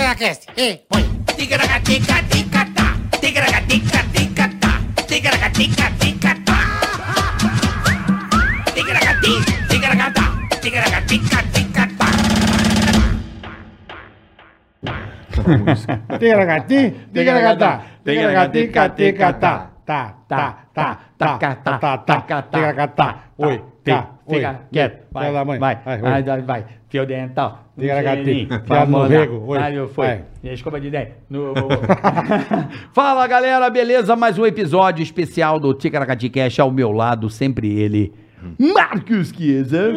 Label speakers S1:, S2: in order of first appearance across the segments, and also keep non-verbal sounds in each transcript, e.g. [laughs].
S1: Tigracast. Ei, põe.
S2: Tigragatica, ticatá. Tigragatica, ticatá. Tigragatica, ticatá. Tigragati, tigragatá. Tigragatica, ticatá.
S1: Tigracati, tigragatá.
S3: Tigracati,
S1: Tigracaticatá. Tá, tá, tá, tá, tá, tá, tá, tá, tigracatá. Oi, tá, oi,
S3: Fica quieto. Vai,
S1: Vai lá,
S3: vai,
S1: mãe.
S3: vai,
S1: Vai,
S3: vai,
S1: oi.
S3: vai, vai. Fio dental. um
S1: Tigracati,
S3: Cheirinho.
S1: fiado
S3: Vamos lá.
S1: morrego. Oi,
S3: Vai, meu, foi.
S1: vai.
S3: Desculpa de dente. No- [laughs] Fala, galera. Beleza? Mais um episódio especial do Ticaracati Cash. Ao meu lado, sempre ele, Marcos Chiesa.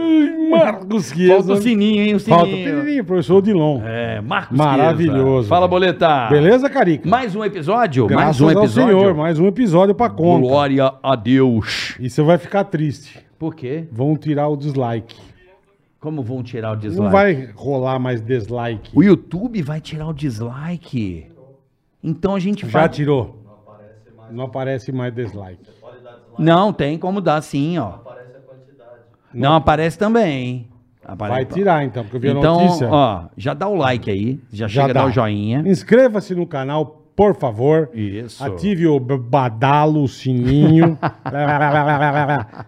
S1: Marcos Guias.
S3: Falta o sininho, hein? O
S1: Falta o
S3: sininho.
S1: pequenininho, professor Dilon.
S3: É, Marcos
S1: Maravilhoso.
S3: Chiesa. Fala, Boleta.
S1: Beleza, Carica?
S3: Mais um episódio? mais
S1: Graças
S3: um
S1: ao
S3: episódio?
S1: Senhor, mais um episódio pra conta.
S3: Glória a Deus.
S1: E você vai ficar triste.
S3: Por quê?
S1: Vão tirar o dislike.
S3: Como vão tirar o dislike?
S1: Não vai rolar mais dislike.
S3: O YouTube vai tirar o dislike. Então a gente
S1: Já
S3: vai.
S1: tirou. Não aparece mais dislike.
S3: Não, tem como dar sim, ó. Não aparece a quantidade. Não aparece também. Aparece...
S1: Vai tirar então, porque eu vi a
S3: Então,
S1: notícia.
S3: ó, já dá o like aí. Já,
S1: Já
S3: chega a dar
S1: dá.
S3: o joinha.
S1: Inscreva-se no canal, por favor.
S3: Isso.
S1: Ative o b- badalo,
S3: [laughs]
S1: o sininho.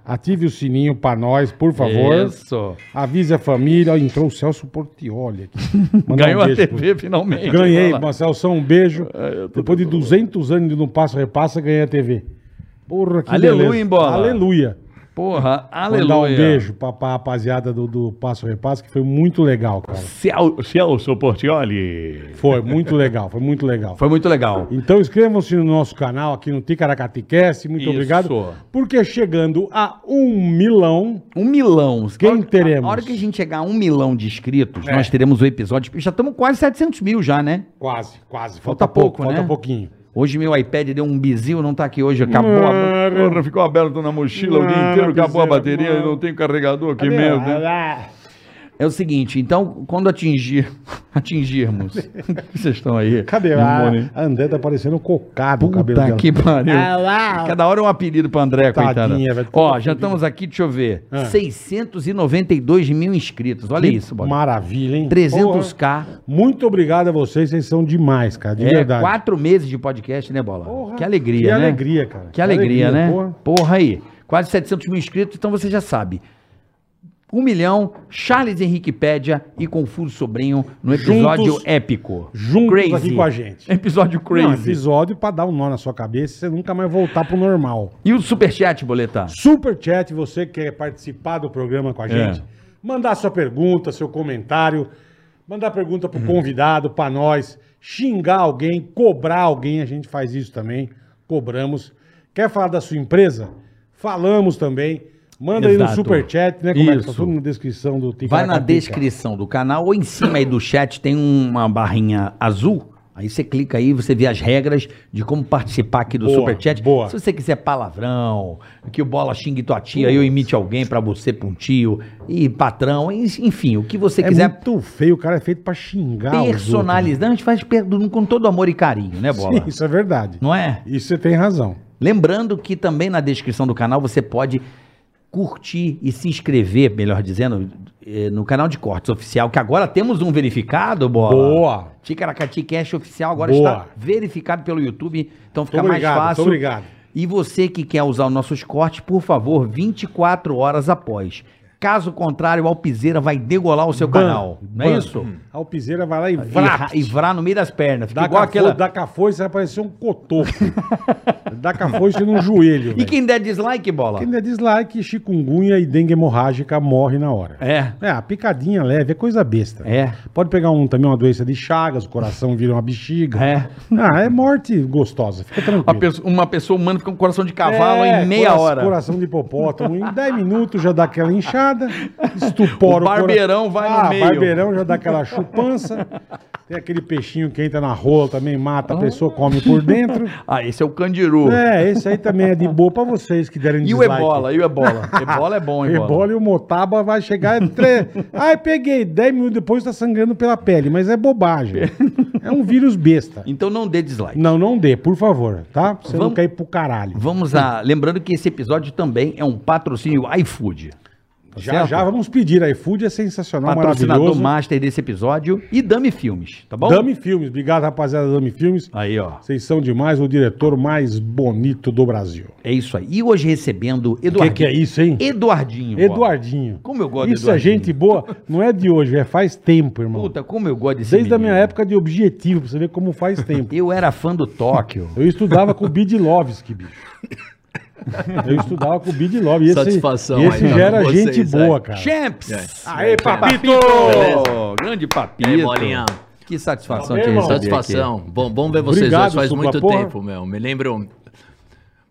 S1: Ative o sininho pra nós, por favor.
S3: Isso.
S1: Avise a família. Ó, Entrou o Celso Portioli
S3: [laughs]
S1: aqui. Mandar um
S3: Ganhou a
S1: beijo pro-
S3: TV finalmente.
S1: Ganhei,
S3: Vai lá. É,
S1: Marcelo, só um beijo.
S3: eu tô-
S1: Depois de 200 anos de não passo repassa, ganhei a TV. Porra, que
S3: Aleluia,
S1: beleza.
S3: hein, bola?
S1: Aleluia.
S3: Porra, aleluia.
S1: Mandar um beijo pra, pra rapaziada do, do Passo Repasso, que foi muito legal, cara.
S3: Cel- Celso Portioli.
S1: Foi muito legal, foi muito legal.
S3: Foi muito legal.
S1: Então inscrevam-se no nosso canal aqui no Ticaracaticast, muito
S3: Isso.
S1: obrigado. Porque chegando a um milão,
S3: Um milão.
S1: Quem
S3: A hora-
S1: teremos?
S3: A hora que a gente chegar a um milão de inscritos,
S1: É.
S3: nós teremos o episódio. Já estamos quase 700 mil já, né?
S1: quase, quase,
S3: Falta
S1: falta, pouco,
S3: pouco,
S1: falta
S3: né?
S1: pouquinho.
S3: Hoje meu iPad deu um bizil, não tá aqui hoje, acabou a...
S1: Mano.
S3: Porra, ficou aberto na mochila o dia
S1: Mano,
S3: inteiro, acabou a
S1: bezerro,
S3: bateria
S1: mano.
S3: e não tem carregador, que né? merda.
S1: Ah,
S3: É o seguinte, então, quando atingir, [laughs] atingirmos, [laughs] vocês estão aí?
S1: Cadê?
S3: No
S1: A,
S3: money.
S1: a André tá parecendo cocado o cabelo
S3: Puta
S1: dela. Ah,
S3: que pariu. Cada hora é um apelido pra André,
S1: Tadinha,
S3: coitada.
S1: velho, tô
S3: Ó, já
S1: confundido.
S3: estamos aqui, deixa eu ver,
S1: Ah.
S3: 692 mil inscritos, olha isso, bora.
S1: Maravilha, hein?
S3: 300k.
S1: Porra. Muito obrigado a vocês, vocês são demais, cara, de
S3: É,
S1: verdade.
S3: quatro meses de podcast, né, Bola?
S1: Porra,
S3: que alegria,
S1: que
S3: né?
S1: alegria, cara.
S3: Que alegria, né?
S1: porra.
S3: Porra. aí. Quase 700 mil inscritos, então você já sabe. Um milhão, Charles Henrique Pédia e Confuso Sobrinho no episódio
S1: Juntos-
S3: épico.
S1: juntos aqui com a gente.
S3: Episódio
S1: Não,
S3: crazy.
S1: episódio pra dar um nó na sua cabeça e você nunca mais voltar pro normal.
S3: E o superchat, Boleta?
S1: Super chat, você que quer participar do programa com a gente,
S3: É.
S1: mandar sua pergunta, seu comentário, mandar pergunta
S3: Uhum.
S1: pro convidado, pra nós, xingar alguém, cobrar alguém, a gente faz isso também, cobramos. Quer falar da sua empresa? Falamos também. Manda aí no
S3: Exato.
S1: super chat, né? Como é que tá
S3: Isso.
S1: tudo na descrição do
S3: Vai na
S1: Ticaracatica.
S3: descrição do canal ou em cima aí do chat tem uma barrinha azul. Aí você clica aí, você vê as regras de como participar aqui do
S1: Boa,
S3: Superchat.
S1: boa.
S3: Se você quiser palavrão, que o Bola xingue tua tia, eu imite alguém pra você, pra um tio, e patrão, e- enfim, o que você
S1: É
S3: quiser.
S1: muito feio, o cara é feito pra xingar. os outros.
S3: Personalizando, a gente faz per- com todo amor e carinho, né, Bola?
S1: Sim, [laughs] isso é verdade.
S3: Não é?
S1: Isso você tem razão.
S3: Lembrando que também na descrição do canal você pode curtir e se inscrever, melhor dizendo, eh, no canal de cortes oficial, que agora temos um verificado, bola.
S1: Boa.
S3: Ticaracati Cash oficial agora
S1: Boa.
S3: está verificado pelo YouTube, então
S1: Muito
S3: fica
S1: obrigado,
S3: mais
S1: muito
S3: fácil.
S1: obrigado.
S3: E você que quer usar os nossos cortes, por favor, 24 horas após. Caso contrário, o Alpizeira vai degolar o seu
S1: Ban,
S3: canal. Não
S1: ban. Hum.
S3: é isso? Ah,
S1: A Alpizeira vai lá e
S3: E
S1: vrá.
S3: ra- E vrá no meio das pernas. Fica
S1: Dá com
S3: igual
S1: a
S3: aquela...
S1: aquela... dá com a foice, vai parecer
S3: [laughs]
S1: um cotoco. dá com a foice no joelho.
S3: E
S1: velho.
S3: quem der dislike, bola?
S1: Quem der dislike, chikungunya e dengue hemorrágica morre na hora.
S3: É.
S1: É, a picadinha leve é coisa besta.
S3: É.
S1: Pode pegar um, também uma doença de chagas, o coração vira uma bexiga.
S3: É.
S1: Ah, é morte gostosa, fica
S3: A
S1: tranquilo.
S3: pesso- uma pessoa humana fica com um coração de cavalo
S1: É,
S3: em meia
S1: cora-
S3: hora.
S1: Coração de hipopótamo. Em 10 minutos já dá aquela inchada, estupora Ah,
S3: O barbeirão vai no meio.
S1: barbeirão já dá aquela chupança. Tem aquele peixinho que entra na rola também, mata a pessoa, come por dentro.
S3: Ah, esse é o Candiru.
S1: É, esse aí também é de boa pra vocês que derem
S3: E o Ebola, e o
S1: [laughs]
S3: Ebola? Ebola é bom, Ebola.
S1: Ebola e o Motaba vai chegar. em Tre... Ai, peguei. 10 minutos depois tá sangrando pela pele, mas é bobagem. É um vírus besta.
S3: Então não dê dislike.
S1: Não, não dê, por favor, tá? Você não
S3: Vamos-
S1: quer ir pro caralho.
S3: Vamos a... Lembrando que esse episódio também é um patrocínio iFood. Tá
S1: já,
S3: certo?
S1: já vamos pedir. A iFood é sensacional,
S3: Patrocinador
S1: maravilhoso.
S3: master desse episódio e Dami Filmes, tá bom? Ah.
S1: Dami Filmes. Obrigado, rapaziada da Dami Filmes.
S3: Aí, ó.
S1: Vocês são demais o diretor mais bonito do Brasil.
S3: É isso aí. E hoje recebendo
S1: O que,
S3: Eduardinho.
S1: que é isso, hein?
S3: Eduardinho. Bola.
S1: Eduardinho.
S3: Como eu gosto de
S1: Isso é
S3: Eduardinho.
S1: gente boa. Não é de hoje, é faz tempo, irmão.
S3: Puta, como eu gosto desse
S1: Desde a
S3: menino.
S1: minha época de objetivo, pra você ver como faz tempo.
S3: Eu era fã do
S1: [laughs]
S3: Tóquio.
S1: Eu estudava com o Bidlovski, bicho. Eu estudava com o Bidlovski.
S4: Satisfação
S1: Esse, e
S4: aí,
S1: esse
S4: tá
S1: já era
S4: com
S1: gente
S4: vocês
S1: boa,
S4: aí.
S1: cara.
S3: Champs!
S4: É.
S1: Aê, papito!
S3: Ô, Grande papito.
S4: E aí, bolinha?
S3: Que satisfação
S1: Tá bem,
S3: te
S1: irmão?
S3: receber aqui.
S4: Satisfação. Bom, bom ver vocês
S1: Obrigado,
S4: hoje. Faz
S1: Supla,
S4: muito
S1: porra.
S4: tempo, meu. Me lembro.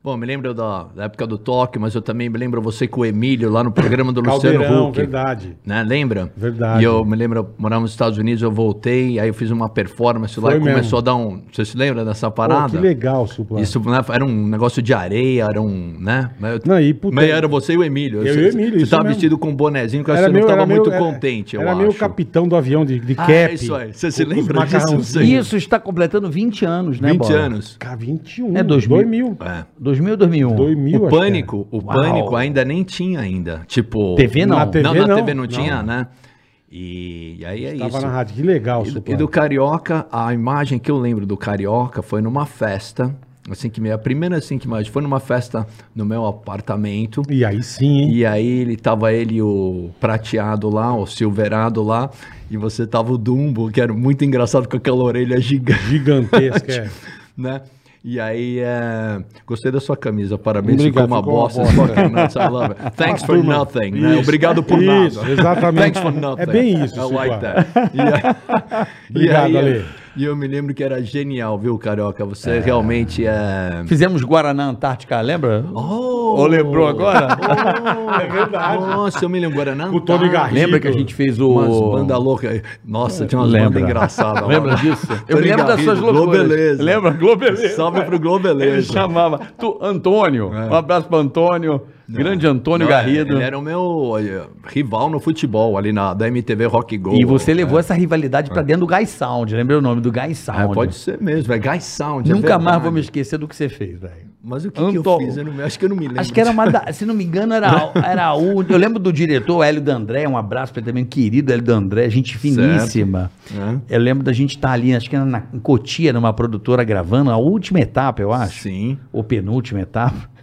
S4: Bom, me lembro da, da época do toque, mas eu também me lembro você com o Emílio lá no
S1: [coughs]
S4: programa do Luciano
S1: Caldeirão,
S4: Huck.
S1: verdade.
S4: Né? Lembra?
S1: Verdade.
S4: E eu me lembro, eu morava nos Estados Unidos, eu voltei, aí eu fiz uma performance lá
S1: Foi
S4: e começou
S1: mesmo.
S4: a dar um. Você se lembra dessa
S1: Pô,
S4: parada?
S1: que legal, Supla.
S4: Isso né, era um negócio de areia, era um. né? Mas, eu-
S1: Não, e, puta-
S4: mas era você e o Emílio.
S1: Eu
S4: Você-
S1: e o Emílio,
S4: Você
S1: isso
S4: tava
S1: mesmo.
S4: vestido com um bonezinho, que você não
S1: meu-
S4: estava
S1: meu-
S4: muito
S1: era- é,
S4: contente, eu
S1: Era
S4: acho.
S1: meio capitão do avião de, de
S4: Ah,
S1: cap.
S4: é isso aí. Você se
S1: com- com os
S4: lembra disso?
S1: macarrãozinhos.
S3: Isso está completando 20 anos, né,
S4: 20
S3: Bola?
S4: anos.
S1: Cara, 21.
S3: É 2000.
S1: 2000.
S4: É.
S3: 2000, 2001.
S1: 2000,
S4: o
S1: acho que é. era.
S4: pânico, o pânico ainda nem tinha ainda. Tipo.
S3: TV não.
S1: Na TV
S4: não, na
S1: não.
S4: TV não,
S1: Não.
S4: tinha, né? E, e aí é
S1: Tava
S4: isso.
S1: na rádio. Que legal,
S4: E do,
S1: Supla.
S4: e do Carioca, a imagem que eu lembro do Carioca foi numa festa. Assim que me, a primeira assim que imagem foi numa festa no meu apartamento.
S1: E aí sim, hein?
S4: E aí ele tava ele o prateado lá, o silverado lá, e você tava o Dumbo, que era muito engraçado com aquela orelha gigante,
S1: Gigantesca, é.
S4: [laughs] né? E aí, é, gostei da sua camisa, parabéns,
S1: Obrigado,
S4: ficou uma
S1: ficou uma
S4: bosta.
S1: bosta.
S4: [laughs]
S1: Ah,
S4: fucking nuts, I love
S1: [laughs]
S4: it. Thanks for
S1: turma.
S4: nothing, né?
S1: Isso.
S4: Obrigado por
S1: Isso,
S4: nada. [laughs]
S1: exatamente.
S4: Thanks for nothing.
S1: É bem isso,
S4: I like
S1: Silva. [laughs]
S4: that. E aí-
S1: Obrigado,
S4: e aí,
S1: Ale.
S4: E eu me lembro que era genial, viu, Carioca? Você realmente é...
S3: Fizemos Guaraná Antártica, lembra?
S4: Oh!
S3: Ou lembrou
S4: [laughs]
S3: agora?
S1: [laughs] É verdade.
S4: Nossa, eu me lembro, Guaraná.
S1: Com o Tony
S4: Antártica.
S1: Garrido.
S3: Lembra que a gente fez o...
S4: Umas banda louca. Nossa, tinha umas
S3: Lembra.
S4: bandas engraçadas. lá.
S3: Lembra disso? Eu
S4: Tony
S3: lembro das
S4: Garrido,
S3: suas loucuras.
S4: Globeleza.
S3: Lembra? Globeleza.
S4: Salve pro É.
S3: Ele
S4: Globeleza.
S3: chamava. Tu, Antônio. Um abraço pro Antônio.
S4: É.
S3: Grande Antônio
S4: Não,
S3: Garrido.
S4: Ele era o meu eh, rival no futebol, ali na da MTV Rock Go.
S3: E você é levou essa rivalidade pra dentro do Guy Sound. Lembra o nome do Guy Sound?
S4: é. Ah, pode ser mesmo, é Guy Sound. é
S3: Nunca mais
S4: verdade.
S3: vou me esquecer do que você fez, velho.
S4: Mas o que, que eu
S3: Antônio.
S4: fiz? Eu não me- acho que eu não me lembro.
S3: Acho que era
S4: [laughs]
S3: uma da- se não me engano, era, era o. Eu lembro do diretor, Hélio D'André, um abraço pra ele também, querido Hélio D'André, gente finíssima.
S4: É.
S3: Eu lembro da gente estar ali, acho que era na, em Cotia, numa produtora gravando, a última etapa, eu acho.
S4: Sim.
S3: Ou penúltima
S4: [laughs]
S3: etapa.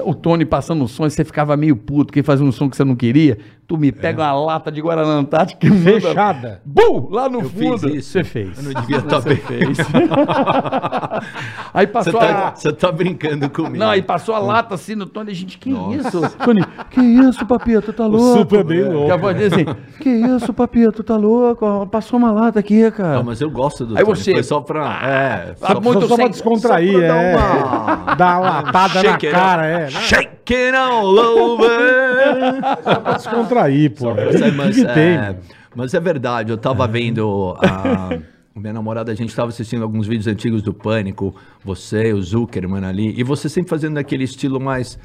S3: O Tony passando um som e você ficava meio puto, que fazia um som que você não queria. Tu me
S4: É.
S3: pega uma lata de Guaraná Antártica e manda-
S1: Fechada.
S3: Bum! Lá no
S4: Eu
S3: fundo.
S4: fiz isso.
S3: Você fez.
S4: Eu não
S3: [laughs]
S4: devia estar bem. [laughs]
S3: Aí
S4: Você
S3: passou a...
S4: tá, você tá brincando comigo.
S3: Não, aí passou
S4: Hum.
S3: a lata assim no Tony, a gente, que
S4: [laughs]
S3: isso? Tony, que isso, papito, tá
S1: O
S3: louco?
S1: Supla é
S4: né?
S1: bem
S3: Que a
S1: louco.
S3: voz dele
S4: [laughs]
S3: assim, que isso, papito, tá louco? Ó, Passou uma lata aqui, cara.
S4: Ah, mas eu gosto do
S3: Aí
S4: Tony,
S3: você-
S4: Foi só pra. É, só
S3: Ah, muito
S1: Só, só pra
S3: sem-
S1: descontrair,
S4: só pra dar
S1: é. [laughs]
S4: uma-
S1: Dá uma lapada na
S4: Shake it
S1: cara,
S3: né?
S1: é.
S4: Shake it all over.
S1: Só pra descontrair, pô. O
S4: Mas,
S1: que,
S4: mas,
S1: que tem?
S4: é,
S1: mano?
S4: mas é verdade, eu tava vendo a. Minha namorada, a gente tava assistindo alguns vídeos antigos do Pânico, você, o Zuckerman ali, e você sempre fazendo aquele estilo mais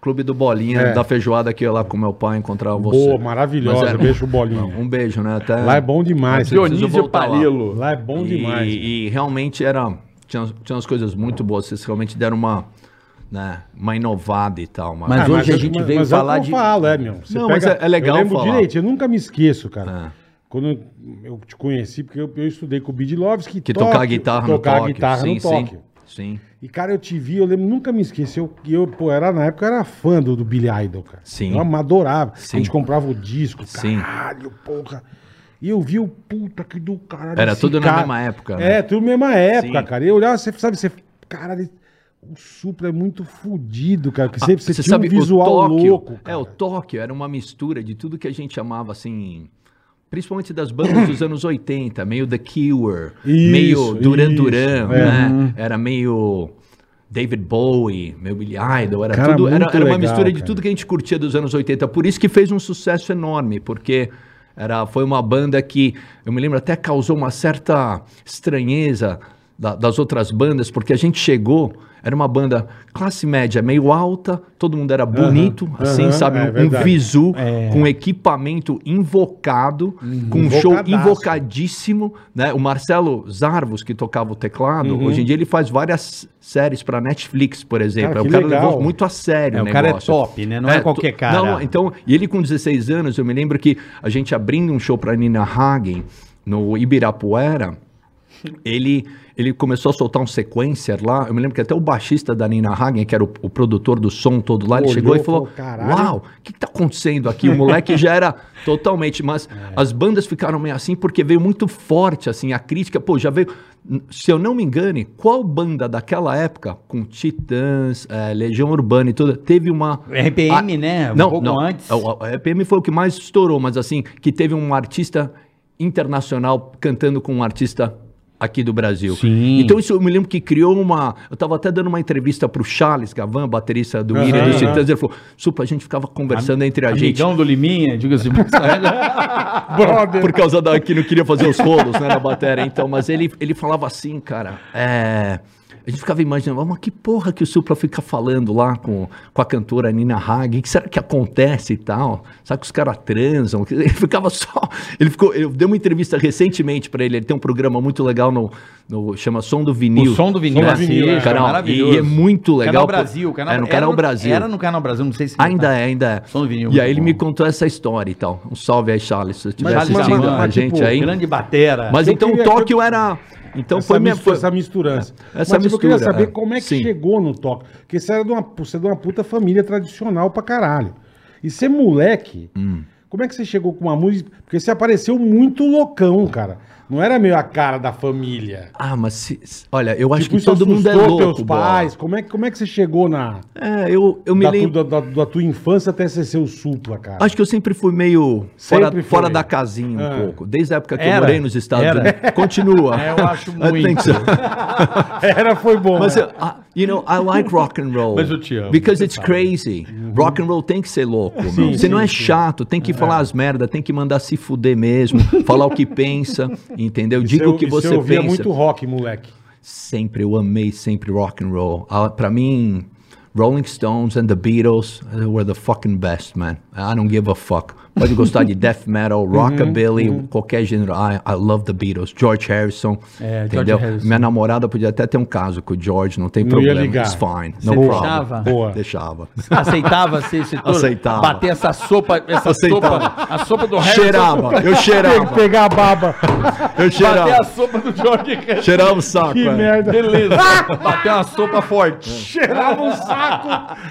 S4: clube do bolinha,
S1: É.
S4: da feijoada que eu ia lá com meu pai encontrar você.
S1: Boa,
S4: Mas é-
S1: maravilhosa.
S4: era-
S1: Beijo, bolinha.
S4: Um beijo, né? Até...
S1: Lá é bom demais.
S4: Eu preciso
S3: Dionísio
S4: voltar lá.
S3: Palilo.
S1: Lá é bom
S4: E-
S1: demais.
S4: E, realmente era. Tinha, tinha umas coisas muito boas. Vocês realmente deram uma. Né, uma inovada e tal. Uma...
S3: Mas
S1: Ah,
S3: hoje a
S1: eu-
S3: gente veio
S1: é o
S3: falar
S1: que
S3: de-
S1: Eu falo, é, meu. Você
S4: Não, mas é- é legal
S1: Eu lembro
S4: falar.
S1: direito, eu nunca me esqueço, cara.
S4: Ah.
S1: Quando eu- eu te conheci, porque eu, eu estudei com o Bidlovski.
S4: que tocar guitarra no
S1: tocar
S4: toque.
S1: guitarra
S4: sim,
S1: no toque.
S4: sim. Sim.
S1: E, cara, eu te vi, eu lembro, nunca me esqueci. Eu, eu, pô, era, na época eu era fã do, do Billy Idol, cara.
S4: Sim.
S1: Eu am- adorava. A
S4: Sim.
S1: gente comprava o disco,
S4: Sim.
S1: caralho, porra. E eu vi o puta que do caralho.
S4: Era
S1: esse
S4: tudo na mesma época, né?
S1: É, tudo na mesma época,
S4: Sim.
S1: cara. E eu olhava, você sabe, você. Caralho, o Supla é muito fudido, cara. Porque
S4: Ah,
S1: você, você tinha um visual
S4: Tóquio,
S1: louco.
S4: É,
S1: cara.
S4: o Tóquio era uma mistura de tudo que a gente chamava assim. Principalmente das
S1: [coughs]
S4: bandas dos anos 80, meio The Cure,
S1: Isso,
S4: meio Duran
S1: isso,
S4: Duran,
S1: é.
S4: né? Era meio David Bowie, meio Billy Idol, era
S1: Cara,
S4: tudo, era,
S1: muito
S4: era uma
S1: legal,
S4: mistura de
S1: cara.
S4: tudo que a gente curtia dos anos 80. Por isso que fez um sucesso enorme, porque era, foi uma banda que, eu me lembro, até causou uma certa estranheza da- das outras bandas, porque a gente chegou, era uma banda classe média, meio alta, todo mundo era bonito, assim,
S1: aham,
S4: sabe?
S1: é
S4: um
S1: verdade. É.
S4: visu, com equipamento invocado,
S1: Uhum.
S4: com um show
S1: Invocadaço.
S4: invocadíssimo, né? O Marcelo Zarvos, que tocava o teclado,
S3: Uhum.
S4: hoje em dia ele faz várias séries pra Netflix, por exemplo.
S1: Cara,
S4: o
S1: que
S4: cara
S1: legal.
S4: levou muito a sério
S3: Ah, É, o cara é top, né? Não é qualquer
S4: to-
S3: cara.
S4: Não, então, e ele com 16 anos, eu me lembro que a gente abrindo um show pra Nina Hagen no Ibirapuera, ele, ele começou a soltar um sequencer lá. Eu me lembro que até o baixista da Nina Hagen, que era o, o produtor do som todo lá, ele
S1: Olhou,
S4: chegou e falou:
S1: falou, "Caralho."
S4: Uau, o que, que tá acontecendo aqui? O moleque já era totalmente. Mas
S3: É.
S4: as bandas ficaram meio assim porque veio muito forte, assim, a crítica. Pô, já veio. Se eu não me engane, qual banda daquela época, com Titãs, eh, Legião Urbana e tudo, teve uma.
S3: RPM, né? Um
S4: Não,
S3: pouco
S4: não. É,
S3: antes.
S4: O, o- a RPM foi o que mais estourou, mas assim, que teve um artista internacional cantando com um artista aqui do Brasil.
S3: Sim.
S4: Então isso eu me lembro que criou uma... Eu tava até dando uma entrevista pro Charles Gavan, baterista do Miriam dos
S1: aham.
S4: Titãs, ele falou, Supa, a gente ficava conversando entre a gente.
S3: Amigão do Liminha, diga-se.
S4: assim,
S3: [laughs]
S1: Brother.
S4: Por causa da que não queria fazer os rolos, né, na bateria. Então, mas ele, ele falava assim, cara, é... A gente ficava imaginando, mas que porra que o Supla fica falando lá com, com a cantora Nina Hagen, o que será que acontece e tal? Será que os caras transam? [laughs] Ele ficava só. Ele ficou. Eu dei uma entrevista recentemente pra ele, ele tem um programa muito legal no. no chama Som do Vinil. Né?
S3: O som do vinil.
S1: Som do vinil,
S3: Cacete,
S1: é.
S4: Canal-
S3: maravilhoso.
S4: e- e é muito legal,
S3: Canal
S4: pô.
S3: Brasil. Canal,
S4: É, no Canal
S3: era
S4: Brasil.
S3: Era no Canal Brasil, não sei se... tá.
S4: Ainda é, ainda é.
S3: Som do Vinil,
S4: E
S3: muito
S4: aí ele
S3: bom.
S4: me contou essa história e tal. Um salve aí, Charles, se você estiver
S3: Charles
S4: assistindo
S3: Gavan,
S4: a
S3: mas,
S4: gente
S3: tipo,
S4: aí.
S3: Grande batera.
S4: Mas
S1: Eu
S4: então
S1: queria-
S4: Tóquio era. Então
S1: essa
S4: foi minha.
S1: mistura,
S4: Foi... É,
S1: essa misturança.
S4: Essa
S1: Mas, tipo, eu queria
S4: mistura,
S1: saber
S4: é.
S1: como é que
S4: Sim.
S1: chegou no toque. Porque você era de uma, você é de uma puta família tradicional pra caralho. E ser moleque,
S4: Hum.
S1: como é que você chegou com uma música? Porque você apareceu muito loucão, cara. Não era meio a cara da família.
S4: Ah, mas se- se- olha, eu acho
S1: Tipo,
S4: que todo mundo é
S1: assustou
S4: louco.
S1: teus
S4: Bola.
S1: pais. Como é, que- como é que você chegou na
S4: É, eu, eu me
S1: da,
S4: lembro.
S1: tu- da- da- da tua infância até ser seu supla, cara? [laughs]
S4: Acho que eu sempre fui meio
S1: Sempre
S4: fora,
S1: foi.
S4: fora da casinha um
S1: Ah.
S4: pouco. Desde a época que
S3: É. Era.
S4: eu morei nos Estados
S3: Era.
S4: Unidos. Continua.
S3: [laughs] É, eu acho muito.
S4: Atenção.
S1: Era, foi bom.
S4: Mas,
S1: né?
S4: eu- ah, you know, I like rock and roll.
S3: Mas eu te amo,
S4: Because it's crazy. Rock and roll tem que ser louco, meu.
S1: Uhum. Sim,
S4: Você não
S1: sim,
S4: é
S1: sim.
S4: chato, tem que falar as merda, tem que mandar se
S1: [laughs]
S4: fuder mesmo, falar o que pensa, entendeu?
S1: E
S4: Diga
S1: você-
S4: o que
S1: e
S4: você
S1: ouvia
S4: pensa.
S1: é muito rock, moleque.
S4: Sempre, eu amei sempre rock and roll. Ah, pra mim, Rolling Stones and the Beatles uh, were the fucking best, man. I don't give a fuck. Pode gostar de death metal,
S3: Uhum.
S4: rockabilly, qualquer gênero. I, I love the Beatles. George Harrison,
S3: É, George
S4: entendeu?
S3: Harrison.
S4: Minha namorada podia até ter um caso com o George, não tem
S1: Não ia
S4: problema.
S1: ligar.
S4: It's fine.
S3: Você
S4: No problem.
S3: deixava?
S1: Boa.
S4: Deixava.
S3: Aceitava ser esse todo?
S4: Aceitava.
S3: Bater essa sopa, essa
S4: Aceitava.
S3: sopa, a sopa do Harrison.
S4: Cheirava, eu
S1: Tem que
S4: cheirava,
S1: pegar a
S4: [laughs]
S1: baba.
S4: eu
S3: Bater a
S4: cheirava.
S3: sopa do Jorge Harrison. Ah!
S4: Cheirava o saco,
S1: que
S4: é.
S1: merda.
S3: Beleza. Bater uma sopa forte.
S1: Cheirava um saco.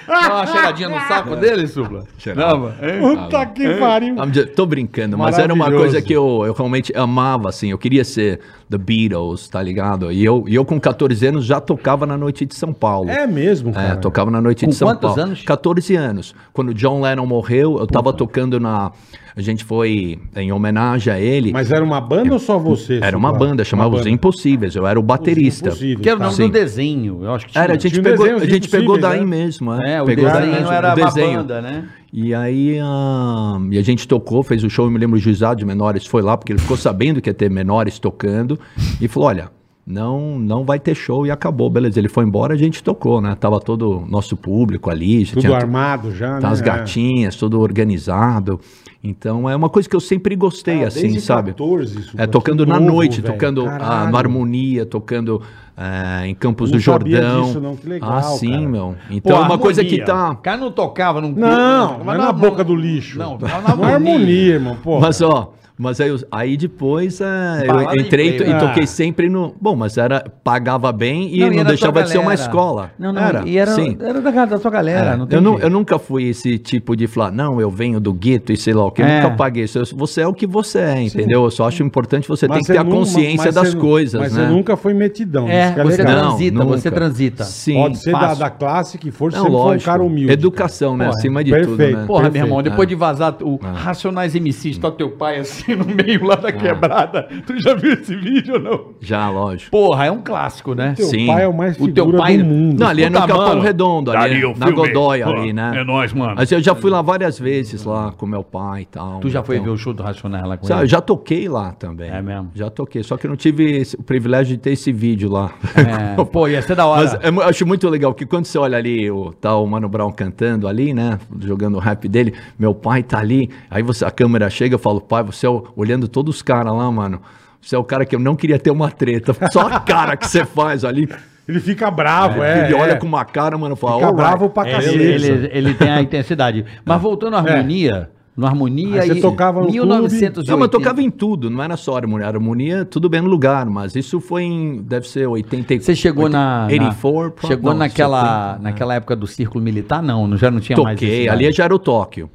S3: Dá
S1: [laughs]
S3: uma cheiradinha no
S4: É.
S3: saco dele, Supla.
S4: Cheirava.
S3: Dava, hein?
S1: Puta que pariu.
S4: I'm just- tô brincando, mas era uma
S1: Maravilhoso.
S4: coisa que eu, eu realmente amava, assim. Eu queria ser The Beatles, tá ligado? E eu, e eu com 14 anos já tocava na noite de São Paulo.
S1: É mesmo, cara.
S4: É, tocava na noite
S3: Com
S4: de São
S3: quantos
S4: Paulo.
S3: anos?
S4: 14 anos. Quando o John Lennon morreu, eu tava tocando na. A gente foi em homenagem a ele.
S1: Mas era um uma banda ou só você?
S4: era uma
S1: Supla?
S4: banda, chamava Os
S1: banda.
S4: Impossíveis. Eu era o baterista.
S1: Impossíveis,
S3: Que era o
S1: tá.
S3: nome
S4: Sim.
S3: do desenho. Eu acho que tinha.
S4: Era, a gente
S1: Tinha um
S4: pegou,
S1: desenho,
S4: a
S1: Os
S4: gente pegou
S1: Impossíveis,
S4: daí
S1: né?
S4: mesmo.
S3: É, o
S4: pegou
S1: daí,
S3: desenho
S1: né?
S3: era
S4: o desenho.
S3: uma banda, né?
S4: E aí ah, e a gente tocou, fez o show, eu me lembro o juizado de menores foi lá, porque ele ficou sabendo que ia ter menores tocando, e falou, olha, não não vai ter show, e acabou, beleza. Ele foi embora, a gente tocou, né? Tava todo o nosso público ali, já
S1: Tudo
S4: tinha
S1: armado já,
S4: tá as
S1: É.
S4: gatinhas, tudo organizado. Então é uma coisa que eu sempre gostei,
S1: Ah,
S4: assim,
S1: desde
S4: sabe?
S1: 14 isso,
S4: é,
S1: cara,
S4: tocando
S1: que
S4: na
S1: novo,
S4: noite,
S1: velho.
S4: tocando ah,
S1: Caralho.
S4: na harmonia, tocando ah, em Campos
S1: Não
S4: do
S1: sabia
S4: Jordão.
S1: disso não, que legal,
S4: ah, sim,
S1: cara.
S4: meu. Então é uma coisa que tá.
S3: O cara não tocava num
S1: Não,
S3: tocava
S1: não é na boca do lixo.
S3: Não, tocava na
S1: Não é harmonia, irmão, pô.
S4: Mas ó, mas aí, eu- aí depois é,
S3: Balada
S4: eu entrei
S3: de
S4: e to- e
S1: playboy.
S4: toquei
S1: Ah.
S4: sempre no. Bom, mas era pagava bem e não,
S3: era da
S4: deixava
S3: tua
S4: de ser uma
S3: galera.
S4: escola.
S3: Não, não, e era,
S4: sim. É.
S3: era da, da sua galera, não tem
S4: eu, nu-
S3: jeito.
S4: eu nunca fui esse tipo de falar, não, eu venho do gueto e sei lá o que. Eu
S3: É.
S4: nunca paguei isso. Eu- Você é o que você é, entendeu? Eu só acho importante você
S1: Mas
S4: tem que
S1: você
S4: ter a
S1: nu-
S4: consciência
S1: mas
S4: das
S1: você nu-
S4: coisas,
S1: Mas
S4: né?
S1: você nunca foi metidão.
S3: É,
S1: isso que é
S3: você
S1: legal.
S3: transita,
S4: Não,
S3: você
S4: nunca.
S3: transita.
S4: Sim,
S1: Pode ser da,
S3: fácil.
S1: da classe que for,
S4: não,
S1: sempre foi um
S4: lógico.
S1: cara humilde.
S4: Educação, né?
S3: Porra,
S4: Acima de tudo,
S1: perfeito.
S4: né?
S3: Porra,
S1: Perfeito.
S3: meu irmão, depois de vazar o Racionais MCs, tá teu pai assim. assim no meio lá da quebrada. Tu já viu esse vídeo ou não?
S4: Já, lógico.
S3: Porra, é um clássico, né?
S1: Teu
S4: Sim.
S1: pai é o mais
S3: O
S1: figura
S3: teu pai-
S1: do mundo.
S4: Não, ali é no
S3: Puta,
S4: Capão
S3: mano.
S4: Redondo, ali,
S3: Ali eu
S4: na
S3: filmei.
S4: Godoy,
S3: Pô,
S4: ali, né?
S3: é nóis, mano.
S4: Mas eu já fui lá várias vezes, lá com meu pai e tal.
S3: Tu já foi
S4: então-
S3: ver o show do Racionais lá com
S4: Sabe, eu
S3: ele?
S4: já toquei lá também.
S3: É mesmo?
S4: Já toquei, só que eu não tive esse- o privilégio de ter esse vídeo lá. [laughs]
S3: É, pô, ia ser da hora.
S4: Mas é mu- eu acho muito legal que quando você olha ali o tal Mano Brown cantando ali, né? Jogando o rap dele, meu pai tá ali. Aí você, a câmera chega, eu falo, pai, você é o- olhando todos os caras lá, mano. Você é o cara que eu não queria ter uma treta. [laughs] Só a cara que você faz ali.
S1: Ele fica bravo, é.
S4: ele
S1: é.
S4: olha com uma cara, mano, fala,
S1: Fica
S4: "Alright."
S1: bravo
S4: é,
S1: pra
S3: Ele, É,
S1: cacete.
S3: ele- ele tem a intensidade. Mas voltando à harmonia, no harmonia
S1: Aí você
S3: e
S1: tocava no clube.
S3: 1980.
S4: Não, mas eu tocava em tudo, não era só harmonia. Harmonia, tudo bem no lugar, mas isso foi em, deve ser 84.
S3: Você chegou na, na
S4: 84, pro-
S3: chegou
S4: não,
S3: naquela
S4: 70, né?
S3: naquela época do círculo militar não, não- já não tinha mais.
S4: Toquei,
S3: esse-
S4: ali é já era o Tóquio.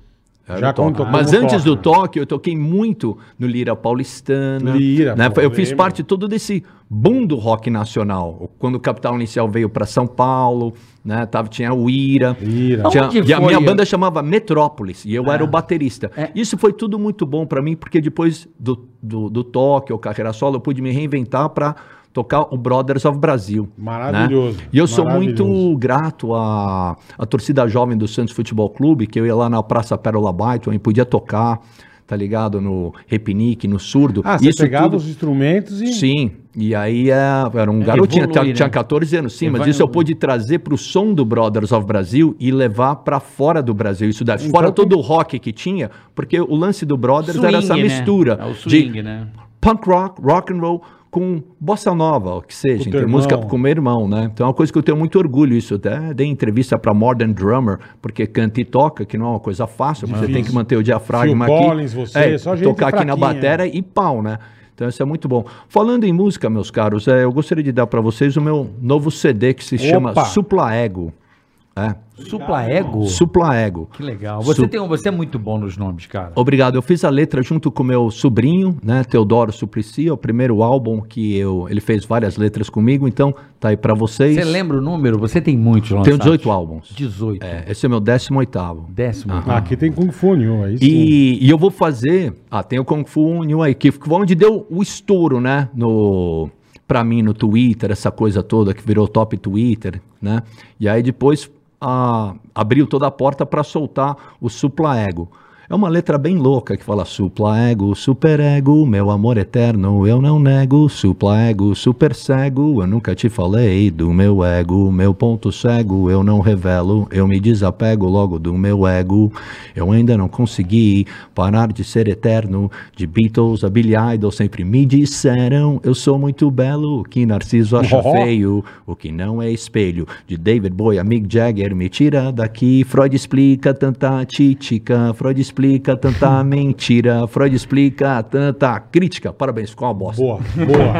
S4: Era
S1: Já
S4: o Tóquio.
S1: contou como
S4: Mas
S1: Tóquio,
S4: antes do
S1: né?
S4: Tóquio, eu toquei muito no Lira Paulistana.
S1: Lira,
S4: né?
S1: pô,
S4: eu fiz
S1: lembro.
S4: parte todo desse boom do rock nacional. Quando o Capital Inicial veio para São Paulo, né? Tava, tinha o Ira.
S1: Ira.
S4: Tinha-
S3: Aonde
S4: e a
S3: foi?
S4: minha banda chamava Metrópolis e eu era o baterista.
S3: É.
S4: Isso foi tudo muito bom pra mim, porque depois do, do, do Tóquio, carreira solo, eu pude me reinventar pra tocar o Brothers of Brasil. né?
S1: Maravilhoso,
S4: E eu sou
S1: maravilhoso.
S4: muito grato à, à torcida jovem do Santos Futebol Clube, que eu ia lá na Praça Pérola Byton e podia tocar, tá ligado? No repinique, no surdo.
S1: Ah, você
S4: Isso
S1: pegava
S4: tudo-
S1: os instrumentos e...
S4: Sim, e aí é, era um garotinho,
S3: evolui,
S4: tinha, tinha
S3: né?
S4: 14 anos, sim, mas
S3: Evolui.
S4: isso eu pude trazer pro som do Brothers of Brasil e levar pra fora do Brasil, isso daí,
S1: Então
S4: fora
S1: tem-
S4: todo o rock que tinha, porque o lance do Brothers
S3: Swing,
S4: era essa
S3: né?
S4: mistura
S3: É o swing,
S4: de
S3: né?
S4: punk rock, rock and roll com bossa nova, o que seja,
S1: Com
S4: então,
S1: teu
S4: música
S1: irmão.
S4: com meu irmão, né? Então é uma coisa que eu tenho muito orgulho isso, até dei entrevista pra Modern Drummer, porque canta e toca, que não é uma coisa fácil, você
S1: Difícil.
S4: tem que manter o diafragma
S1: Phil
S4: aqui. é,
S1: Collins, você, só gente
S4: tocar aqui na
S1: fraquinha.
S4: bateria e pau, né? Então isso é muito bom. Falando em música, meus caros, é, eu gostaria de dar pra vocês o meu novo CD que se chama
S1: Opa!
S4: Suplaego. É,
S3: Supla Ego.
S4: Suplaego.
S3: Que legal. Você
S4: Su-
S3: tem um- você é muito bom nos nomes, cara.
S4: Obrigado. Eu fiz a letra junto com meu sobrinho, né, Teodoro Suplicy, é o primeiro álbum que eu, ele fez várias letras comigo, então tá aí pra vocês.
S3: Você lembra o número? Você tem muitos lançados.
S4: Tenho 18 álbuns.
S3: 18.
S4: É, esse é o meu 18º.
S3: Décimo.
S1: Ah, aqui tem Kung Fu é New, aí sim.
S4: E, e eu vou fazer. Ah, tem o Kung Fu New aí, que foi onde deu o estouro, né? No, pra mim, no Twitter, essa coisa toda que virou top Twitter, né? E aí depois ah, abriu toda a porta pra soltar o Suplaego. É uma letra bem louca que fala suplaego, superego, meu amor é eterno, eu não nego, suplaego, super cego, eu nunca te falei do meu ego, meu ponto cego, eu não revelo, eu me desapego logo do meu ego, eu ainda não consegui parar de ser eterno, de Beatles a Billy Idol sempre me disseram, eu sou muito belo, que Narciso acha
S1: Oh.
S4: feio espelho, o que não é espelho. De David Bowie a Mick Jagger, me tira daqui. Freud explica tanta títica, Freud explica
S1: [laughs]
S4: tanta mentira, Freud explica tanta crítica. Parabéns, ficou uma bosta.
S1: Boa, boa.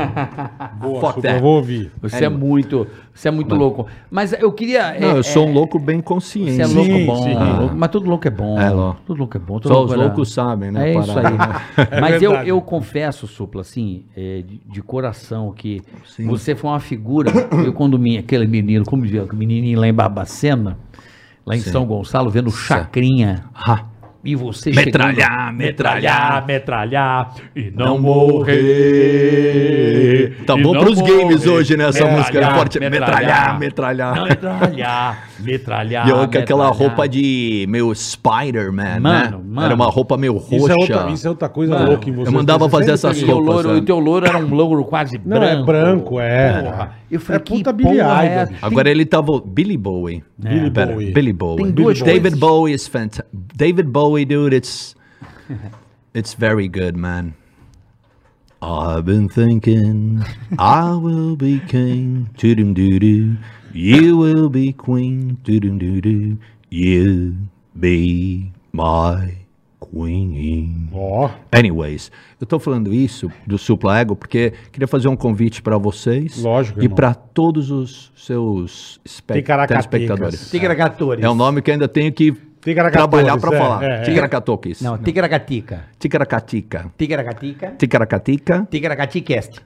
S4: [laughs]
S1: boa,
S4: Fuck
S1: super,
S4: that.
S1: eu vou ouvir.
S3: Você é muito, você é muito louco. Mas eu queria
S4: Não,
S3: é,
S4: eu sou
S3: é,
S4: um louco bem consciente.
S3: Você é louco
S1: Sim,
S3: bom.
S1: sim.
S3: louco- Mas todo louco é bom.
S4: É, louco.
S3: Todo louco é bom. todo
S4: Só os
S3: louco era-
S4: loucos sabem, né?
S3: É
S4: a
S3: isso aí.
S4: parada, né? [laughs]
S1: É
S3: Mas eu,
S1: verdade.
S3: eu confesso, Supla, assim, é, de, de coração, que você foi uma figura. Eu, quando me, aquele menino, como dizia, aquele menininho lá em Barbacena, lá em São Gonçalo, vendo o Chacrinha.
S4: Ah,
S3: E você
S4: Metralhar,
S3: chegando-
S4: metralhar,
S3: metralhar e
S4: não morrer. Tá
S3: E
S4: bom
S3: não
S4: pros games
S3: morrer.
S4: hoje, né? Essa
S3: Metralhar,
S4: música é forte. Metralhar,
S3: metralhar.
S4: metralhar.
S3: Não, metralhar,
S1: Ah,
S3: metralhar.
S4: [laughs] E eu com aquela
S3: metralhar.
S4: roupa de meio Spider-Man, né?
S3: Mano, mano.
S4: Era uma roupa meio roxa.
S1: Isso é, outra, isso é outra coisa
S3: Mano,
S1: louca em você.
S4: eu mandava
S1: Você
S4: fazer
S1: sempre
S4: essas
S1: teve-
S3: E o, louro,
S4: Roupas,
S3: e o teu louro era um louro quase
S1: Não,
S3: branco.
S1: é branco, é.
S3: Porra, eu falei,
S1: É
S3: que
S1: puta
S3: porra
S1: Billy
S3: é
S1: Idol,
S3: essa?
S1: bicho.
S4: Agora ele tá vo... Billy Bowie.
S1: Billy
S4: É, Pera,
S1: Bowie.
S4: Billy Bowie.
S3: Tem duas
S4: David
S3: coisas.
S4: Bowie is fantastic. David Bowie, dude, it's it's very good, man. I've been thinking I will be king, doo doo doo. You will be queen, doo doo doo. You be my queen.
S1: Ó,
S4: Anyways, eu tô falando isso do Supla Ego porque queria fazer um convite pra vocês.
S1: Lógico,
S4: E
S1: irmão.
S4: pra todos os seus espe-
S1: Ticaracatecas.
S4: telespectadores.
S3: Tigragatores.
S4: É um nome que ainda tenho que
S1: Ticaracatores,
S4: trabalhar pra
S1: é,
S4: falar.
S1: é, é.
S4: Ticaracatoques.
S3: Não, Tigragatica.
S4: Ticaracatica.
S3: Tigragatica.
S4: Ticaracatica.
S3: Tigragaticast.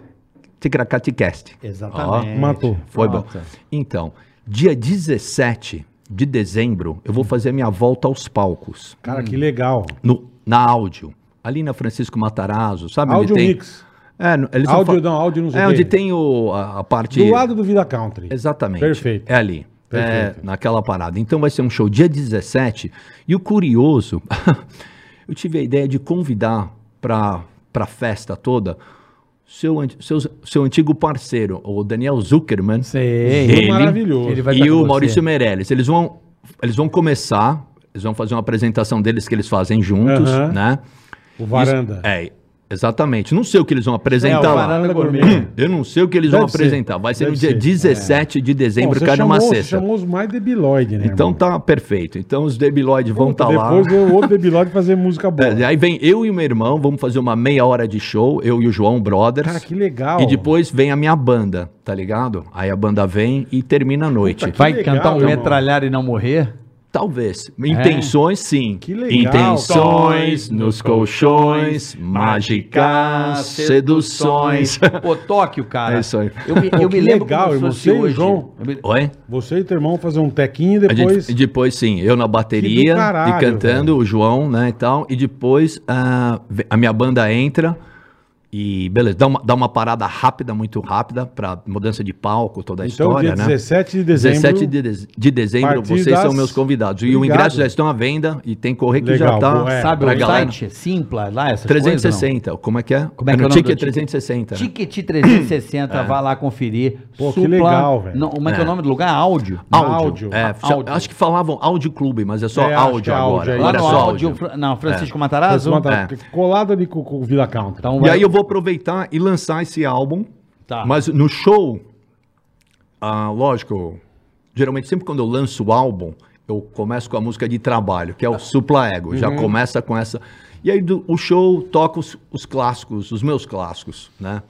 S4: Ticaracaticast.
S3: Exatamente.
S1: matou.
S4: Foi
S3: Nossa.
S4: bom. Então, dia 17 de dezembro, eu vou fazer minha volta aos palcos.
S1: Cara, que legal.
S4: no, na áudio. ali na Francisco Matarazzo, sabe? onde
S1: Áudio
S4: Ah, tem...
S1: Mix.
S4: É, no- eles
S1: Áudio
S4: vão fa-
S1: não, áudio não sei
S4: É
S1: o quê.
S4: onde tem o, a, a parte.
S1: Do lado do Vida Country.
S4: Exatamente.
S1: Perfeito.
S4: É ali.
S1: Perfeito.
S4: É, naquela parada. Então vai ser um show dia 17. E o curioso, [laughs] eu tive a ideia de convidar para a festa toda seu, an- seu, seu antigo parceiro, o Daniel Zuckerman.
S3: Sei.
S4: Ele-
S1: maravilhoso.
S3: Ele vai estar
S4: e
S3: com
S4: o
S3: você.
S4: Maurício Meirelles. Eles vão, eles vão começar, eles vão fazer uma apresentação deles que eles fazem juntos,
S1: Aham.
S4: né?
S1: O Varanda.
S4: É, exatamente. Não sei o que eles vão apresentar
S3: É, o
S4: lá. [clears throat]
S3: Varanda Gourmet.
S4: Eu não sei o que eles
S1: Deve
S4: vão apresentar. Vai ser
S1: deve
S4: no dia
S1: ser.
S4: 17 de
S1: Bom,
S4: dezembro,
S1: você
S4: cai numa
S1: chamou- você
S4: sexta.
S1: chamou os mais debilóide, né?
S4: Então
S1: irmão?
S4: tá perfeito. Então os Debiloid vão estar lá.
S1: Depois um eu outro debilóide fazer música boa.
S4: [laughs] É, aí vem eu e meu irmão, vamos fazer uma meia hora de show, eu e o João Brothers.
S1: Cara, que legal.
S4: E depois vem a minha banda, tá ligado? Aí a banda vem e termina a noite.
S1: que
S3: Vai
S1: legal,
S3: cantar um
S1: irmão.
S3: metralhar e não morrer?
S4: Talvez. Intenções, sim.
S1: É? Que legal.
S4: Intenções nos colchões, mágicas, seduções.
S3: Pô, Tóquio, cara.
S4: [laughs] É isso aí.
S3: Eu me, eu
S1: Pô,
S3: me
S1: que
S3: lembro
S1: legal,
S3: como
S1: irmão.
S3: se fosse
S1: Você e o
S3: hoje.
S1: João.
S3: Eu me-
S4: Oi?
S1: Você e teu irmão fazer um tequinho e
S4: A gente-
S1: depois.
S4: depois, sim, eu na
S1: Que
S4: bateria
S1: do caralho,
S4: e cantando, o João, né, e tal. E depois ah, ve- a minha banda entra e, beleza, dá uma, dá uma parada rápida, muito rápida, pra mudança de palco, toda a
S1: Então,
S4: história,
S1: dia
S4: né?
S1: 17 de dezembro.
S4: 17 de, dez- de dezembro,
S1: partir
S4: vocês são
S1: das-
S4: meus convidados. E o
S1: Obrigado.
S4: ingresso já estão à venda e tem correr que
S1: Legal,
S4: já tá.
S1: boa, é.
S3: Sabe
S4: pra
S3: o
S4: galera.
S3: site? Simpla, lá, essas coisas, não?
S4: 360, como é que é?
S3: Como é que
S4: no
S3: é o nome do
S4: Ticket
S3: ticket?
S4: 360. né?
S3: Ticket 360, vá lá conferir.
S1: Pô, que legal, velho.
S3: Não, Como é que é o nome do lugar? Áudio.
S1: Áudio.
S4: Áudio. é, já-
S3: Áudio.
S4: Acho que falavam áudio clube, mas é só
S1: É, acho que
S4: áudio
S1: é áudio
S4: agora.
S1: aí.
S3: Lá
S4: Agora é
S3: no
S4: só É.
S3: áudio,
S4: áudio.
S3: Fran- não, Francisco
S1: Eles
S3: Matarazzo.
S1: mandaram-
S4: é.
S1: Colado ali com, com o Vila Country.
S3: Então
S4: E
S3: vai-
S4: aí eu vou aproveitar e lançar esse álbum.
S3: Tá.
S4: Mas no show, ah, lógico, geralmente sempre quando eu lanço o álbum, eu começo com a música de trabalho, que é
S3: Tá.
S4: o Supla Ego.
S3: Uhum.
S4: Já começa com essa. E aí do- o show toca os, os clássicos, os meus clássicos, né?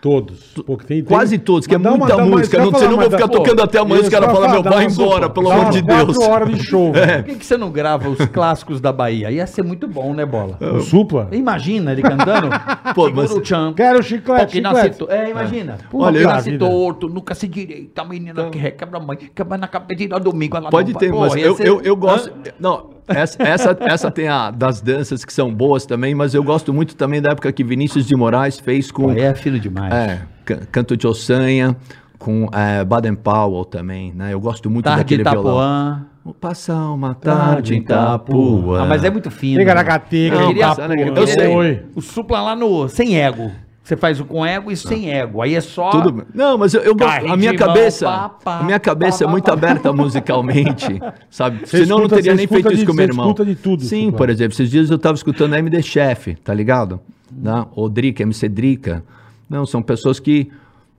S1: Todos. Pô, que tem- tem-
S4: Quase todos, que é
S1: Mas dá uma-
S4: muita
S1: dá uma-
S4: música.
S1: eu ia
S4: Não,
S1: falar,
S4: você não vai
S1: mas dá-
S4: ficar
S1: pô,
S4: tocando até amanhã,
S1: isso
S4: os caras
S1: eu ia
S4: falam,
S1: falar,
S4: meu,
S1: dá
S4: vai
S1: umas-
S4: embora, pelo
S1: dá
S4: amor
S1: umas
S4: de Deus. É.
S1: Quatro horas de
S4: [laughs]
S1: show, velho.
S3: Por que, que você não grava os clássicos da Bahia? Ia ser muito bom, né, Bola?
S1: O Supla.
S3: Imagina ele cantando.
S4: [laughs] Pô,
S3: Segura
S4: mas-
S3: o tchan.
S1: Quero chiclete,
S3: que
S1: chiclete.
S3: nasce to- É, imagina. Pô,
S4: Olha,
S3: que
S4: eu-
S3: nasce
S1: vida.
S3: torto, nunca se direita, a menina que requebra a mãe, quebra na cabeça de domingo. ela
S4: Pode
S3: Ah, não-
S4: ter,
S3: Pô,
S4: mas
S3: ia
S4: eu,
S3: ser-
S4: eu, eu gosto.
S3: Hã?
S4: Não, essa, essa, essa tem a das danças que são boas também, mas eu gosto muito também da época que Vinícius de Moraes fez
S3: Pô,
S4: com
S3: é filho demais.
S4: é, can- Canto de Ossanha, com é, Baden Powell também, né? Eu gosto muito
S3: Tarde
S4: daquele violão.
S3: Itapuã.
S4: Passar uma tarde em Itapuã.
S3: Ah, mas é muito fino.
S1: Pega na gateca,
S3: Eu queria-
S1: papo,
S4: eu
S1: né?
S4: sei.
S1: Oi.
S3: O supla lá no sem ego. Você faz o com ego e sem ego. Aí é só.
S4: Tudo bem. Não, mas eu, eu gosto-
S3: Carre
S4: a minha
S3: de
S4: cabeça,
S3: mão, pá, pá,
S4: a minha cabeça
S3: pá,
S4: é muito
S3: pá, pá.
S4: aberta
S3: [laughs]
S4: musicalmente, sabe?
S1: Você
S4: Senão eu não
S1: escuta-
S4: teria
S1: você
S4: nem feito
S1: escuta
S4: isso
S1: de-
S4: com meu
S1: você
S4: irmão.
S1: escuta de tudo,
S4: Sim,
S1: Suclar.
S4: por exemplo, esses dias eu tava escutando MD Chef, tá ligado?
S1: Hum.
S4: Né? Ou Drica, MC Drica. Não, são pessoas que,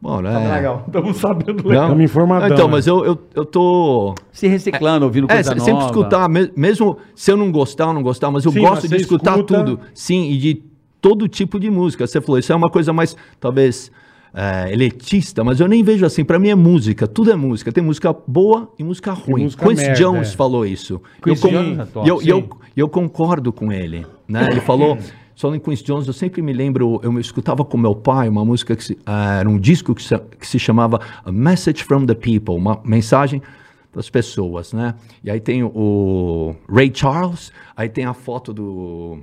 S4: bom, né?
S3: Tá Legal. Estamos sabendo
S4: Não.
S1: Tamo informadão,
S4: Então,
S1: né?
S4: mas eu, eu, eu tô
S3: Se reciclando, ouvindo
S4: É,
S3: coisa
S4: se-
S3: nova.
S4: sempre escutar, me- mesmo se eu não gostar ou não gostar, mas eu
S1: Sim,
S4: gosto
S1: mas
S4: de
S1: você
S4: escutar
S1: escuta-
S4: tudo. Sim, e de todo tipo de música. Você falou, isso é uma coisa mais, talvez, é, elitista, mas eu nem vejo assim. Pra mim é música, tudo é música. Tem música boa e música ruim.
S1: música
S4: Quincy
S1: merda,
S4: Jones
S1: é.
S4: falou isso.
S3: Quincy
S4: eu, com-
S3: Jones é top,
S4: e eu, e eu-
S1: sim.
S4: e eu concordo com ele. né? Ele falou. Só em Quincy Jones, eu sempre me lembro, eu escutava com meu pai uma música que se, ah, era um disco que se, que se chamava A Message from the People, uma mensagem das pessoas, né? E aí tem o Ray Charles, aí tem a foto do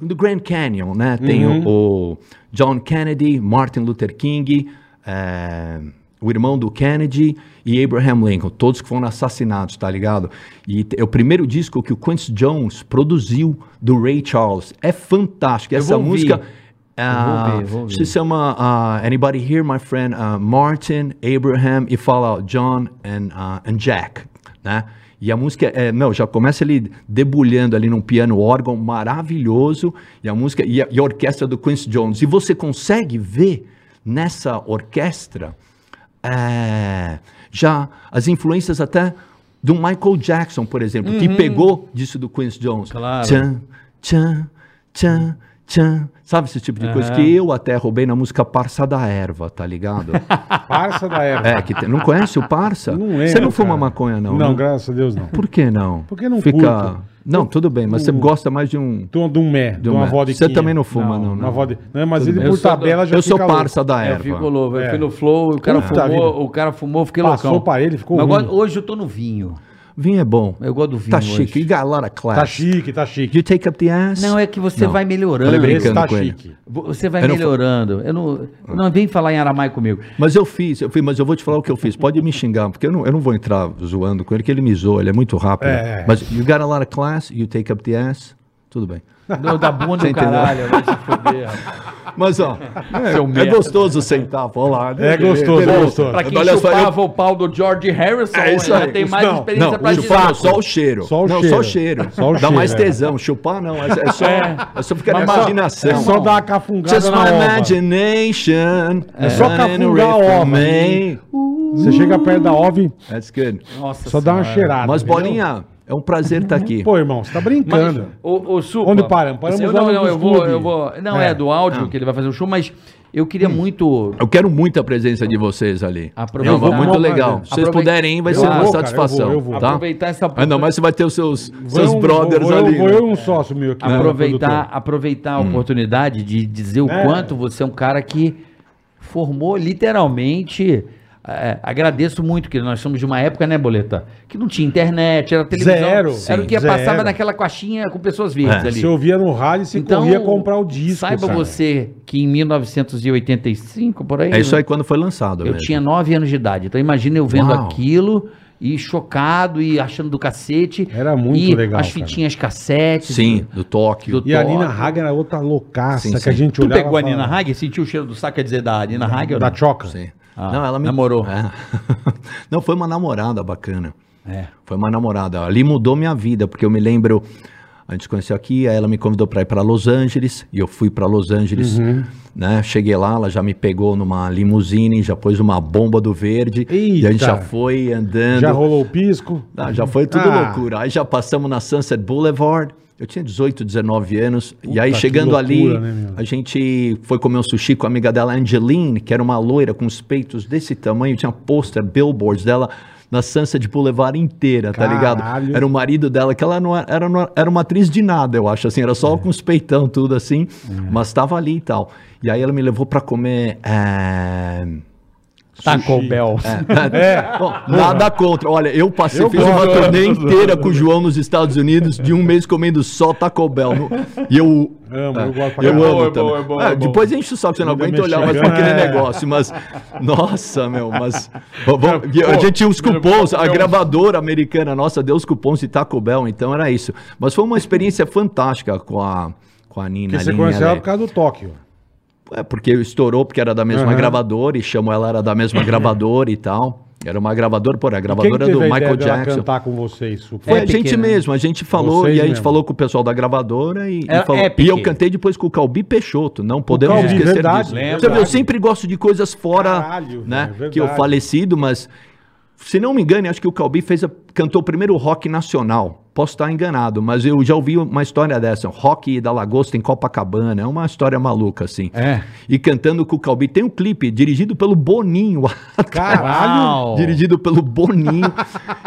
S4: do Grand Canyon, né? Tem
S3: Uhum.
S4: o, o John Kennedy, Martin Luther King, eh, o irmão do Kennedy e Abraham Lincoln, todos que foram assassinados, tá ligado? E t- é o primeiro disco que o Quincy Jones produziu do Ray Charles. É fantástico.
S3: Eu
S4: Essa
S3: vou ouvir.
S4: música.
S3: Eu vou
S4: ah,
S3: ouvir, vou ouvir.
S4: se chama ah, Anybody Here, My Friend, ah, Martin, Abraham e fala John and, ah, and Jack, né? E a música, é, meu, já começa ele debulhando ali num piano órgão maravilhoso e a música e a, e a orquestra do Quincy Jones. E você consegue ver nessa orquestra é, já as influências até do Michael Jackson, por exemplo, que pegou disso do Quincy Jones.
S3: Claro.
S4: Tchan, tchan, tchan, tchan. Sabe esse tipo de coisa
S3: Aham.
S4: que eu até roubei na música Parça da Erva,
S1: [laughs]
S4: tá ligado?
S1: Parça
S4: [laughs]
S1: da era.
S4: é, que tem- não conhece o Parça?
S1: Não lembro,
S4: Você não fuma
S1: cara.
S4: maconha, não?
S1: Não,
S4: né?
S1: graças a Deus
S4: [laughs]
S1: não.
S4: Por que não?
S1: Porque não
S4: Fica...
S1: curto.
S4: Não, tudo bem, mas você gosta mais de um...
S1: De um- de um mé, de
S4: de
S1: uma
S4: uma-
S1: vodiquinha.
S4: Você também não fuma, não,
S1: Uma
S4: não.
S1: vodi- Não, mas ele
S3: bem.
S1: por
S3: Eu sou
S1: tabela já
S4: Eu sou
S1: fica louco.
S4: Parça da
S3: É, eu
S4: Erva.
S3: fico louco.
S1: É.
S3: Eu fui no flow, o cara,
S1: Puta vida.
S3: fumou, o cara fumou, eu fiquei
S1: Passou
S3: loucão.
S1: pra ele, ficou
S3: Mas
S1: ruim.
S3: agora- hoje eu tô no vinho.
S4: Vinho é bom.
S3: Eu gosto do vinho
S4: Tá
S3: hoje.
S4: chique. You got a lot of class.
S1: Tá chique, tá chique.
S4: You take up the ass?
S3: Não, é que você
S4: Não.
S3: vai melhorando.
S4: Falei
S1: Esse
S4: brincando
S1: tá
S4: com ele.
S1: chique.
S3: Você vai
S4: Eu não fa-
S3: melhorando. Eu não, não vem falar em aramaico comigo.
S4: Mas eu fiz, eu fiz, mas eu vou te falar o que eu fiz. Pode me xingar, porque eu não, eu não vou entrar zoando com ele, que ele me zoa, ele é muito rápido.
S1: É.
S4: Mas you got a lot of class, you take up the ass, tudo bem.
S1: [laughs]
S3: Não, da bunda
S4: Você
S3: do
S4: entendeu?
S3: caralho, vai se foder. rapaz.
S4: Mas ó, é, é gostoso sentar, vou lá. né?
S1: É gostoso, é
S4: Entendeu?
S1: gostoso.
S3: Pra quem
S4: Olha só,
S3: chupava o pau do George Harrison,
S4: É isso
S3: já
S4: aí.
S3: tem mais
S1: Não,
S3: experiência
S4: Não,
S3: pra
S4: chupar
S3: dizer.
S4: só o cheiro.
S1: Só o
S4: não,
S1: cheiro.
S4: só o cheiro.
S1: Só o
S4: Dá
S1: cheiro,
S4: mais
S1: é.
S4: tesão. Chupar não, é, é só, é só ficar na
S3: Mas, mas,
S4: imaginação.
S1: É só dar uma cafungada
S4: Just
S1: na
S4: my
S1: ova.
S4: imagination.
S1: É só
S4: running
S1: cafungar
S4: away
S1: a
S4: from
S1: ova.
S4: me.
S1: Você chega perto da OV,
S4: That's good.
S3: Nossa
S1: só dá uma
S3: Senhora.
S1: cheirada.
S4: Mas,
S1: entendeu?
S4: Bolinha, é um prazer estar aqui.
S1: Pô, irmão, você tá
S3: Mas,
S1: brincando.
S3: ô, ô, Supa,
S1: Onde paramos? Paramos
S3: eu,
S1: lá
S3: não,
S1: no
S3: não, eu vou,
S1: clube.
S3: eu vou. Não, é,
S1: É.
S3: do áudio que ele vai fazer o show, mas eu queria muito.
S4: Eu quero muito a presença de vocês ali.
S3: Aproveitar.
S4: Não, vai
S1: Eu
S4: muito
S1: vou,
S4: legal.
S1: mas-
S4: Se vocês
S3: Aprovei-
S4: puderem, ir, vai
S3: Eu
S4: ser
S3: vou,
S4: uma
S1: cara, eu
S4: satisfação.
S1: vou, eu vou.
S4: Tá?
S3: Aproveitar essa
S4: Ainda mais você vai ter os seus,
S1: Vou
S4: seus
S1: eu-
S4: brothers
S1: vou eu-
S4: ali.
S1: Vou
S4: né?
S1: eu e um sócio meu aqui.
S4: É,
S3: aproveitar,
S1: produtor.
S3: aproveitar
S4: Hum.
S3: a oportunidade de dizer o
S1: É.
S3: quanto você é um cara que formou literalmente. é, agradeço muito que nós somos de uma época, né, Boleta? Que não tinha internet, era televisão.
S1: Zero.
S3: Era
S1: Sim,
S3: o que ia-
S1: zero.
S3: passava naquela caixinha com pessoas verdes
S4: É.
S3: ali.
S1: Você ouvia no rádio e você corria comprar o disco.
S3: Então, Saiba
S1: cara.
S3: você que em 1985, por aí.
S4: É isso
S3: né?
S4: aí quando foi lançado.
S3: Eu
S4: mesmo.
S3: tinha 9 anos de idade. Então imagina eu vendo
S4: Uau.
S3: aquilo e chocado e achando do cacete.
S1: Era muito
S3: e
S1: legal,
S3: As
S1: cara.
S3: fitinhas cassete.
S4: Sim, do Tóquio.
S3: Do-
S1: E a
S3: Top.
S1: Nina Hagen era outra loucaça
S4: Sim,
S1: que
S4: sim.
S1: a gente
S3: Tu
S1: olhava.
S3: pegou a
S1: e falava,
S3: Nina Hagen? Sentiu o cheiro do saco? Quer dizer, da Nina Hagen? ou
S1: Da
S3: não?
S1: Choca.
S4: Sim.
S3: Ah, namorou.
S4: É. [laughs] Não, foi uma namorada bacana.
S3: É.
S4: Foi uma namorada. Ali mudou minha vida, porque eu me lembro. A gente se conheceu aqui, aí ela me convidou para ir para Los Angeles, e eu fui para Los Angeles,
S3: Uhum.
S4: né? Cheguei lá, ela já me pegou numa limusine, já pôs uma bomba do verde, e a gente
S1: Eita!
S4: já foi andando.
S1: Já rolou o pisco.
S4: Ah, já foi tudo
S1: Ah.
S4: loucura. Aí já passamos na Sunset Boulevard. Eu tinha 18, 19 anos. e aí,
S1: que
S4: chegando
S1: loucura,
S4: ali,
S1: né, meu?
S4: a gente foi comer um sushi com a amiga dela, Angeline, que era uma loira com os peitos desse tamanho. Tinha pôster, billboards dela na Sunset Boulevard inteira, tá
S1: Caralho.
S4: ligado? Era o marido dela, que ela não era, era, não- era uma atriz de nada, eu acho, assim. Era
S1: É.
S4: só com os peitão, tudo assim. Mas tava ali e tal. E aí, ela me levou pra comer... eh,
S3: Taco Bell.
S1: É.
S4: Bom, nada contra. Olha, eu passei,
S1: Eu
S4: fiz uma
S1: gosto.
S4: turnê inteira com o João nos Estados Unidos, de um mês comendo só Taco Bell. No- E eu.
S1: Amo, É. eu gosto pra
S4: Tá. Eu
S1: caralho.
S4: amo
S1: É bom,
S4: também.
S1: é bom,
S4: Ah,
S1: é bom.
S4: Depois enche o saco, você não
S1: Comida
S4: aguenta olhar mais pra
S1: mexicana,
S4: aquele
S1: é.
S4: negócio, mas. Nossa, meu, mas. Vamos- vamos-
S1: É,
S4: e a gente tinha uns cupons,
S1: um
S4: a gravadora americana nossa deu os cupons de Taco Bell, então era isso. Mas foi uma experiência fantástica com a, com a Nina.
S1: Porque você
S4: Lin,
S1: conheceu
S4: ela
S1: ela
S4: é-
S1: por causa do Tóquio.
S4: é, porque estourou, porque era da mesma
S1: Aham.
S4: gravadora, e chamou ela, era
S1: [laughs]
S4: da mesma gravadora e tal. Era uma gravadora, pô, era a
S1: Quem
S4: gravadora
S1: teve a
S4: do Michael
S1: ideia dela
S4: Jackson.
S1: cantar com vocês, Suco?
S4: Foi a
S3: Epic,
S4: gente
S3: né?
S4: mesmo, a gente falou,
S1: Vocês
S4: e a gente
S1: mesmo.
S4: falou com o pessoal da gravadora e, e
S3: Era
S4: falou.
S3: Epic.
S4: E eu cantei depois com o Calbi Peixoto, não podemos
S1: Calbi,
S4: esquecer
S1: verdade,
S4: disso.
S1: verdade.
S4: Você vê, eu sempre gosto de coisas fora,
S1: Caralho,
S4: né,
S1: velho,
S4: que eu
S1: verdade.
S4: falecido, mas se não me engano, eu acho que o Calbi fez a- cantou o primeiro rock nacional. Posso estar enganado, mas eu já ouvi uma história dessa. Rock da Lagosta em Copacabana. É uma história maluca, assim.
S3: É.
S4: E cantando com o Calbi. Tem um clipe dirigido pelo Boninho. [laughs]
S1: Caralho!
S3: Uau.
S4: dirigido
S3: [laughs]
S4: pelo Boninho.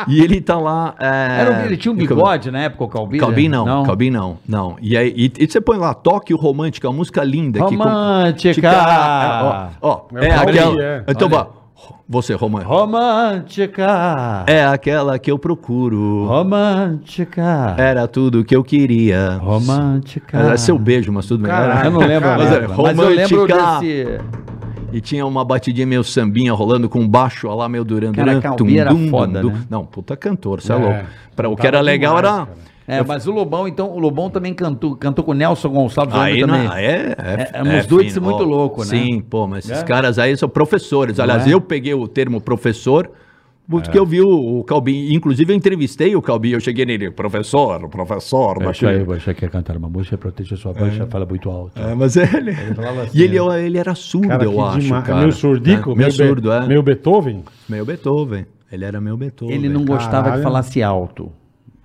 S4: e ele tá lá. é,
S3: Era um- ele tinha um bigode na época, o Calbi? né?
S4: Calbi não, Calbi não, não. E aí e, e você põe lá, Tóquio Romântica, uma música linda. é que com-
S3: Romântica.
S4: Ah, Ó, ó,
S1: É
S4: é,
S1: o Calbi,
S4: aquela.
S1: é.
S4: Então vá, você, Romântica.
S3: Romântica.
S4: É aquela que eu procuro.
S3: Romântica.
S4: Era tudo que eu queria.
S3: Romântica.
S4: Era seu beijo, mas tudo bem.
S1: Caralho.
S3: Eu não lembro,
S4: Mas,
S3: agora,
S4: é,
S3: mas eu lembro
S4: romântica.
S3: desse...
S4: E tinha uma batidinha meio sambinha rolando com um baixo ó lá, meio Duran
S3: Cara,
S4: Duran.
S3: Calbi era foda, né?
S4: Não, puta cantor, você é,
S1: É,
S4: louco. Pra, o que
S1: cantava
S4: era legal
S1: demais,
S4: era.
S1: cara.
S3: É, mas o Lobão, então, o Lobão também cantou, cantou com o Nelson Gonçalves eu
S4: Aí
S3: lembro
S4: não,
S3: também.
S4: é, é,
S3: É, é uns dois
S4: fino,
S3: muito
S4: ó.
S3: louco, né?
S4: Sim, pô, mas esses caras aí são professores. Aliás,
S3: é?
S4: eu peguei o termo professor porque eu vi o, o Calbi. Inclusive, eu entrevistei o Calbi, eu cheguei nele, professor, professor.
S3: É,
S4: daquele-
S3: baixar quer cantar uma música, proteja sua baixa, fala muito alto.
S4: É, mas ele.
S3: falava assim,
S4: e ele, é, ele era surdo,
S1: Cara,
S4: eu
S1: que
S4: acho.
S1: demais.
S4: Cara.
S1: Meu surdico?
S4: É, Meu surdo, é.
S1: Meu Beethoven?
S4: Meu Beethoven. Ele era meu Beethoven.
S3: Ele não gostava
S1: Caralho.
S3: que falasse alto.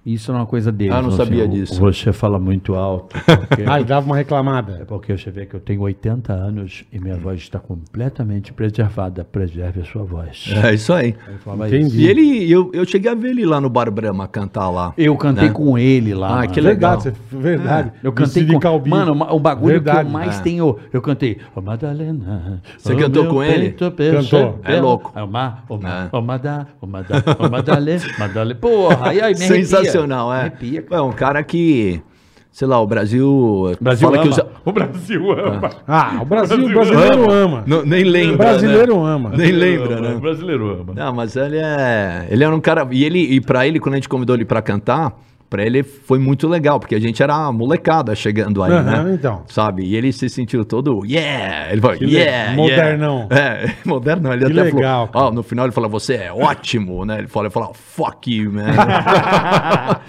S3: Isso não é uma coisa dele.
S4: Ah, não sabia disso.
S3: Você fala muito alto. [laughs] porque-
S1: Ah, ele dava uma
S3: É
S1: reclamada.
S3: porque você vê que eu tenho 80 anos e minha voz está completamente preservada. Preserve a sua voz.
S4: É isso aí.
S3: Ele falava
S1: Entendi.
S3: isso.
S4: E ele, eu, eu cheguei a ver ele lá no Bar Brahma cantar lá.
S3: Eu cantei
S4: Né?
S3: com ele lá.
S4: Ah,
S3: mano.
S4: que
S1: Legal,
S4: legal.
S1: você, verdade.
S3: Eu
S1: Vestido
S3: cantei
S1: de
S3: com...
S1: calbi.
S3: Mano, ma- o bagulho que
S1: Verdade.
S3: eu mais
S4: É.
S3: tenho... Eu cantei... Ô, Madalena...
S4: Você
S3: ô,
S4: cantou
S3: meu
S4: com ele?
S3: peito percebeu-
S4: É louco.
S3: Ô, ma, ô, ma,
S4: É.
S3: ô, Madá, ô, Madá, ô, Madalena,
S4: [laughs]
S3: Madalena... Porra, aí, aí me arrepia.
S4: Sensacional, é.
S3: Me Arrepia,
S4: é um cara que, sei lá, o Brasil.
S3: O Brasil
S4: fala
S3: ama.
S4: que usa-
S3: O Brasil ama.
S1: Ah, o Brasil, o brasileiro ama.
S4: Não, nem lembra.
S1: O É, brasileiro ama.
S4: Né? Nem lembra,
S3: O
S4: né?
S3: brasileiro ama.
S4: Não, mas ele é. Ele era um cara. E, ele, e pra ele, quando a gente convidou ele pra cantar, pra ele foi muito legal, porque a gente era molecada chegando aí,
S1: Aham,
S4: né?
S1: então.
S4: Sabe? E ele se sentiu todo, yeah! Ele falou,
S1: Que le-
S4: yeah! yeah."
S1: modernão.
S4: É, [laughs] modernão. Ele
S1: Que
S4: até
S1: legal,
S4: falou,
S1: cara.
S4: ó, no final ele falou, você é ótimo, né? Ele falou, ele falou fuck you, man.
S1: [laughs]
S3: Ah.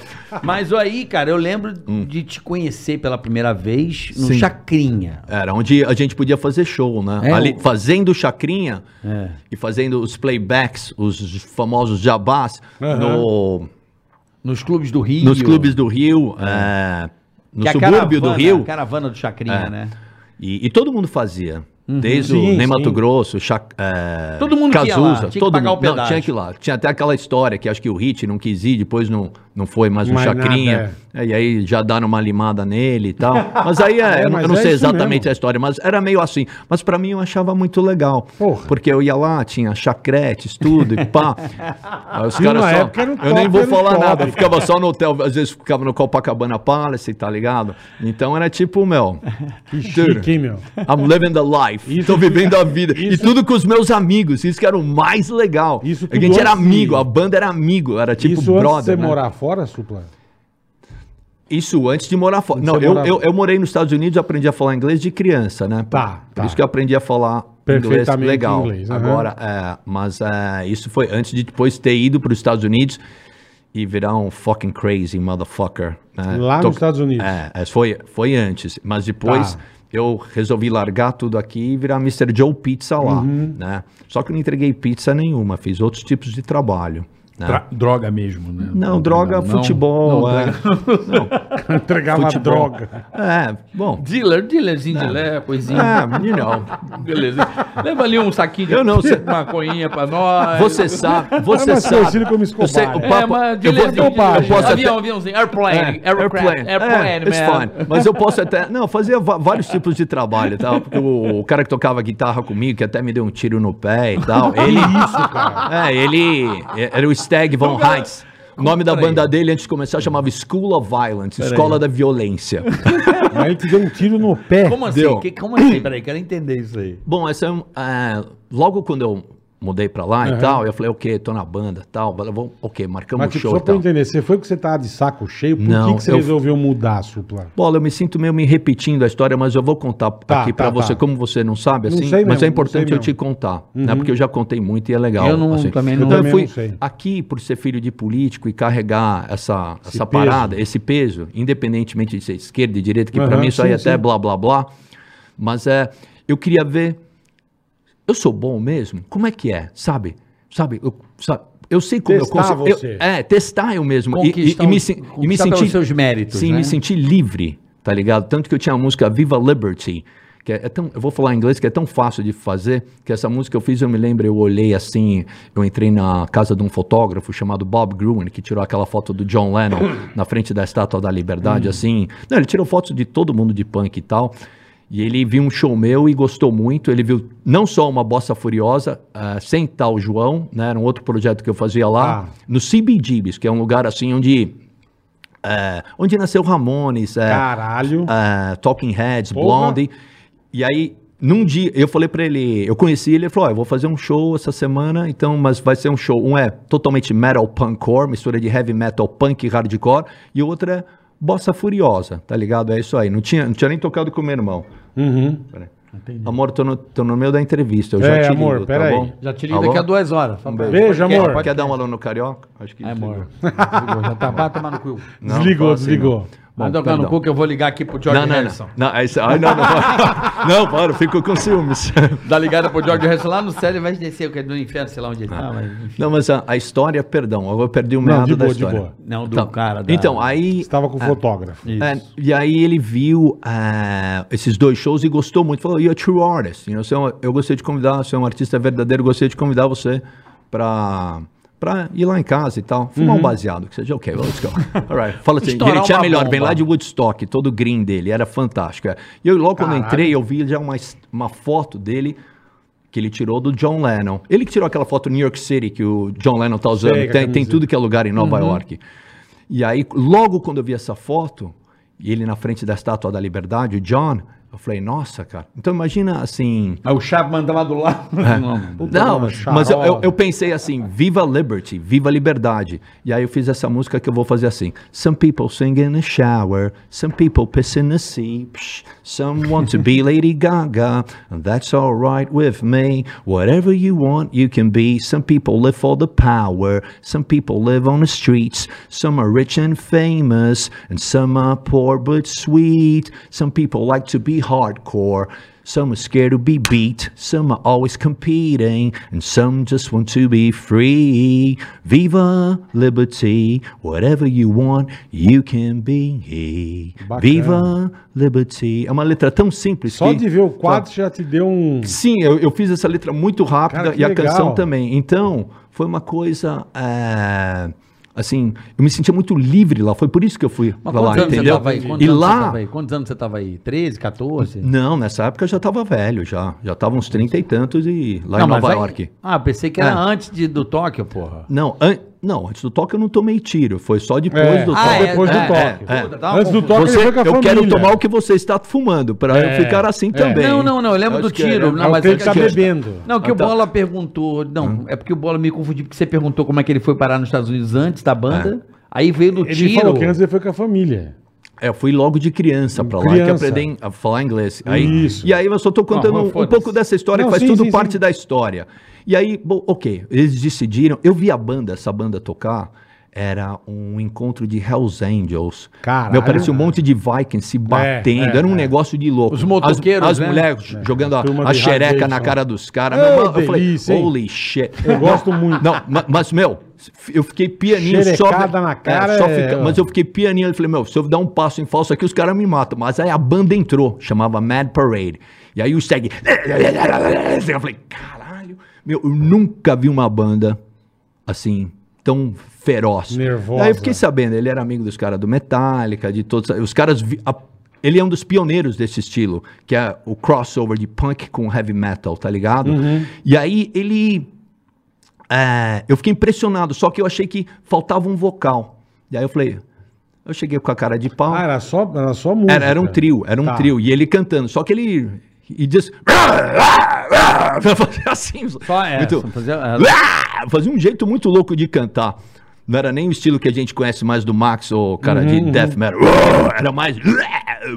S3: Mas aí, cara, eu lembro de te conhecer pela primeira vez no
S4: Hum. Sim.
S3: Chacrinha.
S4: era onde a gente podia fazer show, né?
S3: É,
S4: Ali,
S3: o-
S4: fazendo chacrinha
S3: É.
S4: e fazendo os playbacks, os famosos jabás,
S1: Aham.
S4: no...
S3: Nos clubes do Rio.
S4: nos clubes do Rio, é, no
S3: Que a
S4: subúrbio do
S3: caravana-
S4: Rio.
S3: a Caravana do Chacrinha,
S4: É.
S3: né?
S4: E, e todo mundo fazia. Desde o
S1: Sim,
S4: Nem
S1: sim.
S4: Mato Grosso, Chac, é,
S3: Todo mundo que ia
S4: Cazuza,
S3: lá, tinha que
S4: todo
S3: pagar o
S4: mundo. Não,
S3: pedágio.
S4: tinha que ir lá. Tinha até aquela história que acho que o Hit não quis ir, depois não, não foi mais um
S1: Mais
S4: Chacrinha. É, E aí já daram uma limada nele e tal. Mas aí é, eu, não-
S1: mas
S4: eu não
S1: é
S4: sei
S1: isso
S4: exatamente
S1: mesmo.
S4: a história, mas era meio assim. Mas pra mim eu achava muito legal.
S1: Porra.
S4: Porque eu ia lá, tinha chacretes, tudo e pá. Aí os
S1: E
S4: caras
S1: uma
S4: só.
S1: época era um
S4: eu nem
S1: top,
S4: vou
S1: era um
S4: falar
S1: top,
S4: nada.
S1: cara.
S4: Ficava só no hotel, às vezes ficava no Copacabana Palace, tá ligado? Então era tipo, meu.
S1: Que chique, hein, meu.
S4: I'm living the life.
S1: Isso
S4: Estou
S1: que-
S4: vivendo a vida. e
S1: isso-
S4: tudo com os meus amigos. Isso que era o mais legal.
S1: Isso
S4: a
S1: tudo
S4: gente era
S1: antes de-
S4: amigo, a banda era amigo, era tipo
S1: Isso antes de
S4: brother.
S1: você
S4: né?
S1: morar fora, Supla?
S4: Isso antes de morar fora.
S1: Antes
S4: Não,
S1: de
S4: eu,
S1: morar-
S4: eu, eu morei nos Estados Unidos, aprendi a falar inglês de criança, né?
S1: Tá,
S4: Por
S1: tá.
S4: isso que eu aprendi a falar inglês
S1: Perfeitamente
S4: legal.
S1: inglês, aham.
S4: Agora, é, mas é, isso foi antes de depois ter ido para os Estados Unidos e virar um fucking crazy motherfucker. né?
S1: Lá nos Estados Unidos.
S4: É, é, foi, foi antes. Mas depois
S1: Tá.
S4: eu resolvi largar tudo aqui e virar Mr. Joe Pizza lá,
S1: Uhum.
S4: né? Só que eu não entreguei pizza nenhuma, fiz outros tipos de trabalho. né?
S3: Droga mesmo, né?
S4: Não, droga, futebol. é.
S1: [laughs] Entregava
S4: Futebol.
S1: droga.
S4: É, bom.
S5: Dealer, dealerzinho de lé, coisinha.
S4: É, you know.
S5: Beleza. Leva ali um saquinho de
S4: Eu não, cê-
S5: maconhinha pra nós.
S4: Você sabe, você
S1: mais
S4: sabe.
S1: conhecido como Escobar.
S4: Eu sei, o
S1: É,
S5: É, mas
S4: papo, eu, vou,
S5: dealerzinho de
S1: topar,
S5: lé.
S4: eu posso
S5: Avião,
S4: até...
S5: aviãozinho. Airplane,
S4: É,
S5: aircraft,
S4: airplane, é,
S5: airplane,
S4: it's
S5: man.
S4: fine. Mas eu posso até. Não, eu fazia va- vários tipos de trabalho, tá? Porque o, o cara que tocava guitarra comigo, que até me deu um tiro no pé e tal. Ele, isso, cara. Então, É, ele. Era o Stag Von Heinz. O nome da banda dele, antes de começar, chamava School of Violence, Escola da Violência.
S1: Aí ele te deu um tiro no pé.
S3: Como assim?
S4: Deu.
S3: Que- como assim? Peraí, quero entender isso aí.
S4: Bom, essa é, um- é, logo quando eu mudei pra lá e tal, eu falei, ok, tô na banda e tal, vamos, ok, marcamos
S1: Mas
S4: o
S1: tipo,
S4: assim? show
S1: só
S4: e
S1: pra eu
S4: tal.
S1: entender, você foi que você tava de saco cheio? Por
S4: Não,
S1: que, que você
S4: eu-
S1: resolveu mudar, Supla?
S4: Bola, eu me sinto meio me repetindo a história, mas eu vou contar
S1: Tá,
S4: aqui
S1: tá,
S4: pra você,
S1: tá.
S4: como você não sabe,
S1: Não
S4: assim,
S1: sei
S4: mas
S1: mesmo,
S4: é
S1: não
S4: importante
S1: sei
S4: eu te
S1: mesmo. Uhum.
S4: contar, né? Porque eu já contei muito e é legal.
S3: Eu não- também não-
S1: Eu
S4: então eu
S1: também
S4: fui
S1: não sei.
S4: aqui por ser filho de político e carregar essa,
S1: Esse
S4: essa
S1: peso.
S4: parada, esse peso, independentemente de ser esquerda e direita, que pra
S1: Aham,
S4: mim isso aí
S1: sim,
S4: até
S1: sim.
S4: é blá blá blá. Mas é, eu queria ver eu sou bom mesmo? Como é que é? Sabe? Sabe? Eu, sabe? eu sei como
S1: Testar
S4: eu consigo. eu-
S1: você.
S4: é, testar eu mesmo. E- E, e,
S3: Conquistar
S4: me,
S3: os-
S4: sen- e me
S3: conquistar pelos
S4: sentir.
S3: seus méritos,
S4: Sim,
S3: né?
S4: me senti livre, tá ligado? Tanto que eu tinha a música Viva Liberty. Que é, é tão, eu vou falar em inglês que é tão fácil de fazer que essa música eu fiz, eu me lembro, eu olhei assim, eu entrei na casa de um fotógrafo chamado Bob Gruen, que tirou aquela foto do John Lennon na frente da Estátua da Liberdade, assim. Não, ele tirou fotos de todo mundo de punk e tal. E ele viu um show meu e gostou muito. Ele viu não só uma Bossa Furiosa, ah, sem tal João, né? Era um outro projeto que eu fazia lá,
S1: Ah.
S4: no CBGBs, que é um lugar assim onde. é, onde nasceu Ramones, é,
S1: Caralho.
S4: ah, Talking Heads,
S1: Porra.
S4: Blondie. E aí, num dia, eu falei pra ele, eu conheci ele, ele falou, ó, eu vou fazer um show essa semana, então, mas vai ser um show, um é totalmente metal punkcore, mistura de heavy metal, punk e hardcore, e o outro é bossa furiosa, tá ligado? É isso aí, não tinha, não tinha nem tocado com o meu irmão.
S1: Uhum.
S4: Amor, tô no, tô no meio da entrevista, eu
S1: É,
S4: já te
S1: amor,
S4: ligo,
S1: pera
S4: tá
S1: aí.
S4: bom?
S3: Já te ligo
S4: Alô? Um
S3: daqui a duas horas. Fala pra ele.
S1: Beijo,
S3: Pode-
S1: amor.
S4: Quer,
S3: Pode-
S4: quer dar um alô no carioca? Acho que
S3: É,
S4: desligou.
S3: amor. Desligou, Já tá, vai tomar no cu.
S4: Não,
S1: desligou,
S4: fala assim, não.
S1: desligou.
S5: Vai tocar no
S4: perdão.
S5: cu que eu vou ligar aqui pro George
S4: Não, não,
S5: Harrison.
S4: não. Não, aí você- ai, não, não. pode. Não, [laughs] para, eu fico com ciúmes.
S5: Dá ligada pro George Harrison lá no céu, ele vai descer, que é do inferno, sei lá onde ele tá. mas-
S4: [laughs] Não, Ah, mas a, a história, perdão, eu perdi o
S1: Não,
S4: meado
S1: de
S4: da
S1: boa, de
S4: história.
S1: boa.
S3: Não, do
S4: Então,
S3: cara. da-
S4: Então, aí.
S1: Estava com o fotógrafo.
S4: É, e aí ele viu ah, esses dois shows e gostou muito. Falou, you're a true artist. You know, você é um- eu gostei de convidar, você é um artista verdadeiro, gostei de convidar você pra, pra ir lá em casa e tal.
S1: Uhum.
S4: Fumar um baseado, que seja ok, well,
S1: [laughs]
S4: let's go. All right. Fala assim,
S3: Estourar
S4: ele tinha
S3: uma
S4: melhor,
S3: bomba.
S4: bem lá de Woodstock, todo green dele, era fantástico. é. E eu, logo quando eu entrei, eu vi já uma, es- uma foto dele que ele tirou do John Lennon. Ele que tirou aquela foto do New York City que o John Lennon tá usando.
S1: Sei, com a Uhum.
S4: tem, tem
S1: camiseta.
S4: tudo que é lugar em Nova York. E aí, logo quando eu vi essa foto, e ele na frente da Estátua da Liberdade, o John, eu falei, nossa, cara. Então imagina assim.
S5: Aí o Chapman tava do lado. [laughs]
S4: É.
S5: Não,
S1: Puta,
S4: Não,
S1: mano,
S4: mas eu, eu,
S1: xarope.
S4: eu pensei assim, viva liberty, viva liberdade. E aí eu fiz essa música que eu vou fazer assim. Some people sing in a shower, some people piss in the sea, psh, some want
S1: [laughs]
S4: to be Lady Gaga, and that's all right with me. Whatever you want, you can be. Some people live for the power, some people live on the streets, some are rich and famous, and some are poor but sweet. Some people like to be hardcore. Some are scared to be beat, some are always competing, and some just want to be free. Viva liberty, whatever you want, you can be.
S1: Bacana.
S4: Viva liberty. É uma letra tão simples
S1: Só
S4: que-
S1: de ver o quadro já te deu um.
S4: Sim, eu, eu fiz essa letra muito rápida
S1: Cara, que
S4: e a
S1: legal.
S4: canção também. Então, foi uma coisa. é, Assim, eu me sentia muito livre lá. Foi por isso que eu fui
S5: Mas quantos
S4: pra lá,
S5: anos você
S4: entendeu?
S5: tava aí? Quantos
S4: E
S5: anos você
S4: lá.
S5: tava aí? Quantos anos você tava aí? 13, 14?
S4: Não, nessa época eu já tava velho, já. Já tava uns 30 e tantos e lá em
S5: mas
S4: Nova
S5: aí-
S4: York.
S5: Ah, pensei que era
S4: É.
S5: antes de, do Tóquio, porra.
S4: Não, an- não, antes do toque eu não tomei tiro, foi só depois
S1: É.
S4: do toque.
S1: Ah, é, depois do
S4: toque. é.
S5: Puta, dá uma
S1: Antes do
S5: confusão.
S1: toque,
S4: Você-
S1: ele foi com a
S4: eu
S1: família.
S4: quero tomar o que você está fumando, pra
S1: É,
S4: eu ficar assim
S1: é.
S4: também.
S5: Não, não, não, eu lembro
S4: Acho
S5: do
S4: que Então. é,
S5: tiro.
S4: né?
S5: não,
S1: é o
S5: mas
S1: que
S5: é
S1: ele
S5: que
S1: tá
S5: eu-
S1: bebendo.
S5: Não, que o Bola perguntou. Não,
S4: Hum.
S5: é porque o Bola me confundiu, porque você perguntou como é que ele foi parar nos Estados Unidos antes da banda. Aí veio do
S1: Ele
S5: tiro.
S1: falou que antes ele foi com a família.
S4: É, Eu fui logo de criança pra lá, é
S1: Criança.
S4: que aprendi a falar inglês. Aí,
S1: Isso.
S4: E aí eu só tô contando
S5: Ah, mas
S4: um- um,
S5: foda-se.
S4: pouco dessa história,
S1: Não,
S4: que faz
S1: sim,
S4: tudo
S1: sim,
S4: parte
S1: sim.
S4: da história. E aí, bom, ok, eles decidiram, eu vi a banda, essa banda tocar, era um encontro de Hells Angels.
S1: Caralho.
S4: Meu, parecia um monte de Vikings se batendo,
S1: é,
S4: era um
S1: é.
S4: negócio de louco.
S5: Os motoqueiros,
S4: As, as
S5: né?
S4: mulheres jogando a,
S1: turma
S4: a
S1: de
S4: xereca
S1: Hardcore.
S4: na cara dos caras.
S1: né? Ô,
S4: Meu, eu falei,
S1: delícia, hein?
S4: holy shit.
S1: Eu gosto muito.
S4: Não, ma- mas, meu, eu fiquei pianinho
S1: Xerecada na cara
S4: só
S1: é-
S4: fica- mas eu fiquei pianinho. Eu falei, meu, se eu dar um passo em falso aqui, os caras me matam. Mas aí a banda entrou, chamava Mad Parade. E aí o segue. [laughs] Eu falei, caralho. Meu, eu nunca vi uma banda assim, tão feroz.
S1: Nervosa.
S4: Aí eu fiquei sabendo, ele era amigo dos caras do Metallica, de todos. Os caras. vi- a- ele é um dos pioneiros desse estilo, que é o crossover de punk com heavy metal, tá ligado?
S1: Uhum.
S4: E aí ele. É, eu fiquei impressionado, só que eu achei que faltava um vocal. E aí eu falei, eu cheguei com a cara de pau.
S1: Ah, era só, era só música.
S4: Era, era um trio, era um
S1: Tá.
S4: trio. E ele cantando, só que ele. E diz. [laughs] Fazia assim.
S5: Só é,
S4: muito-
S5: só fazia- é,
S4: Ah! Fazia um jeito muito louco de cantar. Não era nem o estilo que a gente conhece mais do Max ou cara
S1: Uhum,
S4: de death metal. Era mais.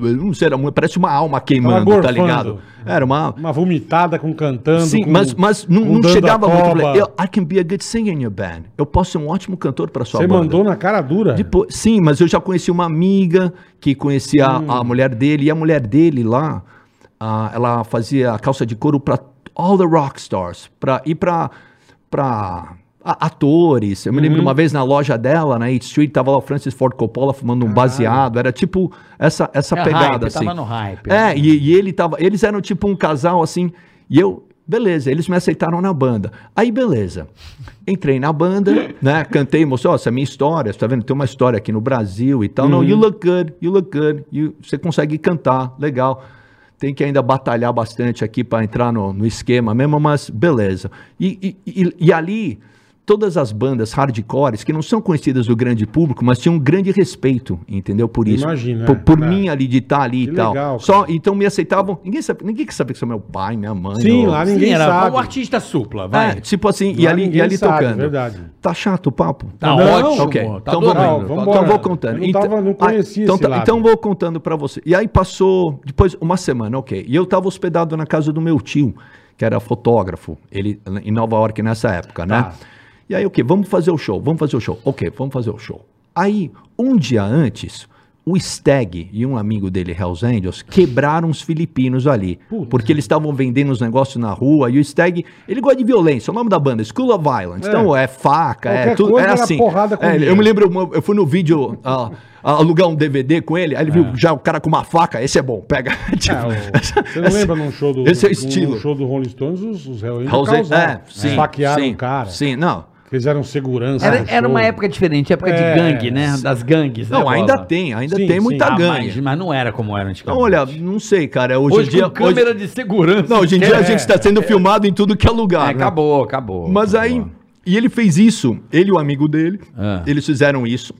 S4: Não sei, era muito, parece uma alma queimando, tá
S1: gorfando.
S4: ligado? Era uma.
S1: Uma vomitada com cantando.
S4: Sim,
S1: com-
S4: mas, mas não,
S1: com
S4: não
S1: dando a
S4: chegava muito. Eu
S1: toba.
S4: falei, "Eu- Ah, tá I can be a good singer in your band. Eu posso ser um ótimo cantor pra sua
S1: Você
S4: banda.
S1: mandou na cara dura.
S4: Depois- sim, mas eu já conheci uma amiga que conhecia
S1: Hum.
S4: a, a mulher dele, e a mulher dele lá, ah, ela fazia a calça de couro para all the rock stars, para ir para para atores. Eu me
S1: Uhum.
S4: lembro uma vez na loja dela, na 8th Street, tava lá o Francis Ford Coppola fumando um baseado, era tipo essa essa
S5: É
S4: pegada
S5: hype,
S4: assim.
S5: tava no hype.
S4: É,
S1: né?
S4: e, e ele tava, eles eram tipo um casal assim, e eu, beleza, eles me aceitaram na banda. Aí, beleza. Entrei na
S1: [laughs]
S4: banda, né? Cantei, mostrei, ó, essa é a minha história, você tá vendo? Tem uma história aqui no Brasil e tal.
S1: Uhum.
S4: Não, you look good, you look good, you- você consegue cantar, legal. Tem que ainda batalhar bastante aqui para entrar no, no esquema mesmo, mas beleza. E, e- e- e ali, todas as bandas hardcores, que não são conhecidas do grande público, mas tinham um grande respeito, entendeu? Por isso.
S1: Imagino,
S4: Por,
S1: é,
S4: por
S1: é.
S4: mim ali de estar ali
S1: Que
S4: e tal.
S1: legal, cara.
S4: Só, então me aceitavam. Ninguém sabe, ninguém que sabia que sou meu pai, minha mãe.
S1: Sim,
S4: eu-
S1: lá ninguém
S5: Sim, era
S1: sabe.
S5: um artista supla,
S4: É,
S5: vai.
S4: tipo assim, e
S1: Lá
S4: ali, e
S1: ninguém
S4: ali
S1: sabe,
S4: tocando.
S1: verdade.
S4: Tá chato o papo?
S5: Tá
S1: Não,
S5: ótimo,
S4: ok.
S5: tá
S4: então,
S5: adorando,
S4: vou,
S1: tá
S4: então
S1: adorando.
S4: vou contando.
S1: Eu não tava- não
S4: ah,
S1: conhecia
S4: então,
S1: esse
S4: tá-
S1: lado.
S4: então vou contando pra você. E aí passou, depois, uma semana, ok. E eu tava hospedado na casa do meu tio, que era fotógrafo, ele em Nova York nessa
S1: Tá.
S4: época, né? E aí, ok, vamos fazer o show, vamos fazer o show. Ok, vamos fazer o show. Aí, um dia antes, o Steg e um amigo dele, Hells Angels, quebraram os filipinos ali.
S1: Putz.
S4: Porque eles estavam vendendo os negócios na rua e o Steg, ele gosta de violência. O nome da banda é School of Violence.
S1: É.
S4: Então é faca,
S1: Qualquer
S4: é tudo.
S1: coisa
S4: É
S1: era
S4: assim.
S1: porrada com
S4: É,
S1: dinheiro.
S4: eu me lembro, uma- eu fui no vídeo ah, ah, alugar um DVD com ele, aí ele viu já o cara com uma faca. Esse é bom, pega. [laughs] Tipo,
S1: É, o- você
S4: [laughs]
S1: não
S4: essa-
S1: lembra num show do,
S4: Esse é o
S1: num
S4: estilo.
S1: show do Rolling Stones, os, os Hells
S4: Hells Angels-
S1: Angels
S4: é,
S1: causaram, esfaquearam
S4: sim,
S1: o cara,
S4: Sim, não.
S1: fizeram segurança
S5: Era,
S1: no
S5: era
S1: show.
S5: uma época diferente, época
S1: É,
S5: de gangue, né? Das gangues. né,
S4: Não, ainda
S5: Bola?
S4: tem, ainda
S1: Sim,
S4: tem
S1: sim.
S4: muita
S5: Ah,
S4: gangue.
S5: mas, mas não era como era
S4: Então,
S5: antigamente.
S4: tá olha, não sei, cara. Hoje,
S5: hoje
S4: em dia.
S5: com câmera
S4: hoje-
S5: de segurança.
S4: Não, hoje em dia
S1: É,
S4: a gente está sendo filmado em tudo que é lugar.
S5: É,
S4: né?
S5: acabou, acabou.
S4: Mas
S1: tá
S4: aí.
S5: acabou.
S4: E ele fez isso, ele e o amigo dele,
S5: Ah.
S4: eles fizeram isso.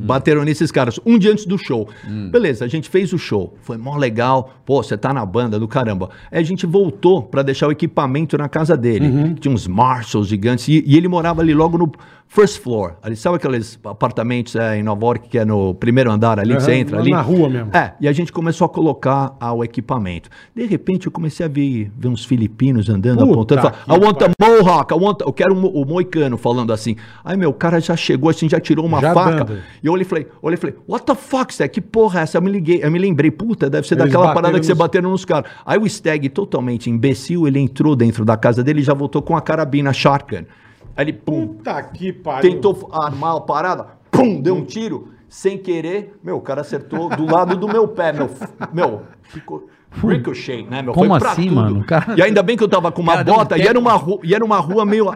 S1: Hum.
S4: Bateram nesses caras um dia antes do show. Beleza, a gente fez o show. Foi mó legal. Pô, você tá na banda do caramba. Aí a gente voltou pra deixar o equipamento na casa dele.
S1: Uhum.
S4: Tinha uns Marshalls gigantes. E, e ele morava ali logo no first floor. Ali, sabe aqueles apartamentos é, em Nova York que é no primeiro andar ali? que você
S1: Aham,
S4: entra
S1: lá
S4: ali?
S1: na rua mesmo.
S4: É, e a gente começou a colocar ah, o equipamento. De repente eu comecei a ver, ver uns filipinos andando,
S1: Puta
S4: apontando. Falando,
S1: que
S4: I want a mohawk, I want... Eu quero um mo- o moicano falando assim. Aí meu, o cara já chegou assim, já tirou uma
S1: Já
S4: faca.
S1: dando.
S4: E eu olhei e falei, olhei e falei, what the fuck, Stag? Que porra é essa? Eu me liguei, eu me lembrei, puta, deve ser
S1: Eles
S4: daquela parada
S1: bateram
S4: que você
S1: nos-
S4: bateram nos caras. Aí o Stag, totalmente imbecil, ele entrou dentro da casa dele e já voltou com a carabina shotgun. Aí ele, pum,
S1: Puta que pariu.
S4: tentou armar a parada, pum, deu um tiro, sem querer, meu, o cara acertou do lado do meu pé, meu, f- meu, ficou ricochet, né, meu,
S5: Como assim, mano? O cara-
S4: E ainda bem que eu tava com uma
S5: Cara, deu um
S4: bota, e, era
S5: tempo.
S4: uma rua, e era uma rua meio,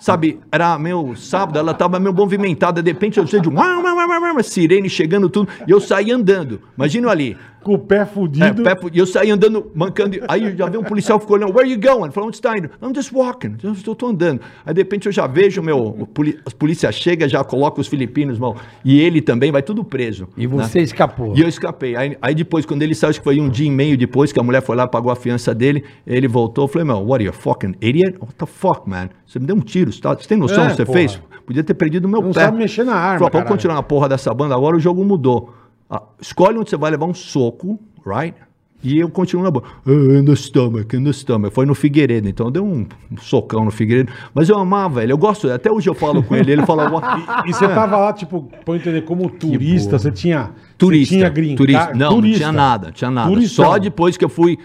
S4: sabe, era meio sábado, ela tava meio movimentada, de repente eu sei de um, [laughs] uau, uau, uau, uau, uau, sirene chegando tudo, e eu saí andando, imagina eu ali,
S1: Com o pé
S4: é,
S1: fudido.
S4: Pepe, e eu saí andando, mancando. Aí já veio um policial ficou olhando, where you going? Falou, onde está indo? I'm just walking, eu estou tô andando. Aí de repente eu já vejo, meu, o poli- a polícia chega, já coloca os filipinos, mal, e ele também vai tudo preso.
S5: E você escapou.
S4: Né? E eu escapei. Aí, aí depois, quando ele saiu, acho que foi um dia e meio depois, que a mulher foi lá, pagou a fiança dele, ele voltou, eu falei, meu, what are you, fucking idiot? What the fuck, man? Você me deu um tiro, você, tá- você tem noção
S1: É,
S4: do que você
S1: porra.
S4: fez? Podia ter perdido o meu
S1: Não
S4: pé.
S1: sabe mexer na arma,
S4: Falou, vamos
S1: caralho.
S4: continuar na porra dessa banda agora, o jogo mudou. Ah, escolhe onde você vai levar um soco, right? E eu continuo na boca. In the stomach, in the stomach. Foi no Figueiredo, então deu um socão no Figueiredo. Mas eu amava ele, eu gosto, até hoje eu falo com ele, ele fala... "What-"
S1: E você tava lá, tipo, pra eu entender, como turista, você tinha.
S4: Turista.
S1: Você tinha green
S4: turista.
S1: card-
S4: Não,
S1: turista.
S4: não tinha nada, tinha nada.
S1: Turistão.
S4: Só depois que eu fui